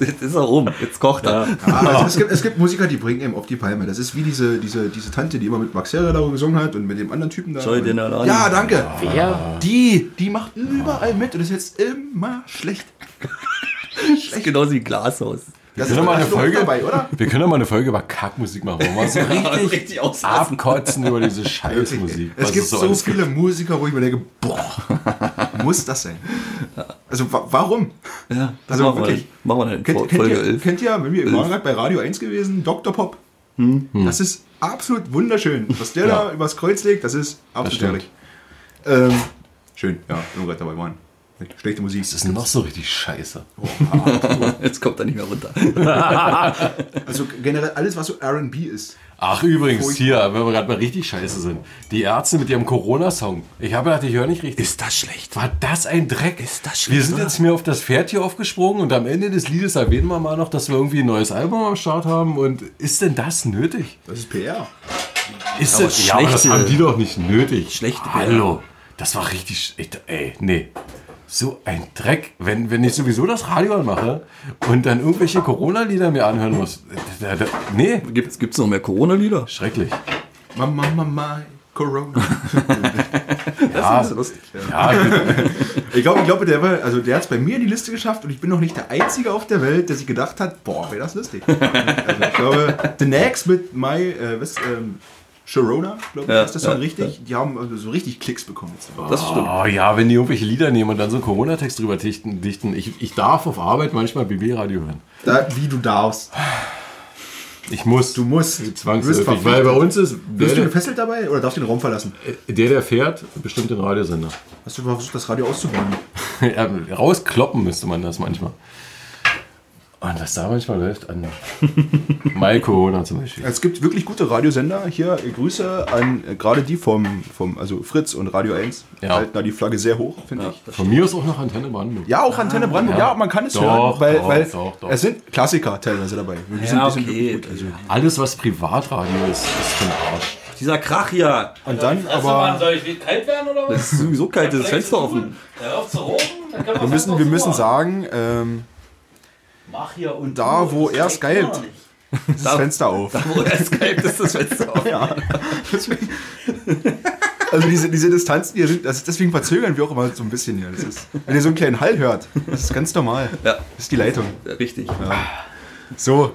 Jetzt ist er oben, jetzt kocht er. Ah, also es, gibt, es gibt Musiker, die bringen eben auf die Palme. Das ist wie diese, diese, diese Tante, die immer mit Max Herre darüber gesungen hat und mit dem anderen Typen da. Joy Und- Denner Lani. ja, danke. Ja, Die, die macht überall mit und ist jetzt immer schlecht. Das ist genauso wie Glashaus. Das können mal eine hast du auch Folge- dabei, oder? Wir können doch mal eine Folge über Kackmusik machen. Wollen wir so richtig Richtig aus. abkotzen über diese Scheißmusik. Es was gibt es so, alles viele Musiker, wo ich mir denke, boah, muss das sein? Also wa warum? Ja, das Also machen wir, wirklich. dann- machen wir dann in Kennt, Fol- kennt, Folge ihr, 11. kennt ihr, wenn wir waren gerade bei Radio 1 gewesen, Dr. Pop. Das ist absolut wunderschön. Was der da übers Kreuz legt, das ist absolut stimmt. herrlich. Ähm, schön, ja, wenn wir gerade dabei waren. Schlechte Musik. Das ist noch so richtig scheiße. Jetzt kommt er nicht mehr runter. Also generell alles, was so RB ist. Ach, übrigens, Furcht- hier, wenn wir gerade mal richtig scheiße sind. Die Ärzte mit ihrem Corona-Song. Ich habe gedacht, ich höre nicht richtig. Ist das schlecht? War das ein Dreck? Ist das wir schlecht, sind oder? jetzt mir auf das Pferd hier aufgesprungen und am Ende des Liedes erwähnen wir mal noch, dass wir irgendwie ein neues Album am Start haben. Und ist denn das nötig? Das ist PR. Ist Aber das, ja, aber das schlechte- haben die doch nicht nötig. Schlechte Hallo, das war richtig. sch- Ich, ey, nee. So ein Dreck, wenn, wenn ich sowieso das Radio anmache und dann irgendwelche Corona-Lieder mir anhören muss. Da, da, nee, Gibt's, gibt's noch mehr Corona-Lieder? schrecklich. Mama, Mama, Corona. Ja, lustig. Ah. ja, Ich glaube, ich glaube, der, war- also der hat es bei mir in die Liste geschafft und ich bin noch nicht der Einzige auf der Welt, der sich gedacht hat, boah, wäre das lustig. also ich glaube, The Next mit My, äh, was, ähm, Sharona, glaube ich, Ja, ist das ja, schon richtig. Die haben also so richtig Klicks bekommen. Jetzt. Das stimmt. oh, ja, wenn die irgendwelche Lieder nehmen und dann so einen Corona-Text drüber dichten. dichten. Ich, ich darf auf Arbeit manchmal BB-Radio hören. Da, wie du darfst. Ich muss. Du musst. Zwangsläufig, Du bist weil bei uns ist Wirst du der, gefesselt dabei oder darfst du den Raum verlassen? der, der fährt, bestimmt den Radiosender. Hast du mal versucht, das Radio auszubauen? Ja, rauskloppen müsste man das manchmal. Und was Ah, da manchmal läuft, an My Corona zum Beispiel. Es gibt wirklich gute Radiosender. Hier äh, Grüße an äh, gerade die vom, vom also Fritz und Radio 1. Ja. Halten da die Flagge sehr hoch, finde ich. Von mir ist auch noch Antenne Brandenburg. Ja, auch Antenne Brandenburg. Ja, man kann es Doch, hören, weil, doch, weil doch, doch. es sind Klassiker teilweise dabei. Die sind Ja, ein bisschen okay. gut, also. Alles, was Privatradio ist, ist für Arsch. Dieser Krach hier. Und dann Mann, aber, soll ich kalt werden oder was? Es ist sowieso kalt, das Fenster offen. Hör auf zu roben, dann können wir müssen, wir müssen sagen, ähm, Mach hier und da, wo er skypt. gar nicht. das Fenster auf. Wo es kalt ist, das Fenster offen. Ja. Deswegen- Also diese, diese Distanzen, die sind, also deswegen verzögern wir auch immer so ein bisschen hier. Das ist, wenn ihr so einen kleinen Hall hört, das ist ganz normal. Ja. Das ist die Leitung. Richtig. So,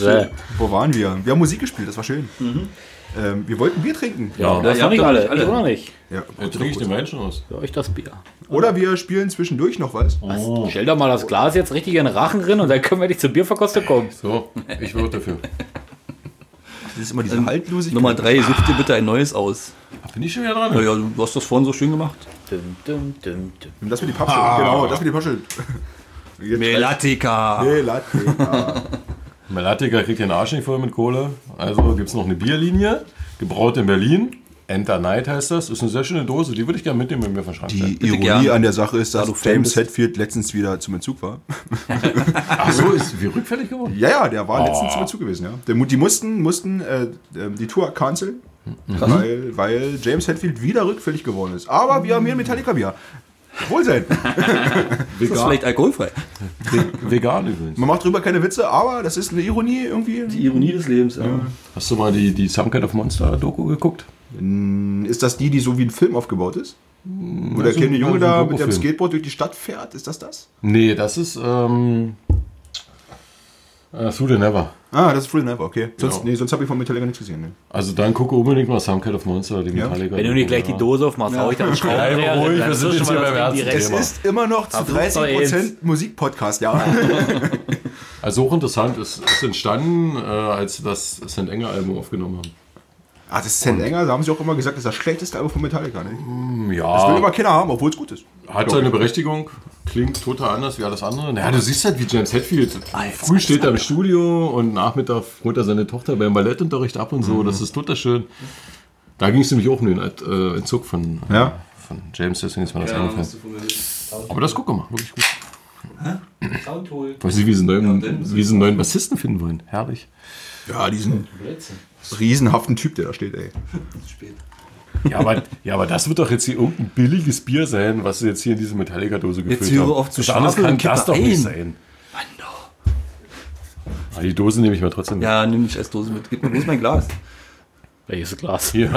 so. wo waren wir? Wir haben Musik gespielt, das war schön. Ähm, wir wollten Bier trinken. Ja, Ja, Das haben ihr habt nicht doch alle. nicht alle. Ich auch noch nicht. Ja. Jetzt trinke ich den Wein schon aus. Ja, ich das Bier. Oder wir spielen zwischendurch noch was. Was? Stell doch mal das Glas jetzt richtig in den Rachen rein und dann können wir dich zur Bierverkostung kommen. So, ich würde dafür. Das ist immer diese Haltlosigkeit. Nummer 3, such dir bitte ein neues aus. Bin ich schon wieder dran? Naja, du hast das vorhin so schön gemacht. Dum, dum, dum, dum. Lass mir die Pappschild. Genau, lass mir die Pappschild. Jetzt- Melatica. Melatica. Melatiker kriegt den Arsch nicht voll mit Kohle. Also gibt es noch eine Bierlinie, gebraut in Berlin. Enter Night heißt das. Ist eine sehr schöne Dose, die würde ich gerne mitnehmen, wenn wir verschreiben. Die Ironie gern. an der Sache ist, dass du Fan James bist. Hetfield letztens wieder zum Entzug war. Ach so, ist wie rückfällig geworden? Ja, ja, der war Oh. letztens im Entzug gewesen, ja. Der, mu- die mussten, mussten äh, ähm, die Tour canceln, Mhm. weil, weil James Hetfield wieder rückfällig geworden ist. Aber wir haben hier ein Metallica-Bier. Wohlsein. Ist das vielleicht alkoholfrei? Vegan übrigens. Man macht drüber keine Witze, aber das ist eine Ironie irgendwie. Die Ironie des Lebens, ja. Hast du mal die, die Some Kind of Monster Doku geguckt? Ist das die, die so wie ein Film aufgebaut ist? Wo Also der so- kleine so Junge ein da mit dem Also, Doku-Film. Skateboard durch die Stadt fährt? Ist das das? Nee, das ist ähm, äh, Through the Never. Ah, das ist Free Never, okay. Sonst, Genau. nee, sonst habe ich von Metallica nichts gesehen. Ne? Also dann gucke unbedingt mal Some Kind of Monster, die Ja. Metallica. Wenn du nicht gleich die Dose aufmachst, hau ich dann einen Schraubendreher. Bleib ruhig, rein, dann wir ist sind das jetzt schon hier mal beim das Ding Ärzten. direkt. Es ist immer noch zu Versuch's doch 30% Musikpodcast, ja. Also hochinteressant, es ist entstanden, äh, als sie das St. Enger-Album aufgenommen haben. Ah, das ist St. Enger, da haben sie auch immer gesagt, das ist das schlechteste Album von Metallica. Ne? Das will Ja, immer keiner haben, obwohl es gut ist. hat seine Berechtigung, klingt total anders wie alles andere. Naja, du siehst halt, wie James Hetfield früh steht er im Studio und Nachmittag holt er seine Tochter beim Ballettunterricht ab und so, das ist total schön. Da ging es nämlich auch um den äh, Entzug von, äh, Ja. von James, deswegen ist mir das Ja, eingefallen. hast du von mir mit. Aber das guck mal, wirklich gut. Soundtool. Ich weiß nicht, wie sie einen Ja, neuen, denn- wie sie einen neuen Bassisten finden wollen. Herrlich. Ja, diesen Blödsinn. riesenhaften Typ, der da steht, ey. Ja aber, ja, aber das wird doch jetzt hier irgendein billiges Bier sein, was sie jetzt hier in diese Metallica-Dose gefüllt höre haben. auf zu Was anderes schwafeln, kann kipp das da doch nicht ein. sein. Ah, die Dose nehme ich mir trotzdem mit. Ja, nimm die Scheißdose mit. Gib mir bloß mein Glas. Welches Glas? Hier.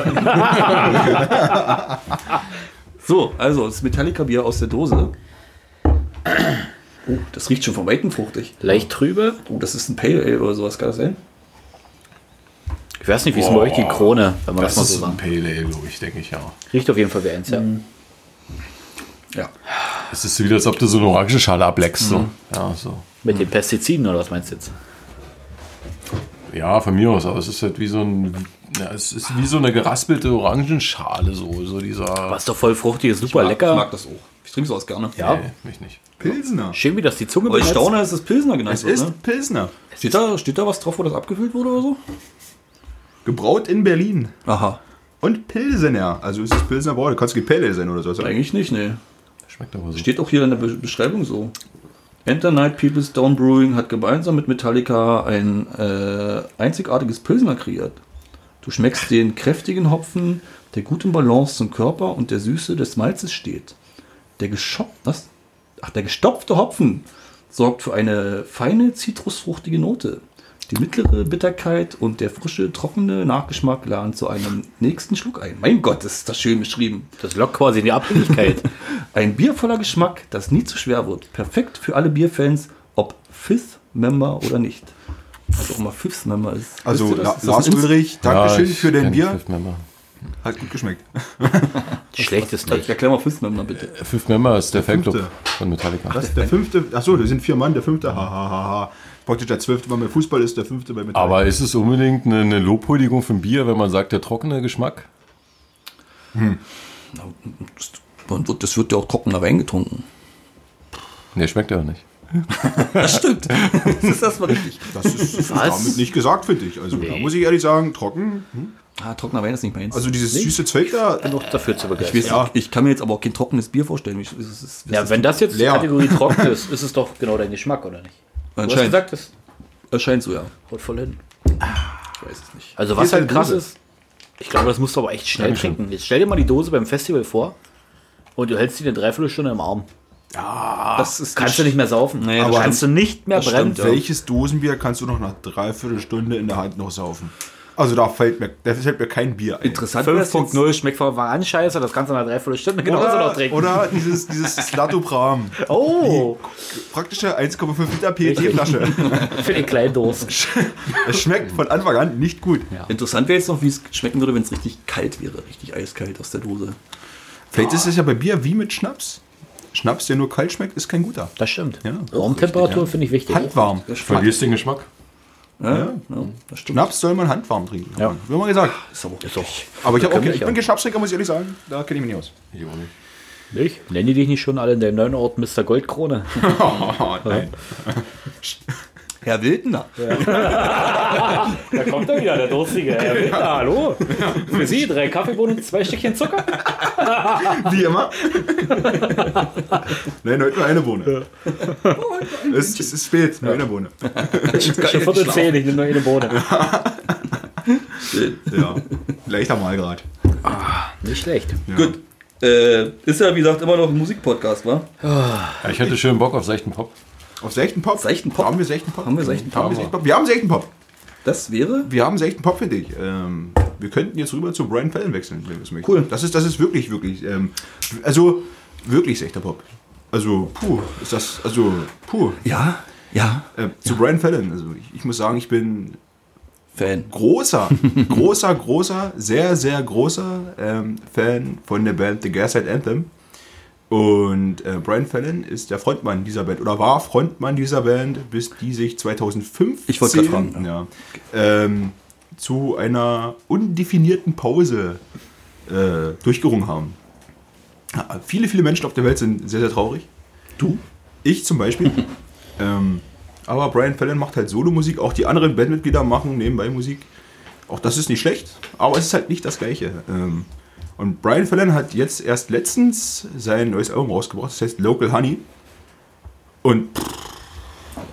So, also das Metallica-Bier aus der Dose. Oh, das riecht schon von Weitem fruchtig. Leicht trübe. Oh, das ist ein Pale Ale oder sowas, kann das sein? Ich weiß nicht, wie es Boah. bei euch die Krone, wenn man das, Das mal so Mhm. ist ein sagt. Pale Ale, glaube ich, denke ich, ja. Riecht auf jeden Fall wie eins, ja. Ja. Es ist wieder, als ob du so eine Orangenschale ableckst. So. Ja, so. Mit den Pestiziden oder was meinst du jetzt? ja, von mir aus, aber es ist halt wie so ein. Ja, es ist wie so eine geraspelte Orangenschale, so, so dieser. Aber ist doch voll fruchtig, ist super Ich lecker. mag das auch. Ich trinke sowas gerne. Ja. Nee, mich nicht. Pilsner. Schön, wie das die Zunge Aber ich benutzt. staune, dass es Pilsner genannt Es wird. ist Ne? Pilsner. Steht, da, steht da was drauf, wo das abgefüllt wurde oder so? Gebraut in Berlin. Aha. Und Pilsener. Also es ist Pilsner Brau. Du kannst die Pale Ale sein oder so. Eigentlich nicht, ne. Schmeckt aber so. Also Steht auch hier in der Be Beschreibung so. Enter Night People's Down Brewing hat gemeinsam mit Metallica ein äh, einzigartiges Pilsner kreiert. Du schmeckst den kräftigen Hopfen, der gut im Balance zum Körper und der Süße des Malzes steht. Der geschopft, was? Ach, der gestopfte Hopfen sorgt für eine feine zitrusfruchtige Note. Die mittlere Bitterkeit und der frische, trockene Nachgeschmack laden zu einem nächsten Schluck ein. Mein Gott, ist das schön beschrieben. Das lockt quasi in die Abhängigkeit. Ein Bier voller Geschmack, das nie zu schwer wird. Perfekt für alle Bierfans, ob Fifth-Member oder nicht. Also auch mal Fifth-Member ist. Also Wisst ihr La das? Ist das Lars ein Inst- Ulrich, Dankeschön Ja, ich für dein kenn Bier. Fifth Member. Hat gut geschmeckt. Schlecht ist nicht. Erklär mal Fifth-Member bitte. Fifth Member ist der, Fanclub fünfte. von Metallica. Das, der fünfte, achso, das sind vier Mann, der fünfte, hahaha. Praktisch der zwölfte Mann bei Fußball ist, der fünfte bei Metallica. Aber ist es unbedingt eine, eine Lobhuldigung von Bier, wenn man sagt, der trockene Geschmack? Man wird- Das wird ja auch trockener Wein getrunken. Nee, schmeckt ja auch nicht. Das stimmt. das ist erstmal richtig. das ist damit nicht gesagt, finde ich. Also da muss ich ehrlich sagen, trocken. Ah, trockener Wein ist nicht meins. Also dieses süße Zeug da, Noch dafür zu begeistern. ich, weiß, ja. ich kann mir jetzt aber auch kein trockenes Bier vorstellen. Ich, es ist, es ist, Ja, wenn das jetzt leer. Kategorie trocken ist, ist es doch genau dein Geschmack, oder nicht? Du hast anscheinend, gesagt, das erscheint so, ja. haut voll hin. Ich weiß es nicht. Also was Hier ist halt eine krass Dose. ist, ich glaube, das musst du aber echt schnell trinken. Jetzt stell dir mal die Dose beim Festival vor und du hältst die eine Dreiviertelstunde im Arm. das ist Kannst du nicht mehr saufen. Nee, das aber kannst du nicht mehr Das stimmt, brennen. ja. welches Dosenbier kannst du noch nach dreiviertel Stunde in der Hand noch saufen? Also da fällt mir, da fällt mir kein Bier ein. Interessant wäre es jetzt- 5.0 schmeckt voll an Scheiße, das kannst du nach Dreiviertelstunde genauso noch Oder, trinken. oder dieses, dieses Slatoprahm. oh, Praktische 1,5 Liter PET-Flasche. für den kleinen Dosen. Es schmeckt von Anfang an nicht gut. Interessant wäre jetzt noch, wie es schmecken würde, wenn es richtig kalt wäre. Richtig eiskalt aus der Dose. Vielleicht ist es ja bei Bier wie mit Schnaps. Schnaps, der nur kalt schmeckt, ist kein guter. Das stimmt. Ja, Raumtemperatur finde ich wichtig. Handwarm. Du Verlierst den Geschmack? Ja, ja, das stimmt. Schnaps soll man handwarm trinken. Ja. Wird mal gesagt. Ist aber Ist doch Aber ich, hab auch, Kenn ich ich ja. bin kein Schnapstrinker, muss ich ehrlich sagen. Da kenne ich mich nicht aus. Ich auch nicht. nicht. Nennen die dich nicht schon alle in deinem neuen Ort Mr. Goldkrone? nein. Herr Wildner. Da kommt er wieder, der Durstige. Herr Winter, hallo. Für Sie drei Kaffeebohnen und zwei Stückchen Zucker? Wie immer. nein, heute nur eine Bohne. es, es ist spät, nur eine Bohne. Schon Viertel zehn, ich nehme nur eine Bohne. Ja. Leichter Malgrad. Nicht schlecht. Ja. Gut. Äh, ist ja, wie gesagt, immer noch ein Musikpodcast, wa? Ja, ich hätte schön Bock auf seichten Pop. Auf seichten Pop. Seichten Pop? Haben wir seichten Pop? Haben wir seichten Haben Pop? wir seichten Pop? Wir haben seichten Pop. Das wäre. Wir haben seichten Pop für dich. Ähm, wir könnten jetzt rüber zu Brian Fallon wechseln, wenn wir es möchten. Cool. Das ist, das ist wirklich, wirklich. Ähm, also, wirklich seichter Pop. Also, puh, ist das, also, puh. Ja, ja. Äh, zu Brian Fallon. Also, ich, ich muss sagen, ich bin Fan. großer, großer, großer, sehr, sehr großer ähm, Fan von der Band The Gaslight Anthem. Und äh, Brian Fallon ist der Frontmann dieser Band oder war Frontmann dieser Band, bis die sich 2005 Ich wollte gerade fragen, ja, ähm, zu einer undefinierten Pause äh, durchgerungen haben. Ja, Viele, viele Menschen auf der Welt sind sehr, sehr traurig. Du? Ich zum Beispiel. ähm, aber Brian Fallon macht halt Solomusik, auch die anderen Bandmitglieder machen nebenbei Musik. Auch das ist nicht schlecht, aber es ist halt nicht das Gleiche. Ähm, und Brian Fallon hat jetzt erst letztens sein neues Album rausgebracht, das heißt Local Honey. Und pff,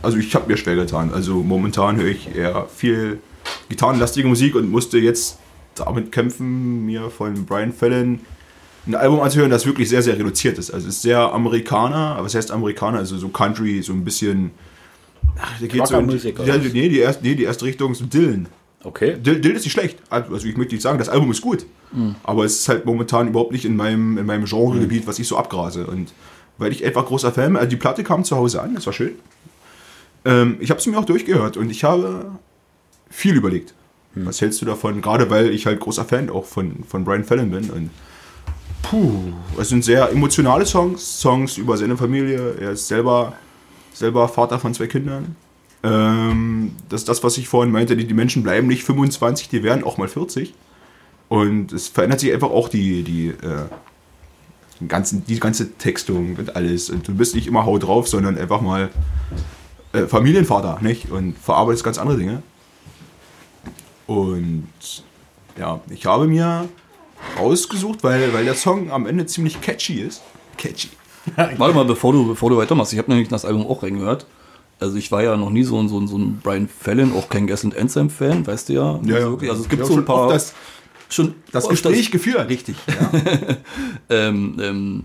also ich habe mir schwer getan. Also momentan höre ich eher viel gitarrenlastige Musik und musste jetzt damit kämpfen, mir von Brian Fallon ein Album anzuhören, das wirklich sehr, sehr reduziert ist. Also es ist sehr Amerikaner, aber es heißt Amerikaner, also so Country, so ein bisschen. Ach, da geht's so in, Rockermusik, ja, oder? nee, die erste, nee, die erste Richtung ist Dylan. Okay. Dill Dill ist nicht schlecht. Also ich möchte nicht sagen, das Album ist gut. Aber es ist halt momentan überhaupt nicht in meinem, in meinem Genregebiet, was ich so abgrase. Und weil ich einfach großer Fan bin, also die Platte kam zu Hause an, das war schön. Ähm, ich habe sie mir auch durchgehört und ich habe viel überlegt. Was hältst du davon? Gerade weil ich halt großer Fan auch von, von Brian Fallon bin. Und puh, es sind sehr emotionale Songs, Songs über seine Familie. Er ist selber, selber Vater von zwei Kindern. Ähm, das ist das, was ich vorhin meinte, die, die Menschen bleiben nicht 25, die werden auch mal 40. Und es verändert sich einfach auch die, die, äh, den ganzen, die ganze Textung und alles. Und du bist nicht immer Hau drauf, sondern einfach mal äh, Familienvater, nicht? Und verarbeitest ganz andere Dinge. Und ja, ich habe mir ausgesucht, weil, weil der Song am Ende ziemlich catchy ist. Catchy. Warte mal, bevor du, bevor du weitermachst. Ich habe nämlich das Album auch reingehört. Also ich war ja noch nie so ein, so ein, so ein Brian Fallon, auch kein Gas Enzyme Fan, weißt du ja. Ja, ja. Also, wirklich, also es gibt Ja, so schon ein paar. oft das- schon Das oft Gespräch geführt. Richtig. Ja. ähm, ähm,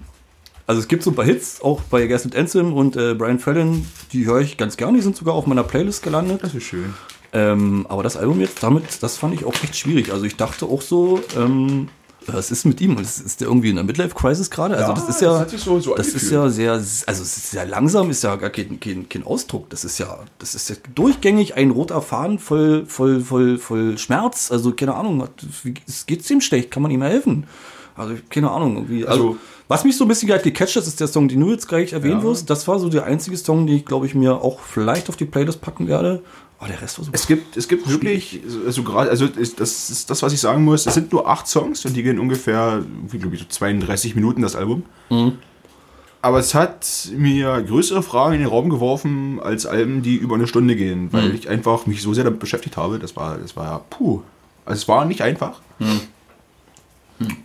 also es gibt so ein paar Hits, auch bei Gas Enzyme und äh, Brian Fallon, die höre ich ganz gerne, die sind sogar auf meiner Playlist gelandet. Das ist schön. Ähm, aber das Album jetzt, damit, das fand ich auch echt schwierig. Also ich dachte auch so, ähm, was ist mit ihm? Ist, ist der irgendwie in der Midlife-Crisis gerade? Also Ja, das ist ja, das das, hat sich so- so ist angefühlt. ja sehr, also es ist sehr langsam, ist ja gar kein, kein, kein Ausdruck. Das ist ja, das ist ja durchgängig ein roter Faden voll, voll, voll, voll Schmerz. Also keine Ahnung, hat- wie- es geht's ihm schlecht, kann man ihm helfen? Also keine Ahnung, irgendwie. Also, Also- was mich so ein bisschen gleich gecatcht hat, ist der Song, den du jetzt gleich erwähnen wirst. Das war so der einzige Song, den ich, glaube ich, mir auch vielleicht auf die Playlist packen werde. Aber der Rest war so Es gibt, es gibt wirklich, also gerade, also ist- das ist das, was ich sagen muss. Es sind nur acht Songs und die gehen ungefähr, wie glaube ich, so 32 Minuten das Album. Mhm. Aber es hat mir größere Fragen in den Raum geworfen als Alben, die über eine Stunde gehen, weil Mhm. ich einfach mich so sehr damit beschäftigt habe. Das war, das war, puh, also es war nicht einfach. Mhm.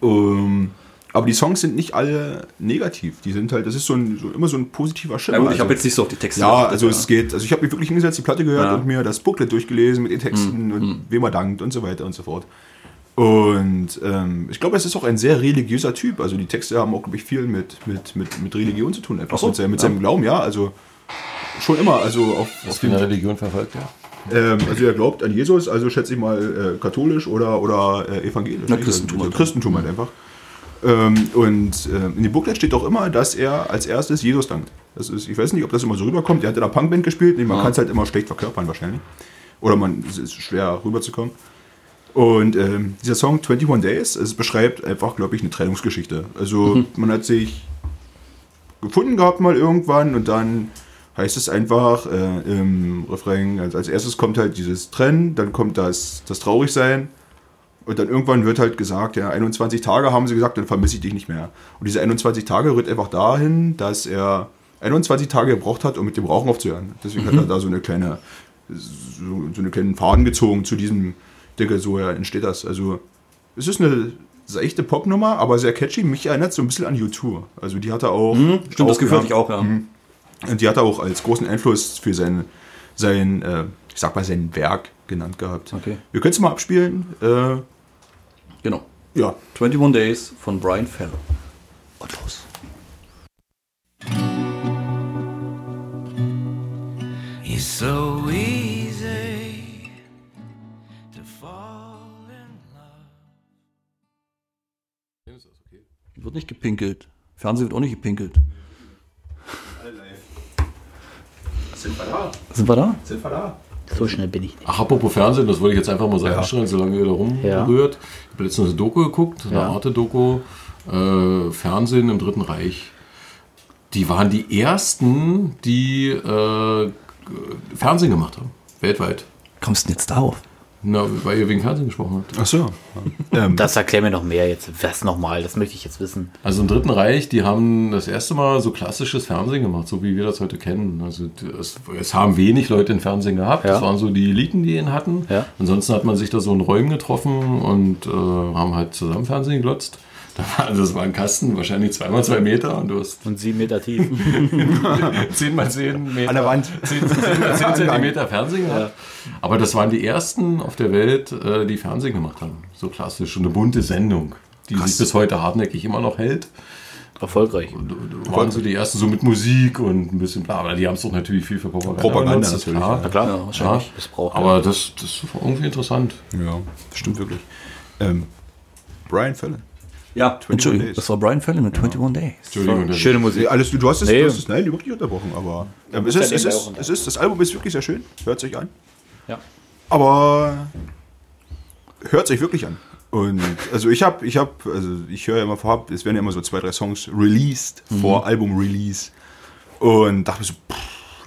Ähm, aber die Songs sind nicht alle negativ. Die sind halt, das ist so ein, so, immer so ein positiver Schimmer. Ja, gut, ich Also- habe jetzt nicht so auf die Texte ja, geachtet, also ja. es geht. Also ich habe mich wirklich hingesetzt, die Platte gehört Ja. Hm, und mir das Booklet durchgelesen mit den Texten und wem er dankt und so weiter und so fort. Und ähm, ich glaube, es ist auch ein sehr religiöser Typ. Also die Texte haben auch, glaube ich, viel mit, mit, mit, mit Religion zu tun. Einfach so, mit, seinem, mit seinem Glauben, ja. Also schon immer. Also auf, auf Ist in der Religion verfolgt, ja. ähm, also er glaubt an Jesus, also schätze ich mal äh, katholisch oder, oder äh, evangelisch. Na, Christentum halt. Christentum halt einfach. Ähm, und äh, in dem Booklet steht auch immer, dass er als erstes Jesus dankt. Das ist, ich weiß nicht, ob das immer so rüberkommt. Er hat in einer Punkband gespielt, nee, man kann es halt immer schlecht verkörpern wahrscheinlich. Oder man es ist schwer rüberzukommen. Und ähm, dieser Song 21 Days, es beschreibt einfach, glaube ich, eine Trennungsgeschichte. Also Mhm. man hat sich gefunden gehabt mal irgendwann und dann heißt es einfach äh, im Refrain, als, als erstes kommt halt dieses Trennen, dann kommt das, das Traurigsein und dann irgendwann wird halt gesagt, ja, 21 Tage haben sie gesagt, dann vermisse ich dich nicht mehr. Und diese 21 Tage rührt einfach dahin, dass er 21 Tage gebraucht hat, um mit dem Rauchen aufzuhören. Deswegen hat er Mhm. da so eine kleine, so, so einen kleinen Faden gezogen zu diesem, denke, so ja, entsteht das. Also es ist eine seichte Popnummer, aber sehr catchy. Mich erinnert so ein bisschen an U2. Also die hat er auch. Mhm. Stimmt, das Gefühl ja. hatte ich auch, ja. Mhm. Und die hat er auch als großen Einfluss für sein, sein äh, ich sag mal, sein Werk genannt gehabt. Okay. Wir können es mal abspielen. Äh, Genau. ja. 21 Days von Brian Fallon. Und los. It's so easy to fall in love. Wird nicht gepinkelt. Fernsehen wird auch nicht gepinkelt. Sind wir da? So schnell bin ich nicht. Ach, apropos Fernsehen, das wollte ich jetzt einfach mal so einstellen, solange ihr da Ja. rumrührt. Ich habe letztens eine Doku geguckt, eine Ja. Arte-Doku, äh, Fernsehen im Dritten Reich. die waren die ersten, die äh, Fernsehen gemacht haben. Weltweit. Kommst du denn jetzt darauf? Na, weil ihr wegen Fernsehen gesprochen habt. Ach so. ähm, Das erklär mir noch mehr jetzt. Was nochmal? Das möchte ich jetzt wissen. Also im Dritten Reich, die haben das erste Mal so klassisches Fernsehen gemacht, so wie wir das heute kennen. Also es, es haben wenig Leute im Fernsehen gehabt. Ja. Das waren so die Eliten, die ihn hatten. Ja. Ansonsten hat man sich da so in Räumen getroffen und äh, haben halt zusammen Fernsehen geglotzt. Da war, das war ein Kasten, wahrscheinlich zweimal zwei Meter und du hast Und sieben Meter tief. zehn mal zehn Meter. an der Wand. 10, 10 Zentimeter Fernsehen gehabt. Aber das waren die ersten auf der Welt, äh, die Fernsehen gemacht haben. So klassisch. Und eine bunte Sendung, die sich bis heute hartnäckig immer noch hält. Erfolgreich. Da Waren so die ersten so mit Musik und ein bisschen bla, aber die haben es doch natürlich viel für Propaganda. Propaganda benutzt, ist natürlich, klar. ja. Klar, Ja, Ja, wahrscheinlich. Missbrauch. ja. aber das, das war irgendwie interessant. Ja, stimmt wirklich. Ähm, Brian Fallon. Ja, Entschuldigung, Days. das war Brian Fallon mit 21 Days. Entschuldigung. das- Schöne Musik. Nee, alles, du hast es, Nee. du hast es nein, überhaupt nicht unterbrochen, aber ähm, es, Ja, ist, es, nebenbei auch ist, unterbrochen. es ist, das Album ist wirklich sehr schön, hört sich an. Ja. Aber hört sich wirklich an. Und also ich habe, ich habe, also ich höre ja immer vorab, es werden ja immer so zwei, drei Songs released vor Mhm. Album-Release. Und dachte mir so, pff,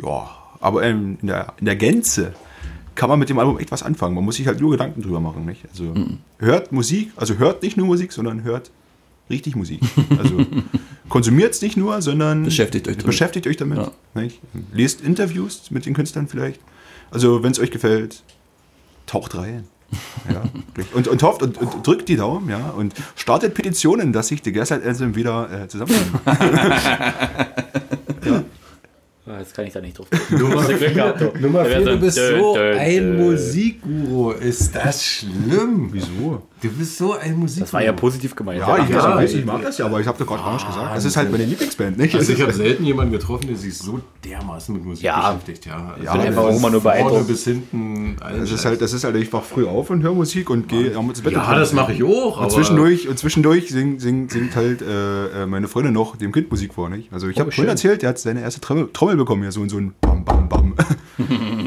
ja, aber ähm, in, der, in der Gänze kann man mit dem Album echt was anfangen. Man muss sich halt nur Gedanken drüber machen, nicht? Also Mhm. hört Musik, also hört nicht nur Musik, sondern hört richtig Musik. Also konsumiert es nicht nur, sondern Beschäftigt euch damit. beschäftigt euch damit. Ja. Nicht? Lest Interviews mit den Künstlern vielleicht. Also wenn es euch gefällt, taucht rein. Ja, wirklich. und, und hofft und, und drückt die Daumen, ja, und startet Petitionen, dass sich die Gaslight Anthem wieder äh, zusammenfinden. Ah, Jetzt kann ich da nicht drauf. Nummer Glück gehabt, du. Da wär so ein Dö, Dö, Dö. Musikguru. Ist das schlimm? Wieso? Du bist so ein Musikguru. Das war ja positiv gemeint. Ja, ich, ja, weiß, ich- ich mag das ja, aber ich habe doch gerade gar nicht gesagt. Das ist halt meine Lieblingsband, nicht? Also ich habe selten jemanden getroffen, der sich so dermaßen mit Musik Ja. beschäftigt. Ja, also Ja, einfach, das wo man nur vorne beeindruckt. bis hinten. alles. das ist halt, das ist halt, ich wach früh auf und höre Musik und gehe auch ins Bett. ja, das mache ich auch. Aber Und zwischendurch, und zwischendurch singt, singt, singt halt äh, äh, meine Freundin noch dem Kind Musik vor, nicht? Also ich Oh, habe vorhin erzählt, der hat seine erste Trommel, Trommel bekommen, ja, so, so ein Bam, Bam, Bam.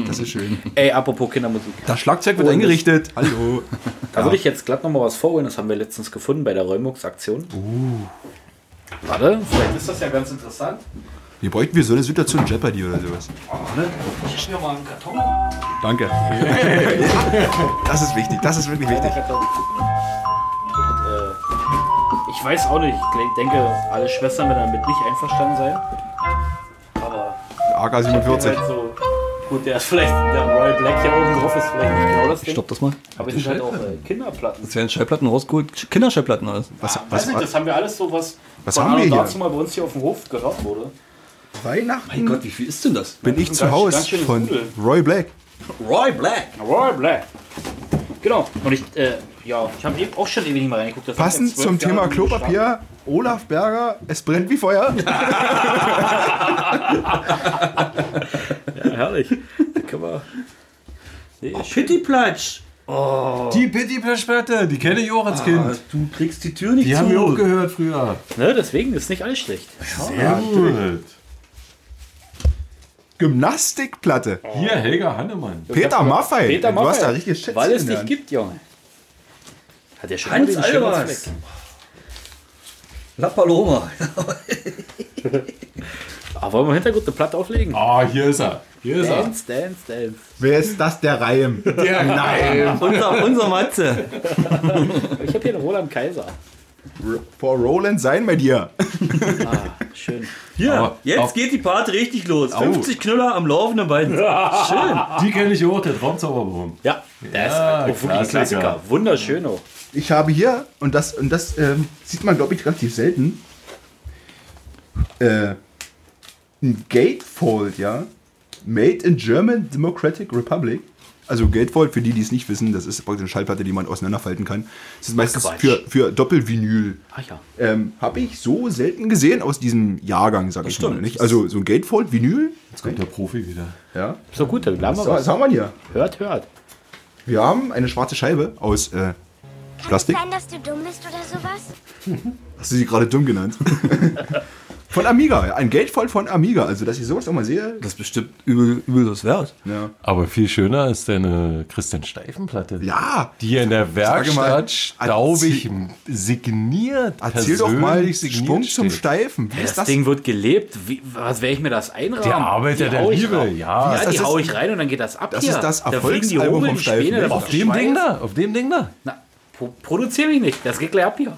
Das ist schön. Ey, apropos Kindermusik. Das Schlagzeug wird Oh, eingerichtet. Hallo. Da würde ich jetzt glatt nochmal was vorholen. Das haben wir letztens gefunden bei der Räumux-Aktion. Warte, Uh. vielleicht Ist das ja ganz interessant. Wir bräuchten wir so eine Situation Jeopardy oder sowas. Ah, ne? Ich schmier mal einen Karton. Danke. das ist wichtig, das ist wirklich wichtig. äh, ich weiß auch nicht. Ich denke, alle Schwestern werden damit nicht einverstanden sein. Aber AK 47. halt so. Gut, der ist vielleicht, der Royal Black hier oben drauf ist vielleicht nicht genau das Ding. Stopp das mal. Aber es sind halt auch äh, Kinderplatten. Es werden Schallplatten rausgeholt. Kinderschallplatten alles. Was, Weiß Also, was, nicht, das haben wir alles so, was, was von haben wir Arno hier? dazu mal bei uns hier auf dem Hof geraucht wurde. Weihnachten Gott, wie viel ist denn das? bin ich Ganz- zu Hause ganz schönes von Pudel. Roy Black. Roy Black. Royal Black. Genau. Und ich, äh, ja, ich habe eben auch schon ewig nicht mal reingeguckt. Das hat Passend jetzt zwölf zum Jahre Thema nicht geschafft. Klopapier, Olaf Berger, es brennt wie Feuer. Ja, herrlich. Da können wir. Nee, schön. Platsch. die Pity Plash-Platte, die kenne ich auch als Kind. Ah, Du kriegst die Tür nicht Die haben wir auch gehört früher. ne, deswegen ist nicht alles schlecht. Sehr gut. Gymnastikplatte. Hier, Helga Hannemann. Peter Maffei. Peter Du hast da Maffay, richtig Schätze Weil es in dich der Hand. gibt, Junge. Hat ja schon mal Hans den schönen Albers. Zweck. La Paloma. Aber Ah, wollen wir im Hintergrund eine Platte auflegen? Ah, hier ist er. Hier ist er. Dance, dance, dance. Wer ist das, der Reim? Der Nein. unser, unser Matze. Ich habe hier einen Roland Kaiser. For Roland sein bei dir. Schön. Hier, Aber jetzt auf- geht die Party richtig los. 50 Knüller am laufenden Band. Schön. Die kenne ich auch, der Traumzauberbaum. Ja, der Ja, ist auch wirklich ein Klassiker. Klassiker. Wunderschön auch. Ich habe hier, und das, und das ähm, sieht man, glaube ich, relativ selten, äh, ein Gatefold, ja. Made in German Democratic Republic. Also Gatefold, für die, die es nicht wissen, das ist praktisch eine Schallplatte, die man auseinanderfalten kann. Das ist meistens Quatsch. für, für Doppelvinyl. Ach Ah, ja. Ähm, Habe ich so selten gesehen aus diesem Jahrgang, sag ich mal. Nicht? Also so ein Gatefold-Vinyl. Jetzt kommt der Profi wieder. Ja. So gut, dann bleiben wir So, was was. haben wir hier? Hört, hört. Wir haben eine schwarze Scheibe aus äh, Plastik. dass du dumm bist oder sowas? Hast du sie gerade dumm genannt? Von Amiga, ein Geldfall von Amiga. Also, dass ich sowas nochmal sehe. Das ist bestimmt übel, übel das wert. Ja. Aber viel schöner ist deine Christian Steifen-Platte. ja. Die in der Sag mal, Werkstatt staubig erzähl- signiert. Erzähl doch mal persönlich Sprung zum steht. Steifen. Wie Das, ist das? Ding wird gelebt. Wie, was werde ich mir das einrahmen? Der Arbeiter Die der hau ich Liebe, rein. ja. Ja, Das die ist- hau ich rein und dann geht das ab das hier. ist das da fliegen die Erfolgsalbum Hummel, vom die Steifen. Späne, da Auf wird dem geschweißt. Ding da, auf dem Ding da. Na, pro produziere mich nicht. Das geht gleich ab hier.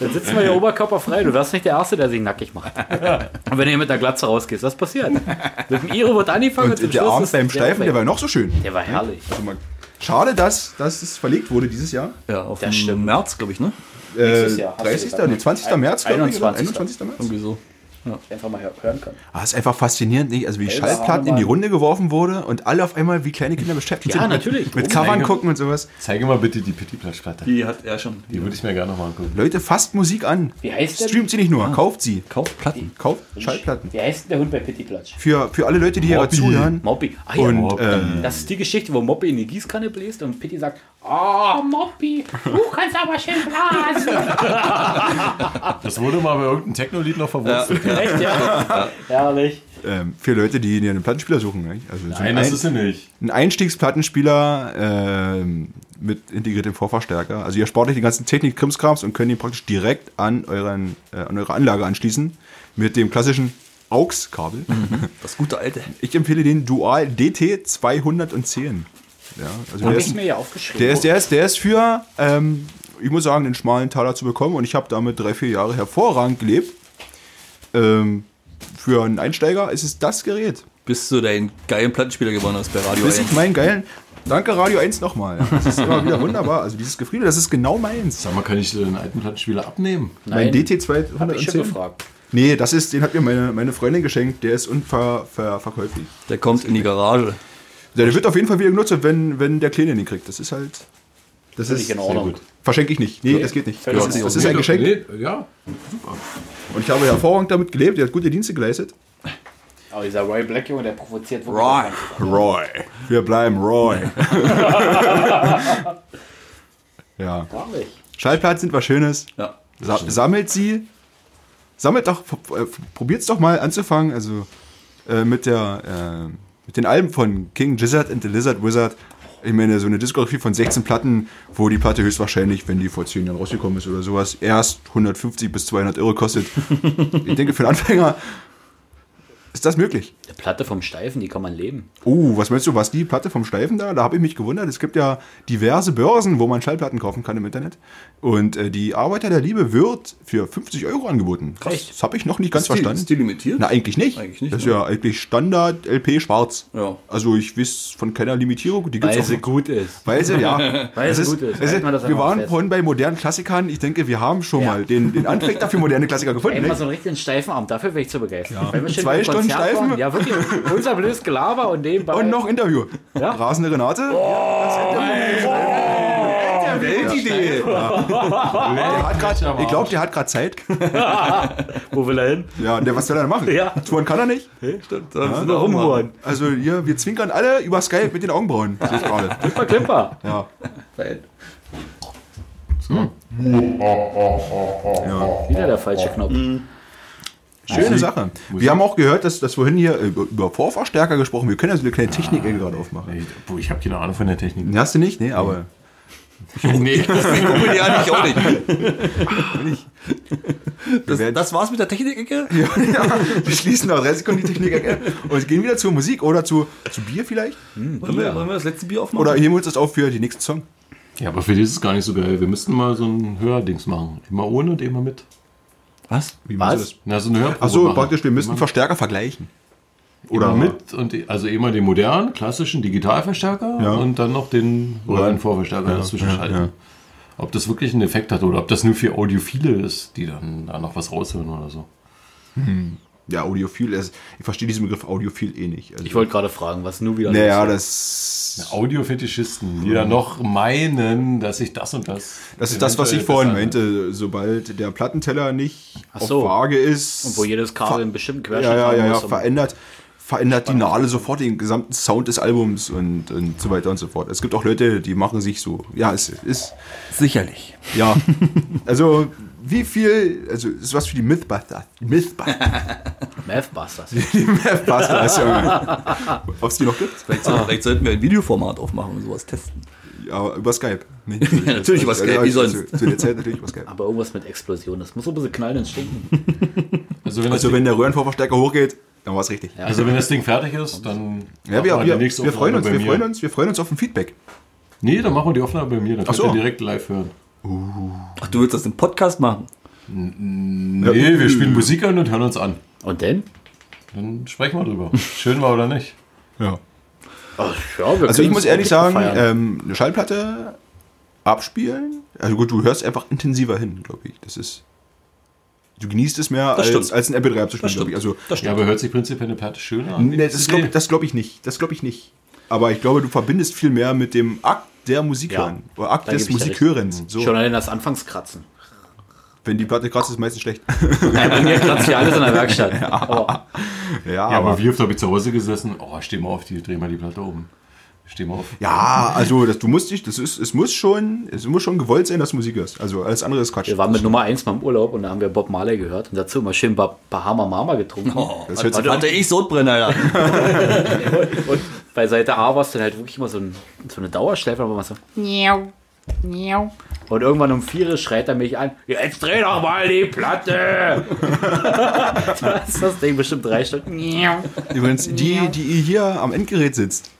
Dann sitzen wir hier oberkörperfrei. Du wärst nicht der Erste, der sich nackig macht. Und wenn ihr mit der Glatze rausgehst, das passiert. Mit dem Iro wird angefangen zum Und der Schluss Arm ist beim Steifen, der war noch so schön. Der war herrlich. Also mal, schade, dass, dass es verlegt wurde dieses Jahr. Ja, auf Das dem stimmt. März, glaube ich, ne? Äh, Nächstes Jahr, hast du 30. gesagt, Nee, ne? 20. März, glaub ich, oder? 21. 21. März. Irgendwie so. Einfach mal hören können. Ah, ist einfach faszinierend, nicht? Also wie Schallplatten in Mann. die Runde geworfen wurde und alle auf einmal wie kleine Kinder beschäftigt Ja, sind. mit- natürlich. Mit Oh Covern Gott. gucken und sowas. Zeige mal bitte die Pity Platte. Die Die hat er schon. Die würde ich mir gerne nochmal angucken. Leute, fasst Musik an. Wie heißt der? Streamt sie nicht nur, Ah. kauft sie. kauft Platten. Kauft Schallplatten. Wie heißt denn der Hund bei Pitti Platsch? Für, für alle Leute, die hier gerade Mobby. zuhören. Moppi. Ah, ja, Und äh, Das ist die Geschichte, wo Moppy in die Gießkanne bläst und Pitti sagt, ah, Moppy, du kannst aber schön blasen. Das wurde mal bei irgendeinem Techno-Lied noch verwurzelt. Echt, ja? Herrlich. ähm, für Leute, die einen Plattenspieler suchen. Nicht? Also so Nein, ein, das ist sie nicht. ein Einstiegsplattenspieler ähm, mit integriertem Vorverstärker. Also ihr spart euch die ganzen Technik-Krimskrams und könnt ihn praktisch direkt an, euren, äh, an eure Anlage anschließen mit dem klassischen AUX-Kabel. Mhm. Das gute alte. Ich empfehle den Dual DT 210. Ja, also der Hab ich ist, mir ja aufgeschrieben. der ist, der ist, der ist für, ähm, ich muss sagen, den schmalen Taler zu bekommen und ich habe damit drei, vier Jahre hervorragend gelebt. Ähm, für einen Einsteiger ist es das Gerät. Bis du deinen geilen Plattenspieler gewonnen hast bei Radio Bis 1. ich meinen geilen. Danke Radio 1 nochmal. Das ist immer wieder wunderbar. Also dieses Gefriede, das ist genau meins. Sag mal, kann ich dir den alten Plattenspieler abnehmen? Mein Nein, DT hab ich schon 210. gefragt. Nee, das ist, den hat mir meine, meine Freundin geschenkt. Der ist unverkäuflich. Also Der kommt in die Garage. Der, der wird auf jeden Fall wieder genutzt, wenn, wenn der Kleine den kriegt. Das ist halt. Das ist ich in Ordnung. Sehr gut. Verschenke ich nicht. Nee, das geht nicht. Das ist, das ist ein Geschenk. Nee, ja. Und ich habe hervorragend damit gelebt. Er hat gute Dienste geleistet. Aber dieser Roy Black Junge, der provoziert wirklich. Right. Roy. Wir bleiben Roy. ja. Herrlich. Schallplatten sind was Schönes. Ja. Sa sammelt sie. Sammelt doch, probiert es doch mal anzufangen. Also äh, mit der, äh, mit den Alben von King Gizzard and the Lizard Wizard. Ich meine, so eine Diskografie von 16 Platten, wo die Platte höchstwahrscheinlich, wenn die vor 10 Jahren rausgekommen ist oder sowas, erst 150 bis 200 Euro kostet. ich denke, für einen Anfänger ist das möglich. Eine Platte vom Steifen, die kann man leben. Oh, was meinst du, was die Platte vom Steifen da? Da habe ich mich gewundert. Es gibt ja diverse Börsen, wo man Schallplatten kaufen kann im Internet. Und äh, die Arbeiter der Liebe wird für 50 Euro angeboten. Krass. Echt? Das habe ich noch nicht ganz Ist die- verstanden. ist die limitiert? Na, eigentlich nicht. Eigentlich nicht, das ist ja eigentlich Standard LP schwarz. Ja. Also ich weiß von keiner Limitierung. Die gibt's auch noch. gut ist. Weil sie, ja. Weil Es sie ist- gut ist. es Halten wir das wir einfach waren fest. vorhin bei modernen Klassikern. Ich denke, wir haben schon Ja. mal den, den Anfänger dafür moderne Klassiker gefunden. Einmal ne? so einen richtigen steifen Abend, dafür wäre ich zu begeistert. Wenn wir schon Zwei im Konzert Stunden Steifen? waren- Ja, wirklich. Unser blödes Gelaber und nebenbei. Und noch Interview. Rasende Renate. Oh, Weltidee. Der hat grad, Arsch. ich glaube, der hat gerade Zeit. Wo will er hin? Ja, der, was soll er denn machen? Ja. Touren kann er nicht. Stimmt, da müssen Nur rumhuren. Also hier, wir zwinkern alle über Skype mit den Augenbrauen. Sehe ich gerade. Klimper, klimper. Ja. Weil- Wieder der falsche Knopf. Mhm. Schöne Sache. Wir haben auch gehört, dass, dass vorhin hier über, über Vorverstärker gesprochen Wir können ja so eine kleine Technik hier gerade aufmachen. Ich, boah, ich habe keine Ahnung von der Technik. Hast du nicht? Nee, aber. Nee. Ich gucke die an, ich auch nicht. Das, das war's mit der Technik-Ecke? Ja, wir schließen nach 30 Sekunden die Technik ab und gehen wieder zur Musik oder zu, zu Bier vielleicht. Wollen, wir, wollen wir das letzte Bier aufmachen? Oder heben wir uns das auf für den nächsten Song. Ja, aber für die ist es gar nicht so geil. Wir müssten mal so ein Hördings machen. Immer ohne und immer mit. was? Wie Was? Na, so eine Hörprobe Achso, machen. praktisch, wir müssen Immer- Verstärker vergleichen. Oder immer mit und also immer den modernen, klassischen Digitalverstärker Ja. und dann noch den reinen Vorverstärker dazwischen schalten. Ob das wirklich einen Effekt hat oder ob das nur für Audiophile ist, die dann da noch was raushören oder so. Ja, Audiophil ist. Ich verstehe diesen Begriff Audiophil eh nicht. Also, Ich wollte gerade fragen, was nun wieder Naja, los das. Audiofetischisten, die dann noch meinen, dass ich das und das. Das ist das, was ich eventuell vorhin besser- meinte. Sobald der Plattenteller nicht ne? so. auf Waage ist. Und wo jedes Kabel ver- einen bestimmten ja, Querschnitt ja, haben ja, ja, muss, um- verändert, verändert die Nadel sofort den gesamten Sound des Albums und, und so weiter und so fort. Es gibt auch Leute, die machen sich so. Ja, es ist. Sicherlich. Ja. also wie viel, also ist was für die Mythbusters. Mythbusters. Mathbusters. Die Mythbusters, ja. Ob es die noch gibt? Vielleicht, soll- vielleicht sollten wir ein Videoformat aufmachen und sowas testen. Ja, über Skype. Nee, Ja, natürlich über Skype, wie zu- sonst. Zu, zu der Zeit natürlich über Skype. Aber irgendwas mit Explosion. Das muss so ein bisschen knallen und stinken. Also wenn, Also das, wenn der Röhrenvorverstärker hochgeht, dann war es richtig. Ding, also wenn das Ding fertig ist, dann Ja, machen wir, die wir, nächste wir freuen uns, Aufnahme wir bei freuen mir. uns, wir freuen uns auf ein Feedback. Nee, dann machen wir die Aufnahme bei mir, dann könnt so. ihr direkt live hören. Ach, du willst das im Podcast machen? Nee, äh, wir spielen Musik an und hören uns an. Und dann? Dann sprechen wir drüber. Schön war oder nicht. Ja. Ja, wir Also ich können's muss ehrlich auch sagen, ähm, eine Schallplatte abspielen. Also gut, du hörst einfach intensiver hin, glaube ich. Das ist. Du genießt es mehr Das als, stimmt. als ein MP3 abzuspielen, glaube ich. Also, Das Ja, stimmt. aber hört sich prinzipiell eine Platte schöner an. nee, das glaube ich, das glaub ich nicht. Das glaube ich nicht. Aber ich glaube, du verbindest viel mehr mit dem Akt der Musik Ja. hören. Oder Akt Da des gebe ich dir recht. Musikhörens. So, Schon allein das Anfangskratzen. wenn die Platte kratzt, ist meistens schlecht. Ja, bei mir kratzt ja alles in der Werkstatt. Aber ja, Ja, aber aber. wie oft habe ich zu Hause gesessen? Oh, steh mal auf, die, dreh mal die Platte um. Steh mal auf. Ja, also das, du musst dich, das ist, es muss schon, es muss schon gewollt sein, dass du Musik hörst. Also alles andere ist Quatsch. wir waren mit Nummer 1 mal im Urlaub und da haben wir Bob Marley gehört und dazu immer schön Ba- Bahama Mama getrunken. Oh, das hört sich hatte ich Sodbrenner, ja. Und bei Seite A war es dann halt wirklich immer so, ein, so eine Dauerschleife, aber man so. Meow. Meow. Und irgendwann um vier schreit er mich an: Jetzt dreh doch mal die Platte! das ist das Ding bestimmt drei Stunden. Meow. Übrigens, die, die ihr hier am Endgerät sitzt,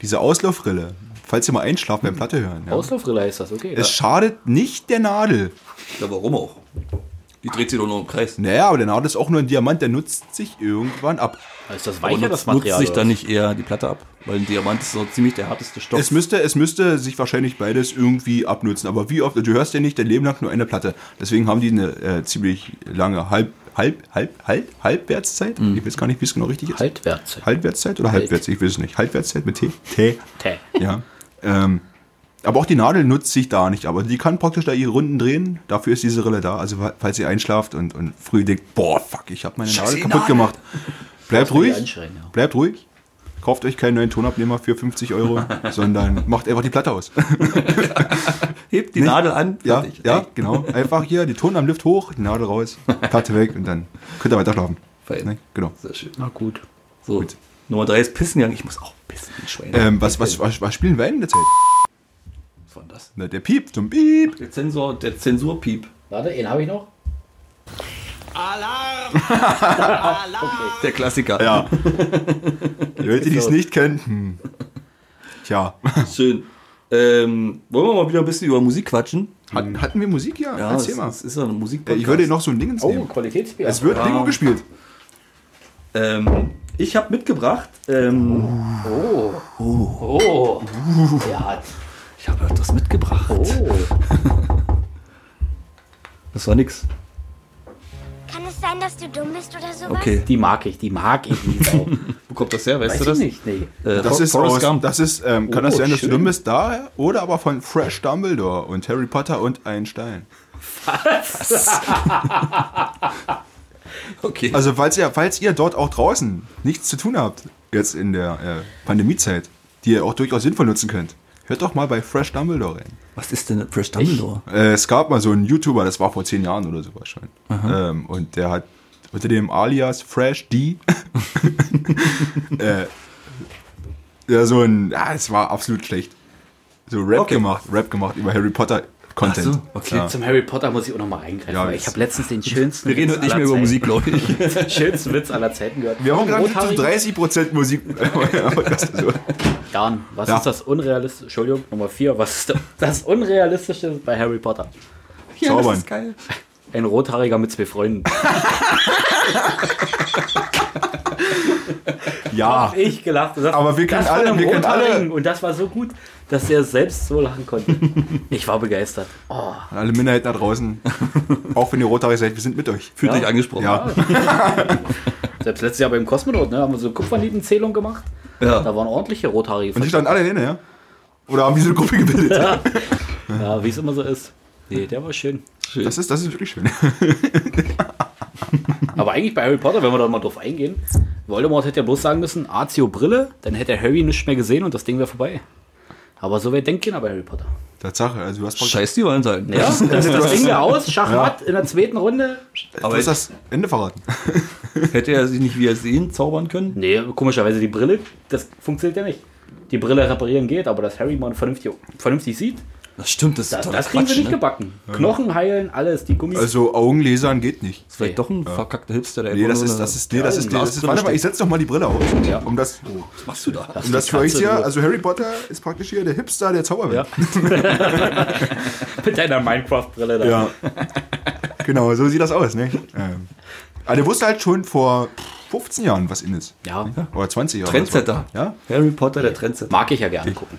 diese Auslaufrille, falls ihr mal einschlaft beim Platte hören, ja. Auslaufrille heißt das, okay. es schadet nicht der Nadel. Ja, warum auch? Die dreht sich doch nur im Kreis. Naja, aber der Nadel ist auch nur ein Diamant, der nutzt sich irgendwann ab. ist das Aber weicher, das nutzt, nutzt Material? sich da oder? nicht eher die Platte ab? Weil ein Diamant ist so ziemlich der harteste Stoff. Es müsste, es müsste sich wahrscheinlich beides irgendwie abnutzen, aber wie oft, du hörst ja nicht dein Leben lang nur eine Platte. Deswegen haben die eine äh, ziemlich lange Halb, Halb, Halb, Halb, Halbwertszeit. Ich weiß gar nicht, wie es genau richtig ist. Haltwärts. Halt. Halbwertszeit oder Halbwertszeit? Ich weiß es nicht. Halbwertszeit mit T? T. Tä. Ja. Ähm, aber auch die Nadel nutzt sich da nicht. Aber die kann praktisch da ihre Runden drehen. Dafür ist diese Rille da. Also fa- falls ihr einschlaft und, und früh denkt, boah, fuck, ich habe meine Nadel kaputt gemacht. Bleibt Brauchst du nicht ruhig. anschreien, ja. Bleibt ruhig. Kauft euch keinen neuen Tonabnehmer für 50 Euro, sondern macht einfach die Platte aus. Hebt die Nadel an. ja, fertig. ja, Ey, genau. Einfach hier die Ton am Lift hoch, die Nadel raus, Platte weg und dann könnt ihr weiter schlafen. Fein. Ne? Genau. Sehr schön. Na gut. So, Nummer drei ist Pissen gegangen. Ich muss auch pissen, die Schweine. Ähm, was, was, was, was spielen wir in der Zeit? Was war denn das? Na, der Piep zum Piep. Der Zensor, der Zensurpiep. Warte, den habe ich noch. Der Klassiker. Ja. Die Leute, die es nicht kennen. Hm. Tja. Schön. Ähm, wollen wir mal wieder ein bisschen über Musik quatschen? Hatten, hatten wir Musik? Ja, Ja, erzähl es, mal. es ist ja eine Musik. Äh, ich würde noch so ein Ding ins Oh, nehmen. Qualitätsbier. Es wird Dingo gespielt. Ähm, ich habe mitgebracht. Ähm, Oh. Ja. ich habe etwas mitgebracht. Oh. Das war nix. Kann es sein, dass du dumm bist oder sowas? Okay. Die mag ich, die mag ich nicht. Auch. Wo kommt das her? Weißt Weiß du ich das? nicht, nee. Äh, Das For- ist, Forrest aus, Gump. das ist ähm, kann Oh, das sein, dass schön. du dumm bist? Da oder aber von Fresh Dumbledore und Harry Potter und ein Stein. okay. Also falls ihr, falls ihr dort auch draußen nichts zu tun habt, jetzt in der äh, Pandemiezeit, die ihr auch durchaus sinnvoll nutzen könnt, hört doch mal bei Fresh Dumbledore rein. was ist denn Fresh Dumbledore? Äh, es gab mal so einen YouTuber, das war vor zehn Jahren oder sowas schon. Ähm, und der hat unter dem Alias Fresh D. äh, ja, so ein. Ja, es war absolut schlecht. So Rap Okay. gemacht, Rap gemacht über Harry Potter Content. Ach so, okay. Ja. Zum Harry Potter muss ich auch noch mal reingreifen. Ja, weil ich jetzt- habe letztens den schönsten Wir reden heute nicht mehr über aller Musik, glaube ich. Zeiten- schönsten Witz aller Zeiten gehört. Wir haben Vom gerade zu Rothaarigen- 30% Musik. Dan, was Ja. ist das unrealistische? Entschuldigung, Nummer 4. Was ist das- das unrealistische bei Harry Potter? Ja, Zaubern. das ist geil. Ein Rothaariger mit zwei Freunden. ja. Hab ich gelacht. Und das- Aber wir kennen das war alle- ein wir kennen alle- Rothaarigen. Und das war so gut, dass er selbst so lachen konnte. Ich war begeistert. Oh, An Alle Minderheiten da draußen. auch wenn ihr rothaarig seid, wir sind mit euch. Fühlt Ja. dich angesprochen. Ja. selbst letztes Jahr beim Kosmonaut ne, haben wir so eine Kupfernliebenzählung gemacht. Ja. Da waren ordentliche Rothaarige. Und die standen alle hin, ja? Oder haben die so eine Gruppe gebildet? Ja, wie es immer so ist. Nee, der war schön. Das ist, das ist wirklich schön. Aber eigentlich bei Harry Potter, wenn wir da mal drauf eingehen, Voldemort hätte ja bloß sagen müssen, Azio Brille, dann hätte Harry nichts mehr gesehen und das Ding wäre vorbei. Aber so weit denkt keiner bei Harry Potter. Tatsache, also du hast Scheiß die Valentine. Ja, das, das Ding wir aus, Schachmatt in der zweiten Runde. Aber ist das Ende verraten? Hätte er sich nicht wie er sehen zaubern können? Nee, komischerweise die Brille, das funktioniert ja nicht. Die Brille reparieren geht, aber dass Harry mal vernünftig, vernünftig sieht, Das stimmt, das ist das, totaler das kriegen sie Quatsch, nicht ne? gebacken. Knochen heilen, alles, die Gummis. Also Augenlesern geht nicht. Ist vielleicht doch ein verkackter Hipster, der Nee, einfach das nur ist, eine- das ist, nee, das ist, nee, das ist, warte mal, ich setze doch mal die Brille auf. Um das, Was machst du da? um das für euch hier, also Harry Potter ist praktisch hier der Hipster, der Zauberwelt. mit deiner Minecraft-Brille da. Ja. genau, so sieht das aus, ne? Ähm. Aber der wusste halt schon vor 15 Jahren, was in ist. Ja. Oder 20 Jahren. Trendsetter. Ja? Harry Potter, der Trendsetter. Mag ich ja gerne gucken.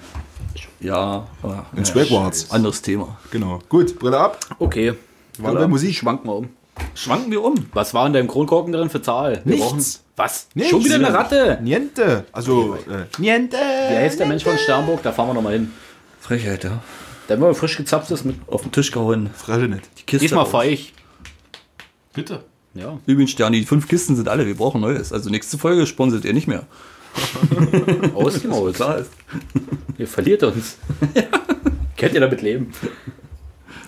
Ja, aber In Squagwarts. anderes Thema. Genau. Gut, Brille ab. Okay. War Genau. bei Musik. Schwank mal um. Schwanken wir um. Was war in deinem Kronkorken drin für Zahl? Wir Nichts. was? Nichts. Schon wieder eine Ratte. Niente. Also, äh, Niente. Wie heißt der Mensch von Sternburg? Da fahren wir nochmal hin. Frechheit, ja. Da haben wir frisch gezapftes mit. Auf den Tisch gehauen. Frage nicht. Die Kiste. Diesmal raus. feig. Bitte. Ja. Übrigens, Sterni, die fünf Kisten sind alle. Wir brauchen neues. Also nächste Folge sponsert ihr nicht mehr. Ausgemault. Klar ist. Ihr verliert uns. Könnt ihr damit leben?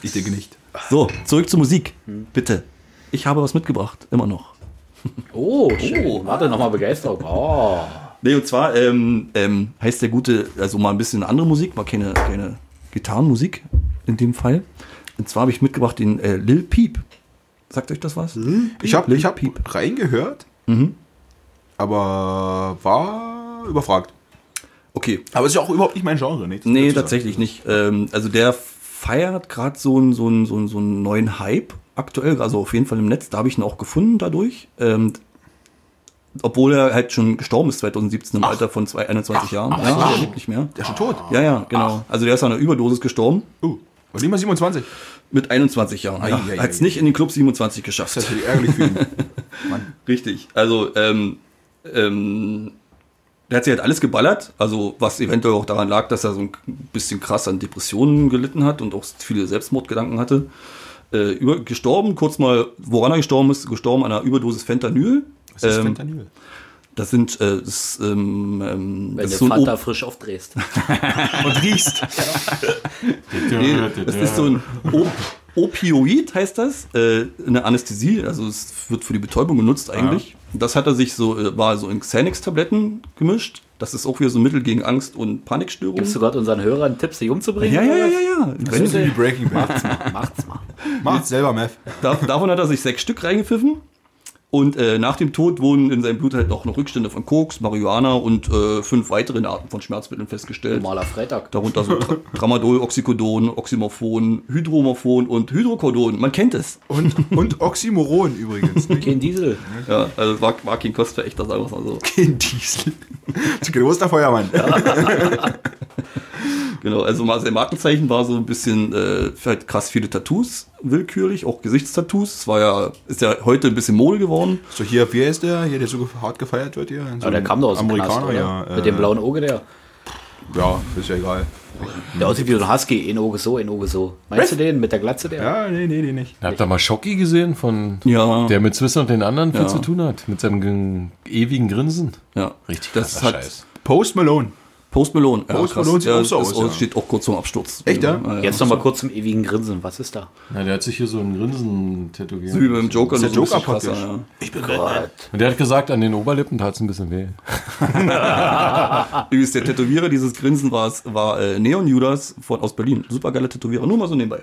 Ich denke nicht. So, zurück zur Musik. Hm. Bitte. Ich habe was mitgebracht. Immer noch. Oh, schön. Warte, nochmal Begeisterung. Oh. Nee, und zwar ähm, ähm, heißt der gute, also mal ein bisschen andere Musik, mal keine, keine Gitarrenmusik in dem Fall. Und zwar habe ich mitgebracht den äh, Lil Peep. Sagt euch das was? Ich habe Lil ich hab Peep. reingehört, Mhm. aber war überfragt. Okay. Aber es ist ja auch überhaupt nicht mein Genre, ne? Das Nee, dazu sagen. tatsächlich nicht. Ähm, also der feiert gerade so einen so einen- so einen- so einen neuen Hype aktuell, also auf jeden Fall im Netz. Da habe ich ihn auch gefunden dadurch. Ähm, obwohl er halt schon gestorben ist 2017 im Alter von zwei- 21 Jahren. ja, der lebt nicht mehr. Der ist schon tot. Ja, ja, genau. Also der ist an einer Überdosis gestorben Uh, und nicht mal 27. mit 21 Jahren. Ja, Ei, ei, Hat es ei. nicht in den Club 27 geschafft. Das ist natürlich ärgerlich für ihn. Richtig. Also, ähm, ähm, der hat sich halt alles geballert, also was eventuell auch daran lag, dass er so ein bisschen krass an Depressionen gelitten hat und auch viele Selbstmordgedanken hatte. Äh, über, gestorben, kurz mal, woran er gestorben ist, gestorben an einer Überdosis Fentanyl. Was ist ähm, Fentanyl? Das sind, äh, das, ähm, ähm, Wenn das ist du so ein Fanta Ob- frisch aufdrehst. Und riechst. Nee, das ist so ein Op Opioid, heißt das. Äh, eine Anästhesie, also es wird für die Betäubung genutzt eigentlich. Das hat er sich so, äh, war so in Xanax-Tabletten gemischt. Das ist auch wieder so ein Mittel gegen Angst und Panikstörung. Gibst du gerade unseren Hörern Tipps, sich umzubringen? Ja, ja, ja, ja, ja. Das ist wie Breaking Bad. Macht's mal. Macht selber Meth. Da, davon hat er sich sechs Stück reingepfiffen. Und äh, nach dem Tod wurden in seinem Blut halt auch noch Rückstände von Koks, Marihuana und äh, fünf weiteren Arten von Schmerzmitteln festgestellt. Oh Normaler Freitag. Darunter so Tra Tramadol, Oxycodon, Oxymorphon, Hydromorphon und Hydrocodon. Man kennt es. Und, und Oxymoron übrigens. ne? Nicht? Kein Diesel. Ja, also war, war kein Kost für echter, sagen wir es mal so. Den Diesel. Zu großer Feuermann. Genau, also mal sein Markenzeichen war so ein bisschen, äh, halt krass viele Tattoos, willkürlich, auch Gesichtstattoos. Es war ja, ist ja heute ein bisschen Mode geworden. So, hier, wer ist der? Hier, der so ge- hart gefeiert wird hier. So Aber der ein kam doch aus dem Knast, Amerikaner, oder? ja. äh, Mit dem blauen Auge der. Ja, ist ja egal. Der aussieht wie so ein Husky. Ein Auge so, ein Auge so. Meinst du den mit der Glatze der? Ja, nee, nee, nee, nicht. Habt ihr mal Schocki gesehen von Ja. der mit Swiss und den anderen viel Ja. zu tun hat? Mit seinem gen- ewigen Grinsen? Ja, Richtig Das krasser hat Scheiß. Post Malone. Post Malone. Ja, Post krass. Malone sieht ja, auch so das aus, ja. steht auch kurz vorm Absturz. Echt, ja? ja, ja. Jetzt nochmal kurz zum ewigen Grinsen. Was ist da? Na, der hat sich hier so ein Grinsen tätowiert. So wie beim Joker. der nur so ein Joker bisschen praktisch. krasser, Und der hat gesagt, an den Oberlippen tat es ein bisschen weh. ja. Übrigens, der Tätowierer dieses Grinsen war, es- war äh, Neon Judas von, aus Berlin. Supergeiler Tätowierer, nur mal so nebenbei.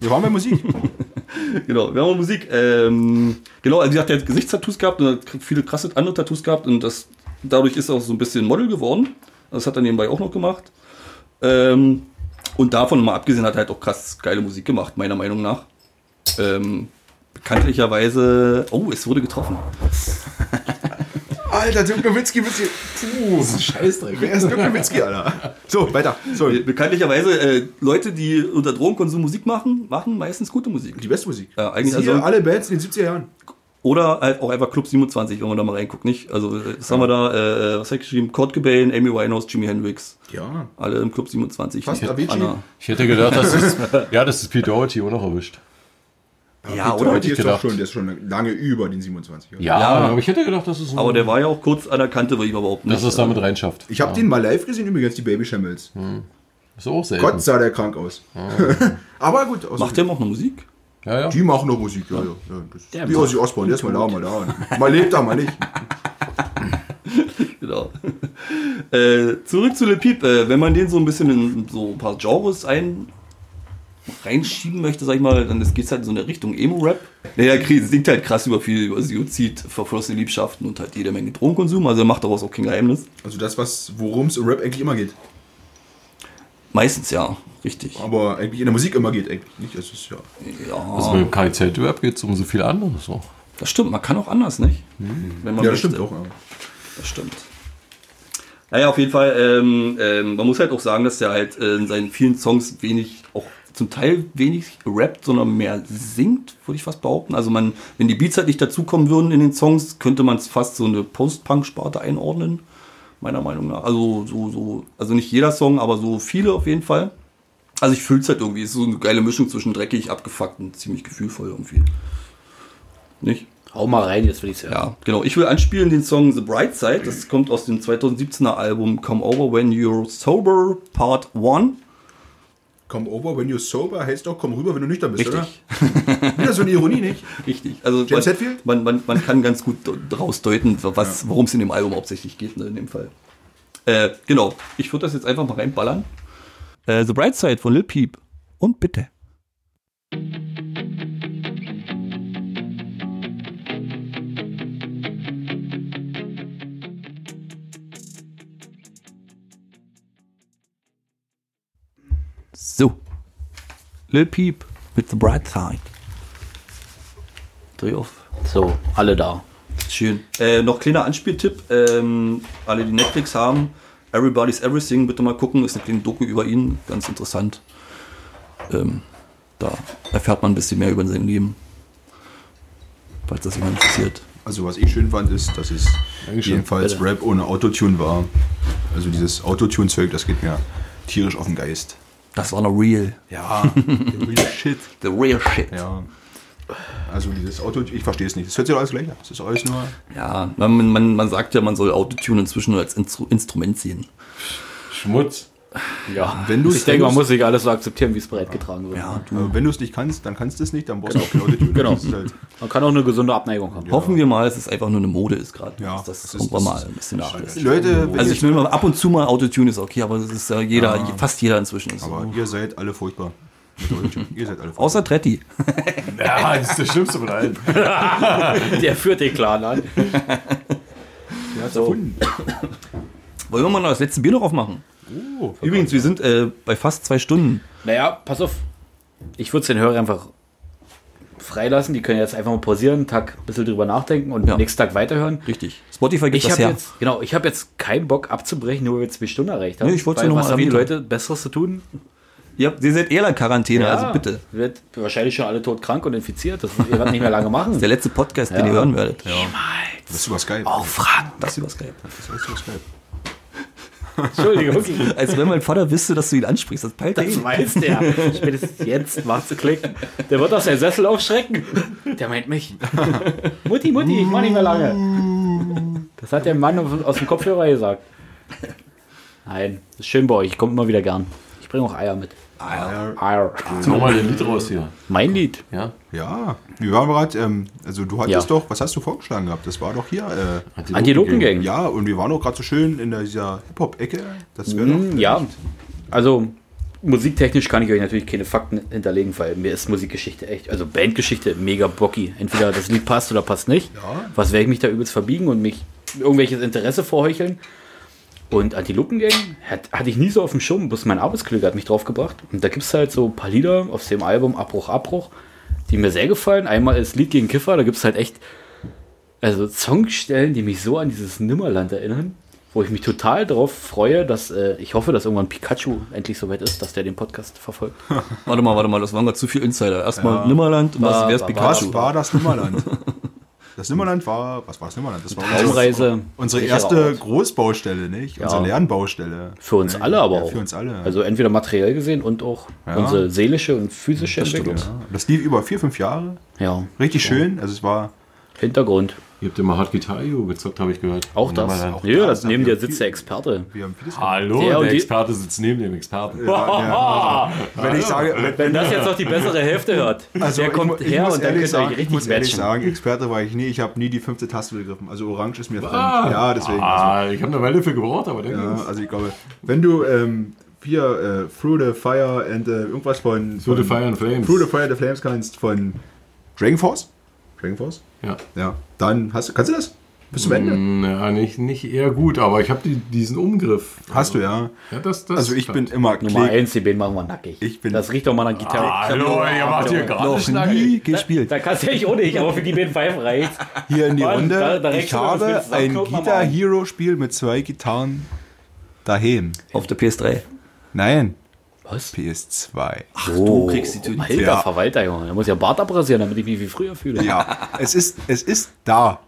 Wir waren bei Musik. Genau, wir haben auch Musik. Ähm, genau, also sie hat ja Gesichtstattoos gehabt und hat viele krasse andere Tattoos gehabt und das, dadurch ist er auch so ein bisschen Model geworden. Das hat er nebenbei auch noch gemacht. Ähm, und davon mal abgesehen hat er halt auch krass geile Musik gemacht, meiner Meinung nach. Ähm, bekanntlicherweise, oh, es wurde getroffen. Alter, Dirk Nowitzki, wird hier. Puh, Scheißdreck. wer ist Dirk Nowitzki, Alter? So, weiter. So, die Bekanntlicherweise äh, Leute, die unter Drogenkonsum Musik machen, machen meistens gute Musik. beste Musik. Ja, eigentlich Siehe also- alle Bands in den 70er Jahren. Oder halt auch einfach Club 27, wenn man da mal reinguckt, nicht? Also, äh, was haben wir da? Äh, was hab ich geschrieben? Kurt Cobain, Amy Winehouse, Jimi Hendrix. Ja. Alle im Club 27. Fast Anna. Avicii. Ah, Ich hätte gedacht, das ist, ja, das ist Pete Doherty auch noch erwischt. Ja, Peter oder? Doherty ist gedacht. doch schon, der ist schon lange über den 27. oder? Ja, Ja. aber ich hätte gedacht, das ist so, Aber der war ja auch kurz an der Kante, würde ich mal behaupten. dass nicht? es damit reinschafft. Ich habe ja. den mal live gesehen, übrigens, die Baby Shambles. Ist auch selten. Gott sah der krank aus. Aber gut. Also Macht der auch noch Musik? Ja, ja. Die machen doch Musik, ja, ja. ja das, Der wie macht Ozzy Osbourne, der ist mal da, mal da. Und Mal lebt da, mal nicht. Genau. Äh, zurück zu Le Peep. Äh, wenn man den so ein bisschen in so ein paar Genres ein reinschieben möchte, sag ich mal, dann geht es halt so in der Richtung Emo-Rap. Naja, krie- singt halt krass über viel, über Suizid, verflossene Liebschaften und halt jede Menge Drogenkonsum, also er macht daraus auch kein Geheimnis. Also das, was worum es im Rap eigentlich immer geht. Meistens ja, richtig. Aber eigentlich in der Musik immer geht, eigentlich nicht. Es ist ja. Ja, Ah. Also mit dem KIZ-Rap geht es um so viel anderes. Auch. das stimmt, man kann auch anders, nicht? Wenn man Hm. ja, das möchte. stimmt auch. Ja. Das stimmt. Naja, auf jeden Fall, ähm, ähm, man muss halt auch sagen, dass der halt äh, in seinen vielen Songs wenig, auch zum Teil wenig rappt, sondern mehr singt, würde ich fast behaupten. Also man, wenn die Beats halt nicht dazukommen würden in den Songs, könnte man es fast so eine Post-Punk-Sparte einordnen, meiner Meinung nach. Also so, so, also nicht jeder Song, aber so viele auf jeden Fall. Also ich fühle es halt irgendwie, es ist so eine geile Mischung zwischen dreckig, abgefuckt und ziemlich gefühlvoll irgendwie. Nicht? Hau mal rein, jetzt will ich es hören. Ja, genau. Ich will anspielen den Song The Bright Side. Das kommt aus dem 2017er Album Come Over When You're Sober Part 1. Come over when you're sober heißt doch, komm rüber, wenn du nüchtern bist, Richtig. oder? Wieder so eine Ironie, nicht? Richtig. Also James man, Hetfield? man, man, man kann ganz gut daraus deuten, was- worum es in dem Album hauptsächlich geht, ne, in dem Fall. Äh, genau. Ich würde das jetzt einfach mal reinballern. Äh, The Bright Side von Lil Peep. Und bitte. So. Lil Peep mit The Bright Side. Dreh auf. So, alle da. Schön. Äh, noch kleiner Anspieltipp. Ähm, alle, die Netflix haben, Everybody's Everything, bitte mal gucken. Ist eine kleine Doku über ihn. Ganz interessant. Ähm, da erfährt man ein bisschen mehr über sein Leben. Falls das jemand interessiert. Also was ich schön fand, ist, dass es jedenfalls Rap ohne Autotune war. Also dieses Autotune-Zeug, das geht mir tierisch auf den Geist. Das war noch real. Ja, real shit. The real shit. Ja. Also dieses Autotune, ich verstehe es nicht. Es hört sich doch alles gleich an. Es ist alles nur... Ja, man, man, man sagt ja, man soll Autotune inzwischen nur als Instru Instrument sehen. Schmutz. Ja. Wenn du ich denke, man muss sich alles so akzeptieren, wie es breit getragen wird. Ja, du. Also wenn du es nicht kannst, dann kannst du es nicht, dann brauchst du auch kein Autotune. Genau. Das ist halt, Man kann auch eine gesunde Abneigung haben. Hoffen wir mal, dass es einfach nur eine Mode ist gerade. Ja, dass das das, ist- das irgendwann das mal ist- ein bisschen nachlässt. Leute, wenn Also ihr, ich will mal ab und zu mal Autotune ist okay, aber das ist ja jeder, fast jeder inzwischen ist. aber so. ihr seid alle furchtbar. Mit Autotune. ihr seid alle furchtbar. Außer Tretti. Ja, das ist der schlimmste von allen. Der führt den Clan an. so. Wollen wir mal noch das letzte Bier noch aufmachen? Oh, Übrigens, wir sind äh, bei fast zwei Stunden. Naja, pass auf. Ich würde den Hörer einfach freilassen. Die können jetzt einfach mal pausieren, einen Tag ein bisschen drüber nachdenken und Ja. nächsten Tag weiterhören. Richtig. Spotify gibt Ich das habe her. jetzt, genau, ich habe jetzt keinen Bock abzubrechen, nur weil wir zwei Stunden erreicht haben. Nee, ich wollt's Weil nur noch was mal haben die erwähnt Leute Besseres zu tun? Ihr habt- ihr seid eher in Quarantäne, also bitte. Wird wahrscheinlich schon alle todkrank und infiziert. Das wird nicht mehr lange machen. Der letzte Podcast, den ihr hören werdet. Das ist über Skype. Das über Skype. Das ist über Skype. Entschuldigung. Als Also wenn mein Vater wüsste, dass du ihn ansprichst. Das peilt er eh. Das ihn. weiß der. Spätestens jetzt machst du Klick. Der wird aus seinem Sessel aufschrecken. Der meint mich. Mutti, Mutti, ich mach nicht mehr lange. Das hat der Mann auf- aus dem Kopfhörer gesagt. Nein, ist schön bei euch. Ich komme immer wieder gern. Ich bringe auch Eier mit. Eier. Jetzt mach mal den Lied raus hier. Mein Lied. Ja? Ja, wir waren gerade, ähm, also du hattest Ja. doch, was hast du vorgeschlagen gehabt? Das war doch hier, äh, Antilopengang. Ja. ja, und wir waren doch gerade so schön in dieser Hip-Hop-Ecke. Das wäre doch, Hm, ja. Also, musiktechnisch kann ich euch natürlich keine Fakten hinterlegen, weil mir ist Musikgeschichte echt, also Bandgeschichte mega bocky. Entweder das Lied passt oder passt nicht. Was werde ich mich da übelst verbiegen und mich irgendwelches Interesse vorheucheln? Und Antilopengang hat, hatte ich nie so auf dem Schirm, bloß mein Arbeitskollege hat mich draufgebracht. Und da gibt es halt so ein paar Lieder auf dem Album Abbruch, Abbruch, die mir sehr gefallen. Einmal ist Lied gegen Kiffer, da gibt es halt echt also Songstellen, die mich so an dieses Nimmerland erinnern, wo ich mich total darauf freue, dass äh, ich hoffe, dass irgendwann Pikachu endlich soweit ist, dass der den Podcast verfolgt. Warte mal, warte mal, das waren gerade zu viel Insider. Erstmal Nimmerland, und was wär's war- Pikachu? was war das Nimmerland? Das Nimmerland war, was war das Nimmerland? Das war Traumreise, unsere sicherer erste Ort. Großbaustelle, nicht? Unsere Lernbaustelle. Für uns alle aber ja, auch. Für uns alle. Also entweder materiell gesehen und auch unsere seelische und physische das, stimmt, Entwicklung. ja. das lief über vier, fünf Jahre. Ja. Richtig schön. Also es war Hintergrund. Ihr habt immer Hard Guitar Hero gezockt, habe ich gehört. Auch das. ja, das neben dir sitzt der Experte. Hallo, Der der, und die- Experte sitzt neben dem Experten. Hahaha. Wenn ich sage, wenn, Wenn das jetzt noch die bessere Hälfte hört, der kommt her und dann könnt ihr euch Also ich richtig muss ehrlich matchen. sagen, Experte war ich nie. Ich habe nie die fünfte Taste begriffen. Also Orange ist mir fremd. Ah. ja, deswegen. Ah, ich habe eine Weile für gebraucht, aber dann also, ja, ging's. also ich glaube, wenn du ähm, hier äh, Through the Fire and äh, irgendwas von Through the von- Fire and Flames. Through the Fire and the Flames kannst von Dragon Force, Dragon Force, Ja. ja, dann hast du, kannst du das bis zum Ende. Mm, Ja, nicht, nicht eher gut, aber ich habe die, diesen Umgriff. Hast du ja. Ja, das, das Also ich bin immer Nummer Klick. 1, die bin machen wir nackig. Ich bin Das riecht doch mal an Gitarre. Hallo, ihr macht hier gerade Noch Schlag. nie gespielt. Da kannst du nicht ohne ich, aber für die beiden Pfeifen reicht's. hier in die Mann, Runde. da- da ich rechts oder habe links, da ein knurrt man Guitar mal. Hero Spiel mit zwei Gitarren daheim. Auf der PS3. Nein. Was? PS2. Oh, kriegst die Tür nicht. Alter Ja. Verwalter, Junge. Da muss ich ja Bart abrasieren, damit ich mich wie früher fühle. Ja, es ist, es ist da.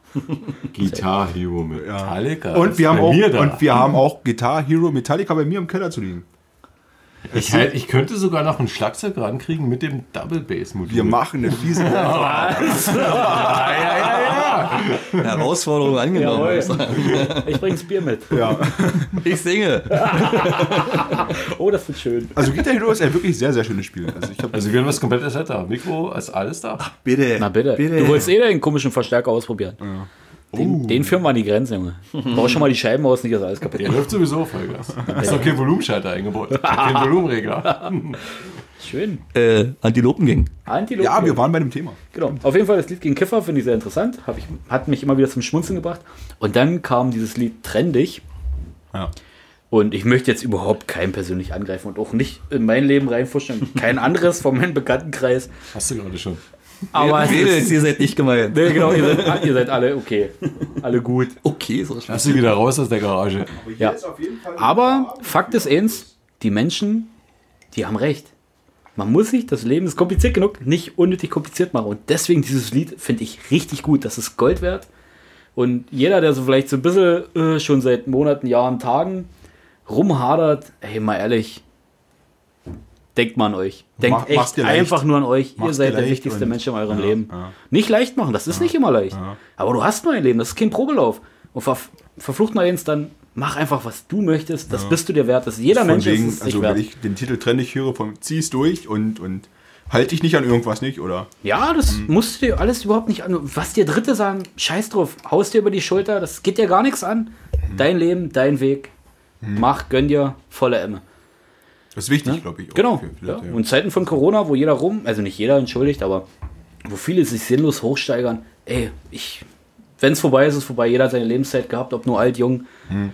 Guitar Hero Metallica. Und ist wir, haben bei auch, mir da. und wir haben auch Guitar Hero Metallica bei mir im Keller zu liegen. ich, halt, ich könnte sogar noch einen Schlagzeug rankriegen mit dem Double Bass Modul. Ah, Wir machen eine fiese. Herausforderung genau. angenommen. Jawohl. Ich bring's Bier mit. ja. ich singe. Oh, das wird schön. Also Guitar Hero ist ein wirklich sehr, sehr schönes Spiel. Also ich hab, Also wir haben das komplette Set da. Mikro ist alles da. Bitte. Na bitte. Du wolltest eh den komischen Verstärker ausprobieren. Oh. Den, den führen wir an die Grenze, Junge. Bau schon mal die Scheiben aus, nicht, dass alles kaputt Der läuft sowieso Vollgas. Ist doch kein Volumenschalter eingebaut. Kein Volumenregler. ist. Schön. äh, Antilopen ging. Antilope. ja, wir waren bei dem Thema. Genau. Auf jeden Fall, das Lied gegen Kiffer finde ich sehr interessant. Hab ich, hat mich immer wieder zum Schmunzeln gebracht. Und dann kam dieses Lied Trendig. Ja. Und ich möchte jetzt überhaupt keinen persönlich angreifen und auch nicht in mein Leben reinfuschen. und Kein anderes von meinem Bekanntenkreis. Hast du gerade schon. Aber es ist, Mädels, ihr seid nicht gemeint. nee, genau, ihr seid, ihr seid alle okay. Alle gut. Okay, so ist das Lass sie wieder raus aus der Garage. Ja. Aber Fakt ist eins, die Menschen, die haben recht. Man muss sich das Leben, ist kompliziert genug, nicht unnötig kompliziert machen. Und deswegen dieses Lied finde ich richtig gut. Das ist Gold wert. Und jeder, der so vielleicht so ein bisschen äh, schon seit Monaten, Jahren, Tagen rumhadert, ey, mal ehrlich, denkt mal an euch. Denkt Mach- mach's echt dir leicht. einfach nur an euch. Ihr Mach's dir seid der leicht wichtigste und- Mensch in eurem ja, Leben. ja. Nicht leicht machen, das ist nicht immer leicht. Aber du hast nur ein Leben, das ist kein Probelauf. Und verf verflucht mal jetzt dann, mach einfach, was du möchtest, das bist du dir wert, das ist jeder Von Mensch ist wegen, es sich also wenn wert. ich den Titel trennig höre, von zieh's durch und, und halt dich nicht an irgendwas nicht, oder? Ja, das Mhm. musst du dir alles überhaupt nicht an. Was dir Dritte sagen, scheiß drauf, haust dir über die Schulter, das geht dir gar nichts an. Mhm. Dein Leben, dein Weg, mach, gönn dir, volle Emme. Das ist wichtig, glaube ich. auch Genau. für viele Ja. Leute, ja. Und Zeiten von Corona, wo jeder rum, also nicht jeder, entschuldigt, aber wo viele sich sinnlos hochsteigern, ey, ich, wenn es vorbei ist, ist es vorbei. Jeder hat seine Lebenszeit gehabt, ob nur alt, jung. Hm.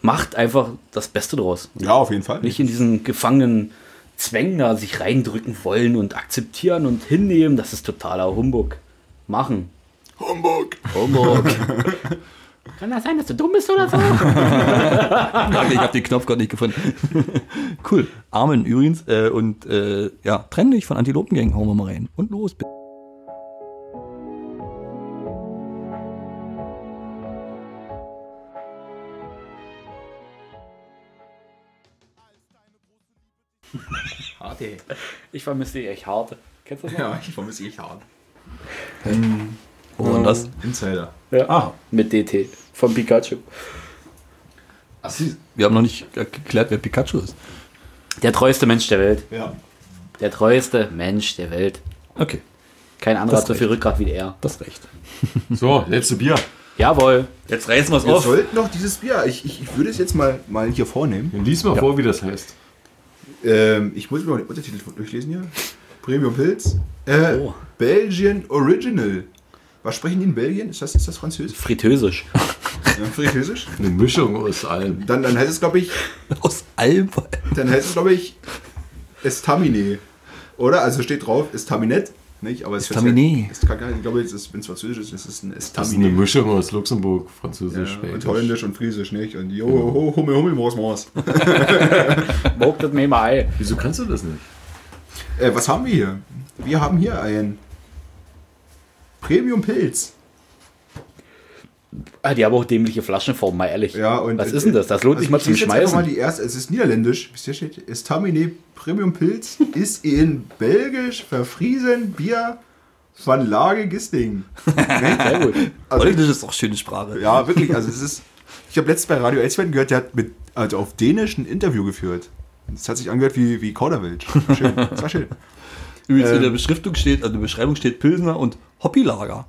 Macht einfach das Beste draus. ja, auf jeden Fall. Nicht in diesen gefangenen Zwängen da sich reindrücken wollen und akzeptieren und hinnehmen, das ist totaler Humbug. Machen. Hamburg! Kann das sein, dass du dumm bist oder so? Danke, ich habe den Knopf gerade nicht gefunden. cool. Amen übrigens. Äh, und äh, ja, trenn dich von Antilopengang. Hauen wir mal rein. Und los. bitte. ich vermisse dich echt hart. Kennst du das noch? Ja, ich vermisse eh ich hart. Wo war denn das? Insider. Ja. Ah. Mit DT von Pikachu. Wir haben noch nicht geklärt, wer Pikachu ist. Der treueste Mensch der Welt. Ja. Der treueste Mensch der Welt. Okay, Kein anderer Das hat so viel Rückgrat wie er. das reicht. So, letzte Bier. Jawohl. Jetzt reißen wir es Wir sollten noch dieses Bier, ich, ich, ich würde es jetzt mal, mal hier vornehmen. Dann lies mal vor, wie das heißt. Ähm, ich muss mir mal den Untertitel durchlesen hier. Premium Pilz. Äh, Oh. Belgian Original. Was sprechen die in Belgien? Ist das, ist das Französisch? Fritösisch. Ja, Französisch? Eine Mischung aus allem. Dann, dann heißt es, glaube ich, Aus Alba. dann heißt es, glaube ich, Estamine. Oder? Also steht drauf, Estaminet. Nicht? Aber es Estaminet. Ist, ja- ist, ich glaube, es ist- wenn es Französisch ist, ist es ein Das ist eine Estaminet. Mischung aus Luxemburg, Französisch, Ja, und Schwedisch. Holländisch und Friesisch, nicht? Und jo, ho, hummel, hummel, mors, mors. Mogt das mir mal ein. Wieso kannst du das nicht? Äh, was haben wir hier? Wir haben hier ein Premium Pilz. Ah, die haben auch dämliche Flaschenformen, mal ehrlich. Ja, und äh, also Was ist denn das? Das lohnt sich mal ich zum lese jetzt einfach Schmeißen. Mal die erste, es ist niederländisch. Bis hier steht, Estamine Premium Pilz ist in belgisch verfriesen Bier Van Lage Gisting. Sehr gut. Also- Polnisch ist auch schöne Sprache. Ja, wirklich. Also es ist. Ich habe letztens bei Radio Elsfeld gehört, der hat mit, also auf Dänisch ein Interview geführt. Das hat sich angehört wie, wie Kauderwelsch. Schön. Das war schön. Übrigens, in der Ähm. Beschriftung steht, also in der Beschreibung steht Pilsner und Hoppilager.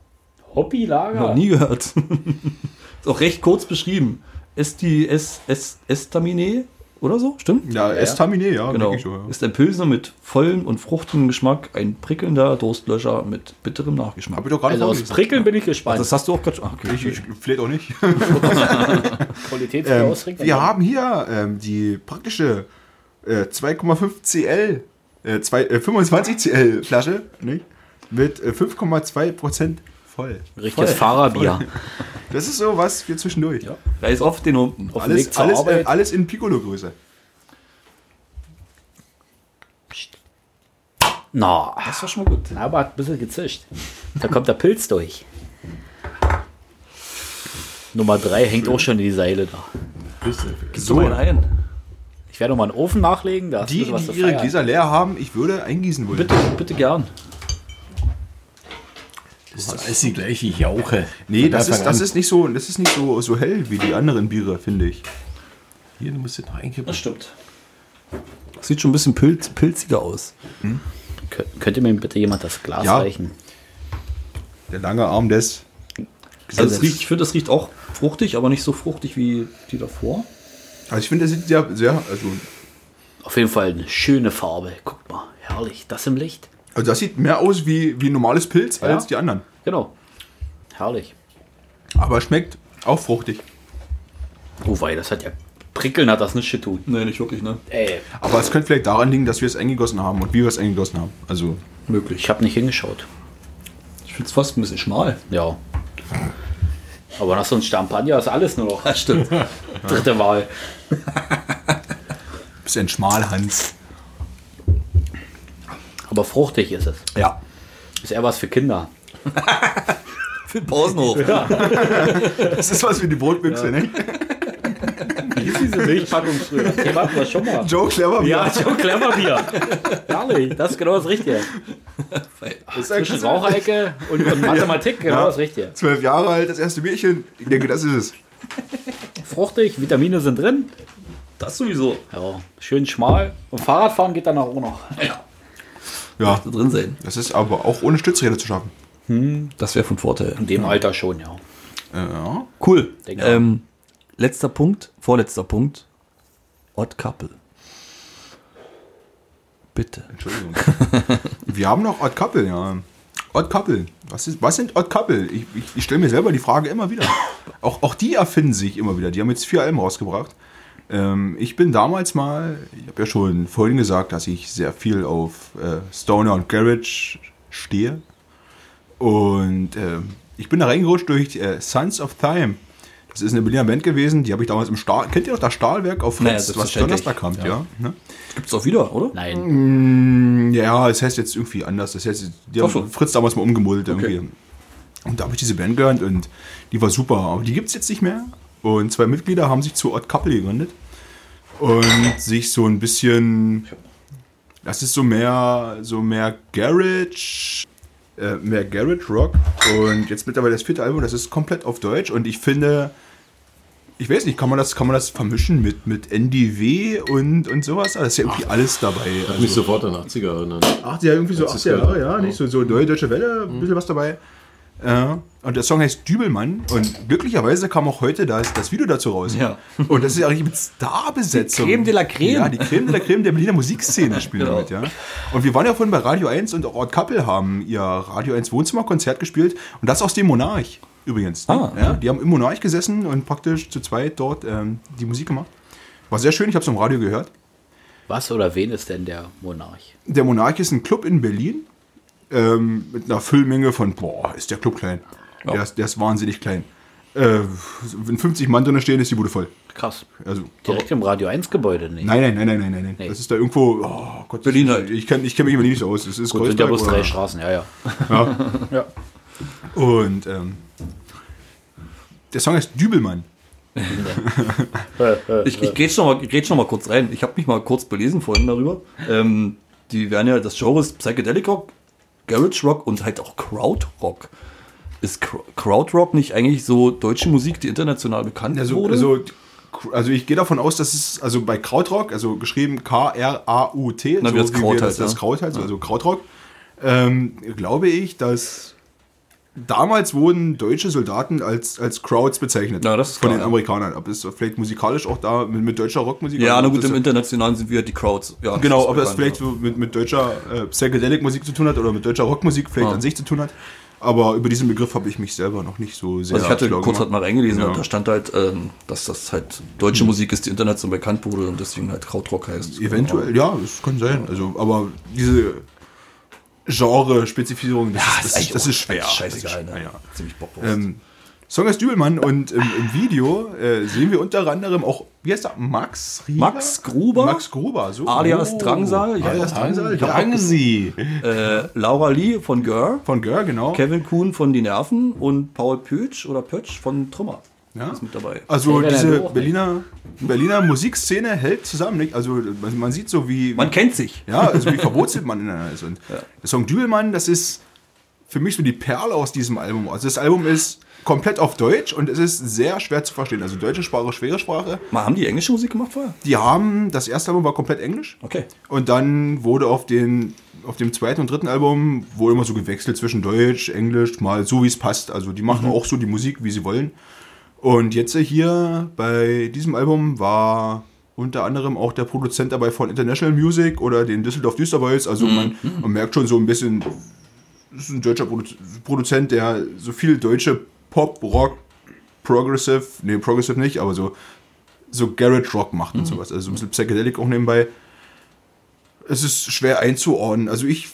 Hobbylager. Noch nie gehört. ist auch recht kurz beschrieben. Esti, es, es, Estamine oder so, stimmt? Ja, Estamine, ja, Genau. denke ich so, ja. Ist ein Pilsner mit vollem und fruchtigem Geschmack, ein prickelnder Durstlöscher mit bitterem Nachgeschmack. Hab ich doch gerade Also aus vorgelesen. Prickeln bin ich gespannt. Also Das hast du auch gerade schon. ah, Okay. Ich, ich vielleicht auch nicht. Qualität Ähm, ausregt. wir haben hier ähm, die praktische äh, 2,5 CL, äh, zwei, äh, 25 CL Flasche nicht? mit äh, 5,2% voll. Richtiges Voll. Fahrerbier. Das ist so was für zwischendurch. Reiß auf den unten. Auf dem Weg Alles, zur alles, äh, Arbeit. alles in Piccolo-Größe. Na, Das war schon mal gut. aber hat ein bisschen gezischt. Da kommt der Pilz durch. Nummer 3 hängt auch schon in die Seile da. So rein. Ich werde noch mal einen Ofen nachlegen. Da hast du Die, ein bisschen die was zu ihre feiern. Gläser leer haben, ich würde eingießen wollen. Bitte, bitte gern. Das Das ist die gleiche Jauche. Nee, das Von ist, Anfang das an. ist nicht, so, das ist nicht so, so hell wie die anderen Biere, finde ich. Hier, du musst jetzt noch einkippen. stimmt. Sieht schon ein bisschen pilz, pilziger aus. Kö- Könnte mir bitte jemand das Glas Ja. reichen? Der lange Arm des. Also es riecht, ich finde, das riecht auch fruchtig, aber nicht so fruchtig wie die davor. Also ich finde, das sieht sehr, sehr also, Auf jeden Fall eine schöne Farbe. Guckt mal, herrlich. Das im Licht. also das sieht mehr aus wie, wie ein normales Pilz Ja. als die anderen. Genau. Herrlich. Aber schmeckt auch fruchtig. Oh wei, das hat ja... Prickeln hat das nichts zu tun. Nee, nicht wirklich, ne? Ey, Aber es könnte vielleicht daran liegen, dass wir es eingegossen haben und wie wir es eingegossen haben. Also Möglich. ich habe nicht hingeschaut. Ich finde es fast ein bisschen schmal. Ja. Aber nach so einem Champagner ist alles nur noch Das stimmt. dritte Wahl. ein bisschen Schmalhans. Aber fruchtig ist es. ja. Ist eher was für Kinder. Für den Pausenhof. Das ist was wie die Brotbüchse, ne? Ist diese Milchpackung früher? Das Thema hatten wir schon mal. Joe Clever Bier. Ja, Joe Clever Bier. Herrlich, das ist genau das Richtige. das Zwischen Raucherecke und, und Mathematik, genau das Richtige. Zwölf Jahre alt, das erste Bierchen. Ich denke, das ist es. Fruchtig, Vitamine sind drin. Das sowieso. Ja, schön schmal. Und Fahrradfahren geht dann auch noch. Ja, Da drin sein. das ist aber auch ohne Stützräder zu schaffen. Das wäre von Vorteil. In dem Alter schon, ja. Ja. Äh, Cool. Denk Ähm, letzter Punkt, vorletzter Punkt. Odd Couple. Bitte. Entschuldigung. Wir haben noch Odd Couple, ja. Odd Couple. Was, ist, was sind Odd Couple? Ich, ich, ich stelle mir selber die Frage immer wieder. Auch, auch die erfinden sich immer wieder. Die haben jetzt vier Alben rausgebracht. Ähm, ich bin damals mal, ich habe ja schon vorhin gesagt, dass ich sehr viel auf äh, Stoner und Garage stehe. Und ähm, ich bin da reingerutscht durch äh, Sons of Time. Das ist eine Berliner Band gewesen, die habe ich damals im Stahl. Kennt ihr noch das Stahlwerk auf Naja, Fritz, was selbstverständlich. Donnerstag kam? Ja. Ne? Gibt's auch wieder, oder? Nein. Ähm, Ja, es heißt jetzt irgendwie anders. Das heißt, die haben Ach so. Fritz damals mal umgemodelt irgendwie. Und da habe ich diese Band gehört und die war super. Aber die gibt es jetzt nicht mehr. Und zwei Mitglieder haben sich zu Odd Couple gegründet. Und sich so ein bisschen. Das ist so mehr, so mehr Garage. Äh, mehr Garage Rock. Und jetzt mittlerweile das vierte Album, das ist komplett auf Deutsch. Und ich finde. Ich weiß nicht, kann man das, kann man das vermischen mit, mit NDW und, und sowas? Da ist ja irgendwie alles dabei. Hat mich sofort an 80er erinnern. Ach, ja, irgendwie so Das ist 80er Jahre, geil. ja, nicht so, so neue deutsche Welle, ein bisschen was dabei. Ja, und der Song heißt Dübelmann und glücklicherweise kam auch heute das, das Video dazu raus. Ja. Und das ist ja richtig mit Starbesetzung. Die Creme de la Creme. Ja, die Creme de la Creme der Berliner Musikszene spielen Genau. damit, ja. Und wir waren ja vorhin bei Radio 1 und auch Ort Kappel haben ihr Radio 1 Wohnzimmerkonzert gespielt und das aus dem Monarch übrigens. ne? Ah, ja, die haben im Monarch gesessen und praktisch zu zweit dort ähm, die Musik gemacht. War sehr schön, ich habe es im Radio gehört. Was oder wen ist denn der Monarch? Der Monarch ist ein Club in Berlin ähm, mit einer Füllmenge von, boah, ist der Club klein. Der, ist, der ist wahnsinnig klein. Äh, wenn 50 Mann drin stehen, ist die Bude voll. Krass. Also, Direkt im Radio 1 Gebäude, nicht? nein, nein, nein, nein, nein, nein, nein. Das ist da irgendwo, oh Gott, Berlin ich, halt. Ich kenne ich kenn mich immer nicht so aus. Es ist Gut, sind ja Kreuzberg bloß oder- drei Straßen, ja, ja. Und ähm, der Song heißt Dübelmann. Ich, Äh, ich grätsch noch, mal- ich grätsch noch mal kurz rein. Ich habe mich mal kurz belesen vorhin darüber. Ähm, die werden ja, das Genre ist Psychedelic Rock Garage Rock und halt auch Crowd Rock. Ist Cr- Crowd Rock nicht eigentlich so deutsche Musik, die international bekannt Also, wurde? also, also ich gehe davon aus, dass es, also bei Krautrock, also geschrieben K-R-A-U-T, Na, wie das wir Kraut das, halt, das ja. Kraut halt, also Krautrock, ähm, glaube ich, dass damals wurden deutsche Soldaten als, als Crowds bezeichnet. Ja, das ist von klar, den ja. Amerikanern. Ob es vielleicht musikalisch auch da mit, mit deutscher Rockmusik ja, na ob gut, also das- im Internationalen sind wir die Crowds. Ja, Genau, ist ob das vielleicht bekannt, so mit, mit deutscher äh, Psychedelic-Musik zu tun hat oder mit deutscher Rockmusik vielleicht Ja. an sich zu tun hat. Aber über diesen Begriff habe ich mich selber noch nicht so sehr Also ich hatte schlau kurz halt gemacht. mal reingelesen Ja. und da stand halt, ähm, dass das halt deutsche Hm. Musik ist, die international bekannt wurde und deswegen halt Krautrock heißt. Eventuell, ja, das kann sein. Also, aber diese Genre-Spezifizierung, das, ist- das, eigentlich ist- das auch ist schwer. scheißegal, das ist ne? schwer, ja. Ziemlich Bockwurst. ähm, Song ist Dübelmann und im, im Video äh, sehen wir unter anderem auch, wie heißt er, Max Rieger? Max Gruber? Max Gruber, so. Alias Drangsal. Ja, alias Drangsal. Drangsi. Äh, Laura Lee von Gör. Von Gör, genau. Kevin Kuhn von Die Nerven und Paul Pötsch oder Pötsch von Trümmer. Ja. Ist mit dabei. Also Hey, diese wenn er- Berliner, Berliner Musikszene hält zusammen. Nicht? Also man, man sieht so wie... Man kennt sich. Ja, also wie verwurzelt man ineinander ist. Und der Song Dübelmann, das ist für mich so die Perle aus diesem Album. Also das Album ist komplett auf Deutsch und es ist sehr schwer zu verstehen. Also deutsche Sprache, schwere Sprache. Mal, haben die englische Musik gemacht vorher? Die haben, das erste Album war komplett Englisch. Okay. Und dann wurde auf, den, auf dem zweiten und dritten Album wurde immer so gewechselt zwischen Deutsch, Englisch, mal so wie es passt. Also die machen Mhm. auch so die Musik, wie sie wollen. Und jetzt hier bei diesem Album war unter anderem auch der Produzent dabei von International Music oder den Düsseldorf Düsterboys. Also man, man merkt schon so ein bisschen, es ist ein deutscher Produ- Produzent, der so viel deutsche Pop, Rock, Progressive, nee, Progressive nicht, aber so, so Garage Rock macht Mhm. und sowas. Also so ein bisschen Psychedelic auch nebenbei. Es ist schwer einzuordnen. Also ich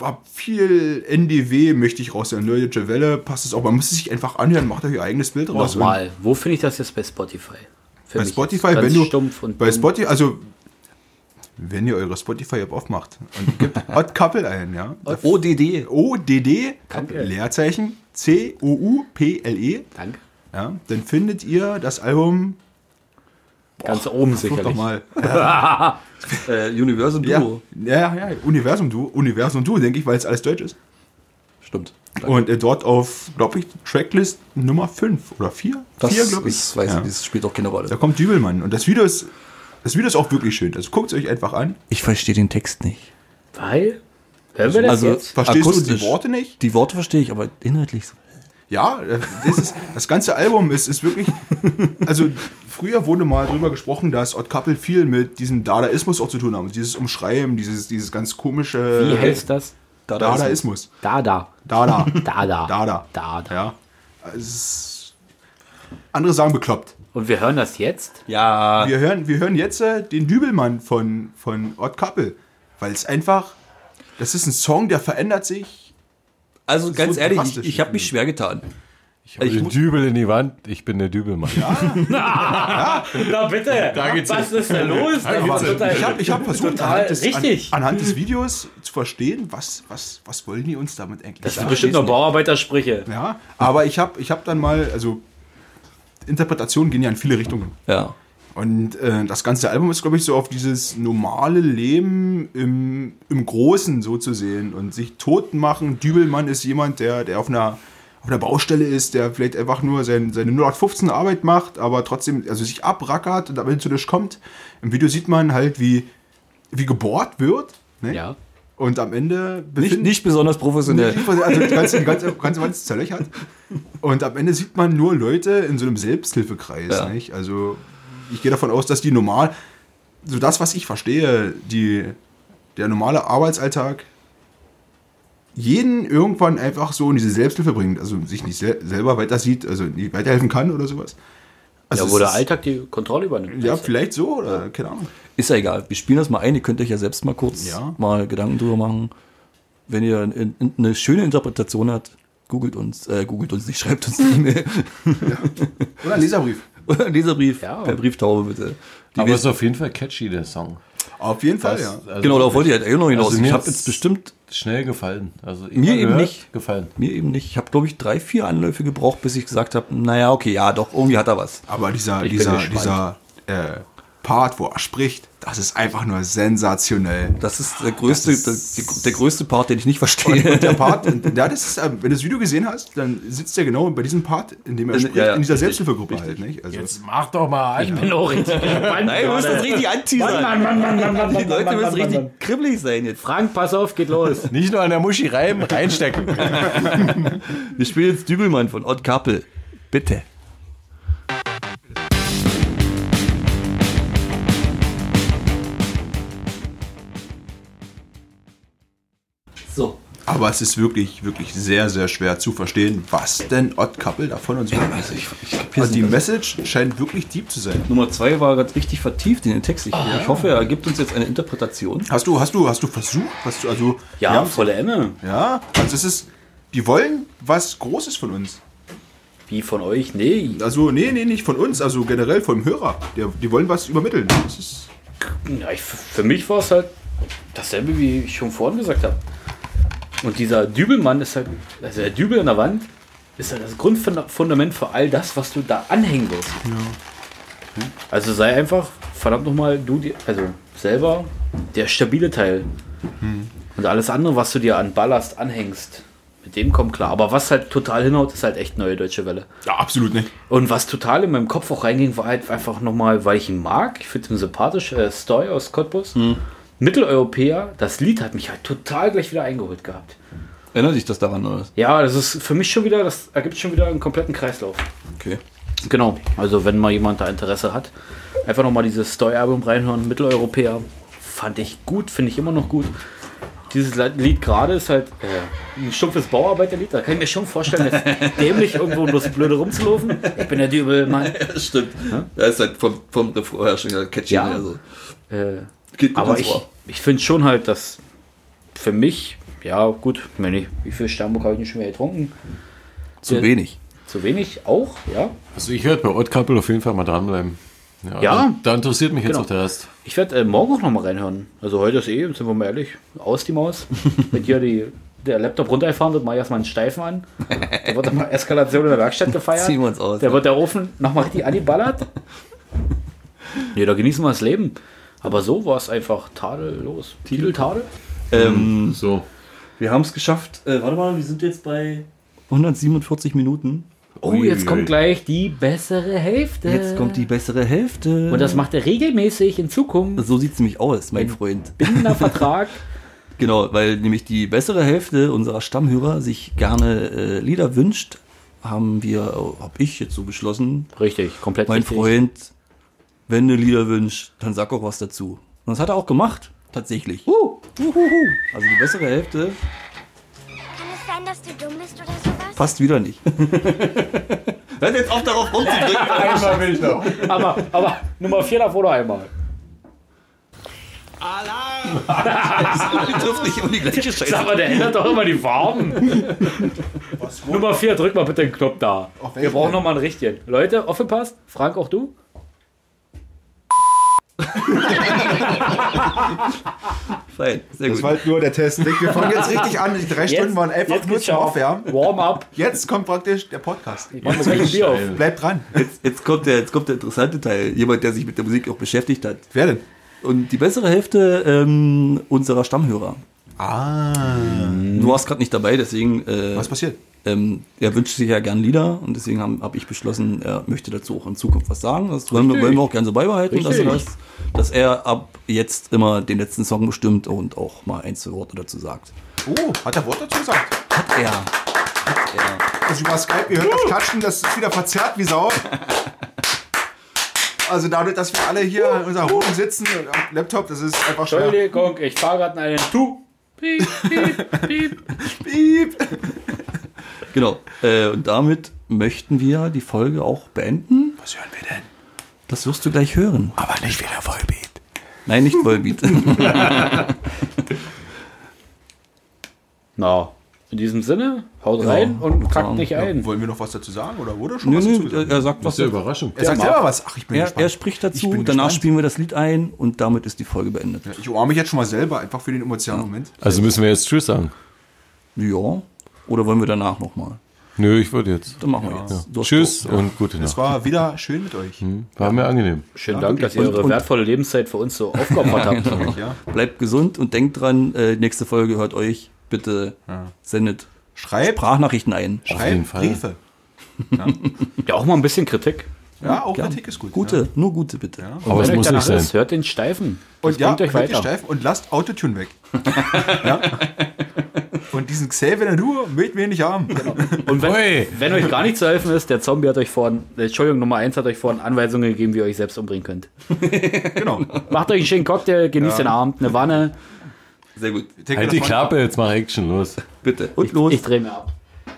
hab viel NDW, möchte ich raus, der Neue Deutsche Welle, passt es auch. Man muss es sich einfach anhören, macht euch ihr eigenes Bild raus. Nochmal, wo finde ich das jetzt bei Spotify? Für Bei mich Spotify, jetzt ganz wenn du stumpf und bei dumm. Spotify, also wenn ihr eure Spotify-App aufmacht und gebt Odd Couple ein, ja. ODD. ODD, Leerzeichen, C-O-U-P-L-E. Danke. E, Ja, dann findet ihr das Album Ganz oben verflucht sicherlich. doch mal. Ja. äh, Universum Duo. Ja, ja, ja. Universum Duo, Universum Duo, denke ich, weil es alles deutsch ist. Stimmt. Und äh, dort auf, glaube ich, Tracklist Nummer 5 oder 4? Das 4, glaube ich. ist- weiß nicht, das spielt auch keine Rolle. Da kommt Dübelmann. Und das Video ist, das Video ist auch wirklich schön. Also guckt es euch einfach an. Ich verstehe den Text nicht. Weil? Hören wir das Also, jetzt? Verstehst du die Worte nicht? Die Worte verstehe ich, aber inhaltlich so. Ja, äh, das, ist, das ganze Album ist, ist wirklich. Also, früher wurde mal drüber gesprochen, dass Odd Couple viel mit diesem Dadaismus auch zu tun haben. Dieses Umschreiben, dieses, dieses ganz komische. Wie heißt das? Dadaismus. Dada. Dada. Dada. Dada. Dada. Ja. Es ist, andere sagen bekloppt. Und wir hören das jetzt? Ja. Wir hören, wir hören jetzt äh, den Dübelmann von, von Odd Couple. Weil es einfach. Das ist ein Song, der verändert sich. Also ganz so ehrlich, ich, drastisch. ich habe mich schwer getan. Ich habe den mu- Dübel in die Wand. Ich bin der Dübelmann. Na bitte, was ist denn los? Aber Das ist total- ich habe ich hab versucht, total anhand des, richtig. An, anhand des Mhm. Videos zu verstehen, was, was, was wollen die uns damit eigentlich Das sind bestimmt nur Bauarbeitersprüche. Ja, aber ich habe ich hab dann mal, also Interpretationen gehen ja in viele Richtungen. Ja. Und äh, das ganze Album ist, glaube ich, so auf dieses normale Leben im, im Großen so zu sehen und sich tot machen. Dübelmann ist jemand, der, der auf einer auf einer Baustelle ist, der vielleicht einfach nur sein, seine 0815 Arbeit macht, aber trotzdem also sich abrackert und am Ende zu dich kommt. Im Video sieht man halt, wie, wie gebohrt wird. Ne? Ja. Und am Ende Nicht, befinden- nicht besonders professionell. Nee, Also die ganze, die ganze, die ganze Wand ist zerlöchert. Und am Ende sieht man nur Leute in so einem Selbsthilfekreis. Ja. Nicht? Also ich gehe davon aus, dass die normal, so das, was ich verstehe, die, der normale Arbeitsalltag jeden irgendwann einfach so in diese Selbsthilfe bringt. Also sich nicht sel selber weiter sieht, also nicht weiterhelfen kann oder sowas. Also ja, es wo der ist- Alltag die Kontrolle übernimmt. Ja, vielleicht so oder keine Ahnung. Ist ja egal. Wir spielen das mal ein. Ihr könnt euch ja selbst mal kurz Ja. mal Gedanken drüber machen. Wenn ihr in, in, eine schöne Interpretation habt, googelt uns, äh, googelt uns nicht, schreibt uns eine E-Mail. Oder ein Leserbrief. Oder einen Leserbrief. Per Brieftaube bitte. Die Aber Wes- es ist auf jeden Fall catchy, der Song. Auf jeden Fall, Das- ja. also- genau, darauf wollte ich halt eigentlich noch hinaus. Also mir ich habe hat's jetzt bestimmt, Schnell gefallen. Also ich mir hab eben gehört, nicht. Gefallen. Mir eben nicht. Ich habe, glaube ich, drei, vier Anläufe gebraucht, bis ich gesagt habe, naja, okay, ja, doch, irgendwie hat er was. Aber dieser, Ich bin dieser, gespannt. dieser äh, Part, wo er spricht, das ist einfach nur sensationell. Das ist der größte, der, der größte Part, den ich nicht verstehe. Und, und der Part, und, ja, das ist, äh, wenn du das Video gesehen hast, dann sitzt er genau bei diesem Part, in dem er Ja, spricht, ja, in dieser richtig, Selbsthilfegruppe halt. Nicht? Also, Jetzt mach doch mal an. Ich bin auch richtig gespannt. genau. Nein, wir müssen das richtig anteasern. Mann, Mann, Mann, Mann, Mann, Die Mann, Leute Mann, müssen Mann, richtig Mann. kribbelig sein jetzt. Frank, pass auf, geht los. Nicht nur an der Muschi reiben, reinstecken. Wir spielen jetzt Dübelmann von Odd Kappel. Bitte. So. aber es ist wirklich, wirklich sehr, sehr schwer zu verstehen, was denn Ott Kappel davon uns will. Also die Message scheint wirklich deep zu sein. Nummer zwei war gerade richtig vertieft in den Text. Ich, Ah. ich hoffe, er gibt uns jetzt eine Interpretation. Hast du, hast du, hast du versucht, was du, also. Ja, wir haben's- volle Emme. Ja, also es ist. Die wollen was Großes von uns. Wie von euch? Nee. Also, nee, nee, nicht von uns, also generell vom Hörer. Der, die wollen was übermitteln. Das ist. Ja, ich, für mich war es halt dasselbe, wie ich schon vorhin gesagt habe. Und dieser Dübelmann ist halt, also der Dübel an der Wand ist halt das Grundfundament für all das, was du da anhängen wirst. Also sei einfach, verdammt nochmal, du, die, also selber der stabile Teil. Und alles andere, was du dir an Ballast anhängst, mit dem kommt klar. Aber was halt total hinhaut, ist halt echt neue deutsche Welle. Ja, absolut nicht. Und was total in meinem Kopf auch reinging, war halt einfach nochmal, weil ich ihn mag. Ich finde ihn sympathisch. Äh, Stoy aus Cottbus. Mitteleuropäer. Das Lied hat mich halt total gleich wieder eingeholt gehabt. Erinnert dich das daran, oder? Ja, das ist für mich schon wieder, das ergibt schon wieder einen kompletten Kreislauf. Okay. Genau. Also, wenn mal jemand da Interesse hat, einfach nochmal dieses Stoy-Album reinhören. Mitteleuropäer. Fand ich gut, finde ich immer noch gut. Dieses Lied gerade ist halt äh, ein stumpfes Bauarbeiterlied. Da kann ich mir schon vorstellen, jetzt dämlich irgendwo bloß blöde rumzulaufen. Ich bin der Dübel, Mann. Stimmt. Das ist halt vom, vom Refrain her schon wieder catchy. Ja. Also. Äh, Geht gut aber ins ich, Ohr. ich finde schon halt, dass für mich, ja gut, wenn ich, wie viel Sternburg habe ich denn schon mehr getrunken? Zu wenig. Zu wenig auch, ja. Also ich werde bei Odd Couple auf jeden Fall mal dranbleiben. Ja. also Da interessiert mich jetzt Genau. auch der Rest. Ich werde äh, morgen auch nochmal reinhören. Also heute ist eh, sind wir mal ehrlich, aus die Maus. Wenn hier die, der Laptop runtergefahren wird, mache ich erstmal einen Steifen an. Da wird dann mal Eskalation in der Werkstatt gefeiert. Ziehen wir uns aus. Da wird der Ofen nochmal richtig angeballert. Nee, da genießen wir das Leben. Aber so war es einfach tadellos. Titeltadel? Ähm, So. wir haben es geschafft. Äh, warte mal, wir sind jetzt bei 147 Minuten. Oh, jetzt kommt gleich die bessere Hälfte. Jetzt kommt die bessere Hälfte. Und das macht er regelmäßig in Zukunft. so sieht es nämlich aus, Mhm. mein Freund. Bindender Vertrag. Genau, weil nämlich die bessere Hälfte unserer Stammhörer sich gerne äh, Lieder wünscht, haben wir, habe ich jetzt so beschlossen, Richtig, komplett mein richtig. Freund, wenn du Lieder wünschst, dann sag auch was dazu. Und das hat er auch gemacht, tatsächlich. Uh, uhuhu. Also die bessere Hälfte Kann es sein, dass du dumm bist oder sowas? passt wieder nicht. Hört jetzt auf darauf rumzudrücken. Einmal will ich noch. Aber, aber Nummer 4 davor noch einmal. Ihr dürft nicht immer die gleiche Scheiße. Sag mal, der ändert doch immer die Farben. Was Nummer 4, drück mal bitte den Knopf da. Auf Wir welchen brauchen denn? nochmal einen richtigen. Leute, aufgepasst. Frank, auch du? Fein, sehr Das gut. war halt nur der Test. Wir fangen jetzt richtig an. Die drei Stunden waren einfach jetzt nur geht's zum ja auf. Aufwärmen. Warm up. Jetzt kommt praktisch der Podcast. Ich mach mir gleich ein Bier auf. Bleibt dran. Jetzt, jetzt, kommt der, jetzt kommt der interessante Teil. Jemand, der sich mit der Musik auch beschäftigt hat. Wer denn? Und die bessere Hälfte ähm, unserer Stammhörer. Mhm. Ah. Du warst gerade nicht dabei, deswegen. Äh, Was passiert? Ähm, er wünscht sich ja gern Lieder und deswegen habe hab ich beschlossen, er möchte dazu auch in Zukunft was sagen. Das wollen wir, wollen wir auch gerne so beibehalten, dass er, Richtig. das, dass er ab jetzt immer den letzten Song bestimmt und auch mal ein, zwei Worte dazu sagt. Oh, hat der Wort dazu gesagt? Hat er. Hat er. Also über Skype, ihr hört das Klatschen, das ist wieder verzerrt wie Sau. Also dadurch, dass wir alle hier in unserer Wohnung sitzen und am Laptop, das ist einfach schwer. Entschuldigung, ich fahre gerade einen Tu. Piep, piep, piep. Piep. Genau. Äh, und damit möchten wir die Folge auch beenden. Was hören wir denn? Das wirst du gleich hören. Aber nicht wieder Vollbeat. Nein, nicht Vollbeat. Na, in diesem Sinne, haut rein und kackt nicht ein. Wollen wir noch was dazu sagen oder wurde schon nö, was dazu nö, gesagt? er sagt Das was. ist ja überraschend. Er sagt selber was. Ach, ich bin äh, Er, gespannt. er spricht Ich dazu, bin danach gespannt. spielen wir das Lied ein und damit ist die Folge beendet. Ja, Ich umarme mich jetzt schon mal selber, einfach für den emotionalen Moment. Also müssen wir jetzt Tschüss sagen. Ja. Oder wollen wir danach nochmal? Nö, ich würde jetzt. Dann machen wir jetzt. Du hast Tschüss Durst, ja. und gute Nacht. Es war wieder schön mit euch. Mhm. War mir angenehm. Schönen Dank, dass ihr eure wertvolle Lebenszeit für uns so aufgeopfert habt. Bleibt gesund und denkt dran, äh, nächste Folge hört euch. Bitte sendet Schreibt. Sprachnachrichten ein. Auf jeden Fall. Briefe. Ja, auch mal ein bisschen Kritik. Ja, auch Gern. Kritik ist gut. Gute, Ja. nur gute bitte. Und Aber es wenn muss euch nicht danach sein. ist, hört den Steifen. Das Und ja, bringt euch könnt ihr weiter. steif und lasst Autotune weg. ja? Und diesen Xavier Nadur mögt mir nicht haben. Und wenn, Ui. wenn euch gar nicht zu helfen ist, der Zombie hat euch vorhin, äh, Entschuldigung, Nummer 1 hat euch vorhin Anweisungen gegeben, wie ihr euch selbst umbringen könnt. Genau. Macht euch einen schönen Cocktail, genießt den Abend, eine Wanne. Sehr gut. Halt die Klappe, jetzt mach Action, los. Bitte. Und los. Ich drehe mir ab. Ja,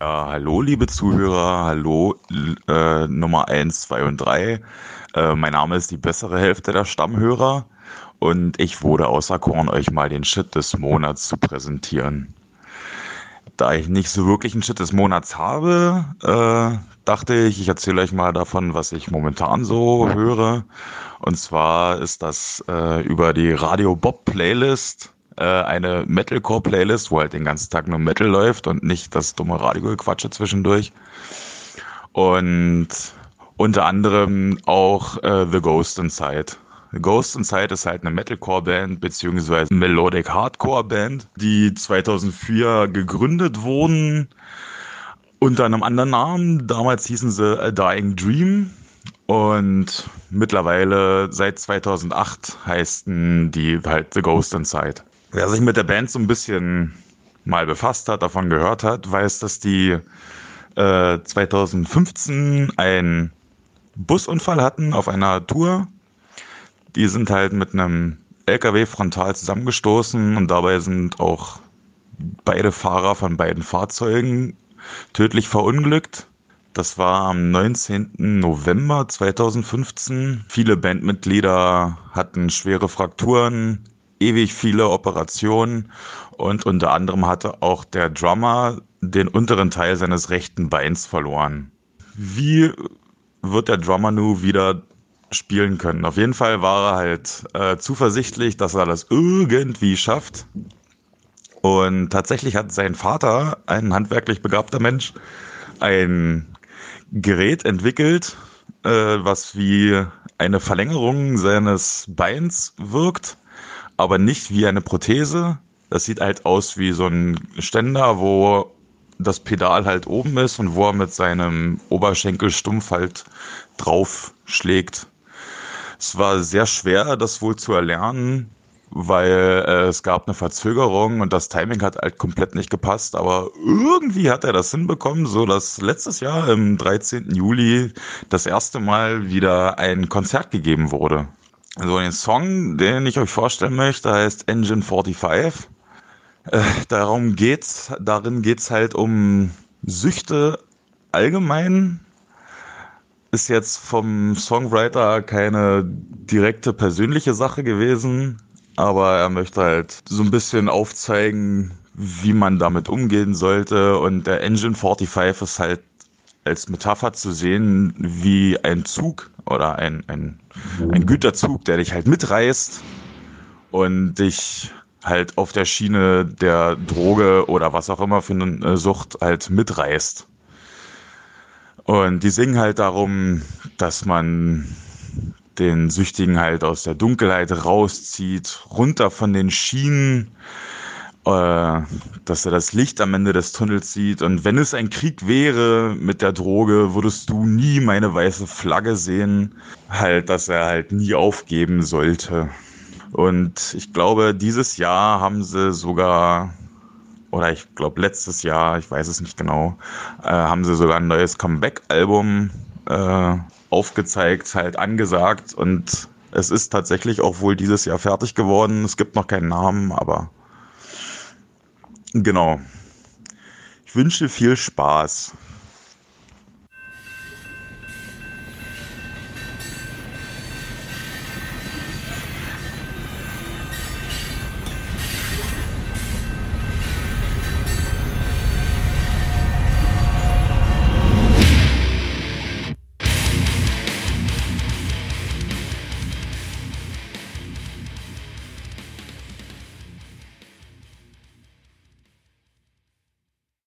Ah, hallo liebe Zuhörer, hallo l- äh, Nummer 1, 2 und 3. Äh, mein Name ist die bessere Hälfte der Stammhörer und ich wurde auserkoren, euch mal den Shit des Monats zu präsentieren. Da ich nicht so wirklich einen Shit des Monats habe, äh, dachte ich, ich erzähle euch mal davon, was ich momentan so höre. Und zwar ist das äh, über die Radio Bob Playlist äh, eine Metalcore Playlist, wo halt den ganzen Tag nur Metal läuft und nicht das dumme Radiogequatsche zwischendurch. Und unter anderem auch äh, The Ghost Inside. The Ghost Inside ist halt eine Metalcore-Band beziehungsweise Melodic Hardcore-Band, die 2004 gegründet wurden unter einem anderen Namen. Damals hießen sie A Dying Dream. Und mittlerweile seit 2008 heißen die halt The Ghost Inside. Wer sich mit der Band so ein bisschen mal befasst hat, davon gehört hat, weiß, dass die äh, 2015 einen Busunfall hatten auf einer Tour. Die sind halt mit einem LKW frontal zusammengestoßen und dabei sind auch beide Fahrer von beiden Fahrzeugen tödlich verunglückt. Das war am 19. November 2015. Viele Bandmitglieder hatten schwere Frakturen, ewig viele Operationen und unter anderem hatte auch der Drummer den unteren Teil seines rechten Beins verloren. Wie wird der Drummer nun wieder spielen können? Auf jeden Fall war er halt äh, zuversichtlich, dass er das irgendwie schafft. Und tatsächlich hat sein Vater, ein handwerklich begabter Mensch, ein Gerät entwickelt, äh, was wie eine Verlängerung seines Beins wirkt, aber nicht wie eine Prothese. Das sieht halt aus wie so ein Ständer, wo das Pedal halt oben ist und wo er mit seinem Oberschenkel stumpf halt drauf schlägt. Es war sehr schwer, das wohl zu erlernen, weil äh, es gab eine Verzögerung und das Timing hat halt komplett nicht gepasst. Aber irgendwie hat er das hinbekommen, so dass letztes Jahr im 13. Juli das erste Mal wieder ein Konzert gegeben wurde. Also den Song, den ich euch vorstellen möchte, heißt Engine 45. Äh, darum geht's, darin geht's halt um Süchte allgemein, ist jetzt vom Songwriter keine direkte persönliche Sache gewesen, aber er möchte halt so ein bisschen aufzeigen, wie man damit umgehen sollte. Und der Engine 45 ist halt als Metapher zu sehen, wie ein Zug oder ein, ein, ein Güterzug, der dich halt mitreißt und dich halt auf der Schiene der Droge oder was auch immer für eine Sucht halt mitreißt. Und die singen halt darum, dass man den Süchtigen halt aus der Dunkelheit rauszieht, runter von den Schienen, äh, dass er das Licht am Ende des Tunnels sieht. Und wenn es ein Krieg wäre mit der Droge, würdest du nie meine weiße Flagge sehen. Halt, dass er halt nie aufgeben sollte. Und ich glaube, dieses Jahr haben sie sogar oder ich glaube letztes Jahr, ich weiß es nicht genau, äh, haben sie sogar ein neues Comeback-Album äh, aufgezeigt, halt angesagt und es ist tatsächlich auch wohl dieses Jahr fertig geworden. Es gibt noch keinen Namen, aber genau. Ich wünsche viel Spaß.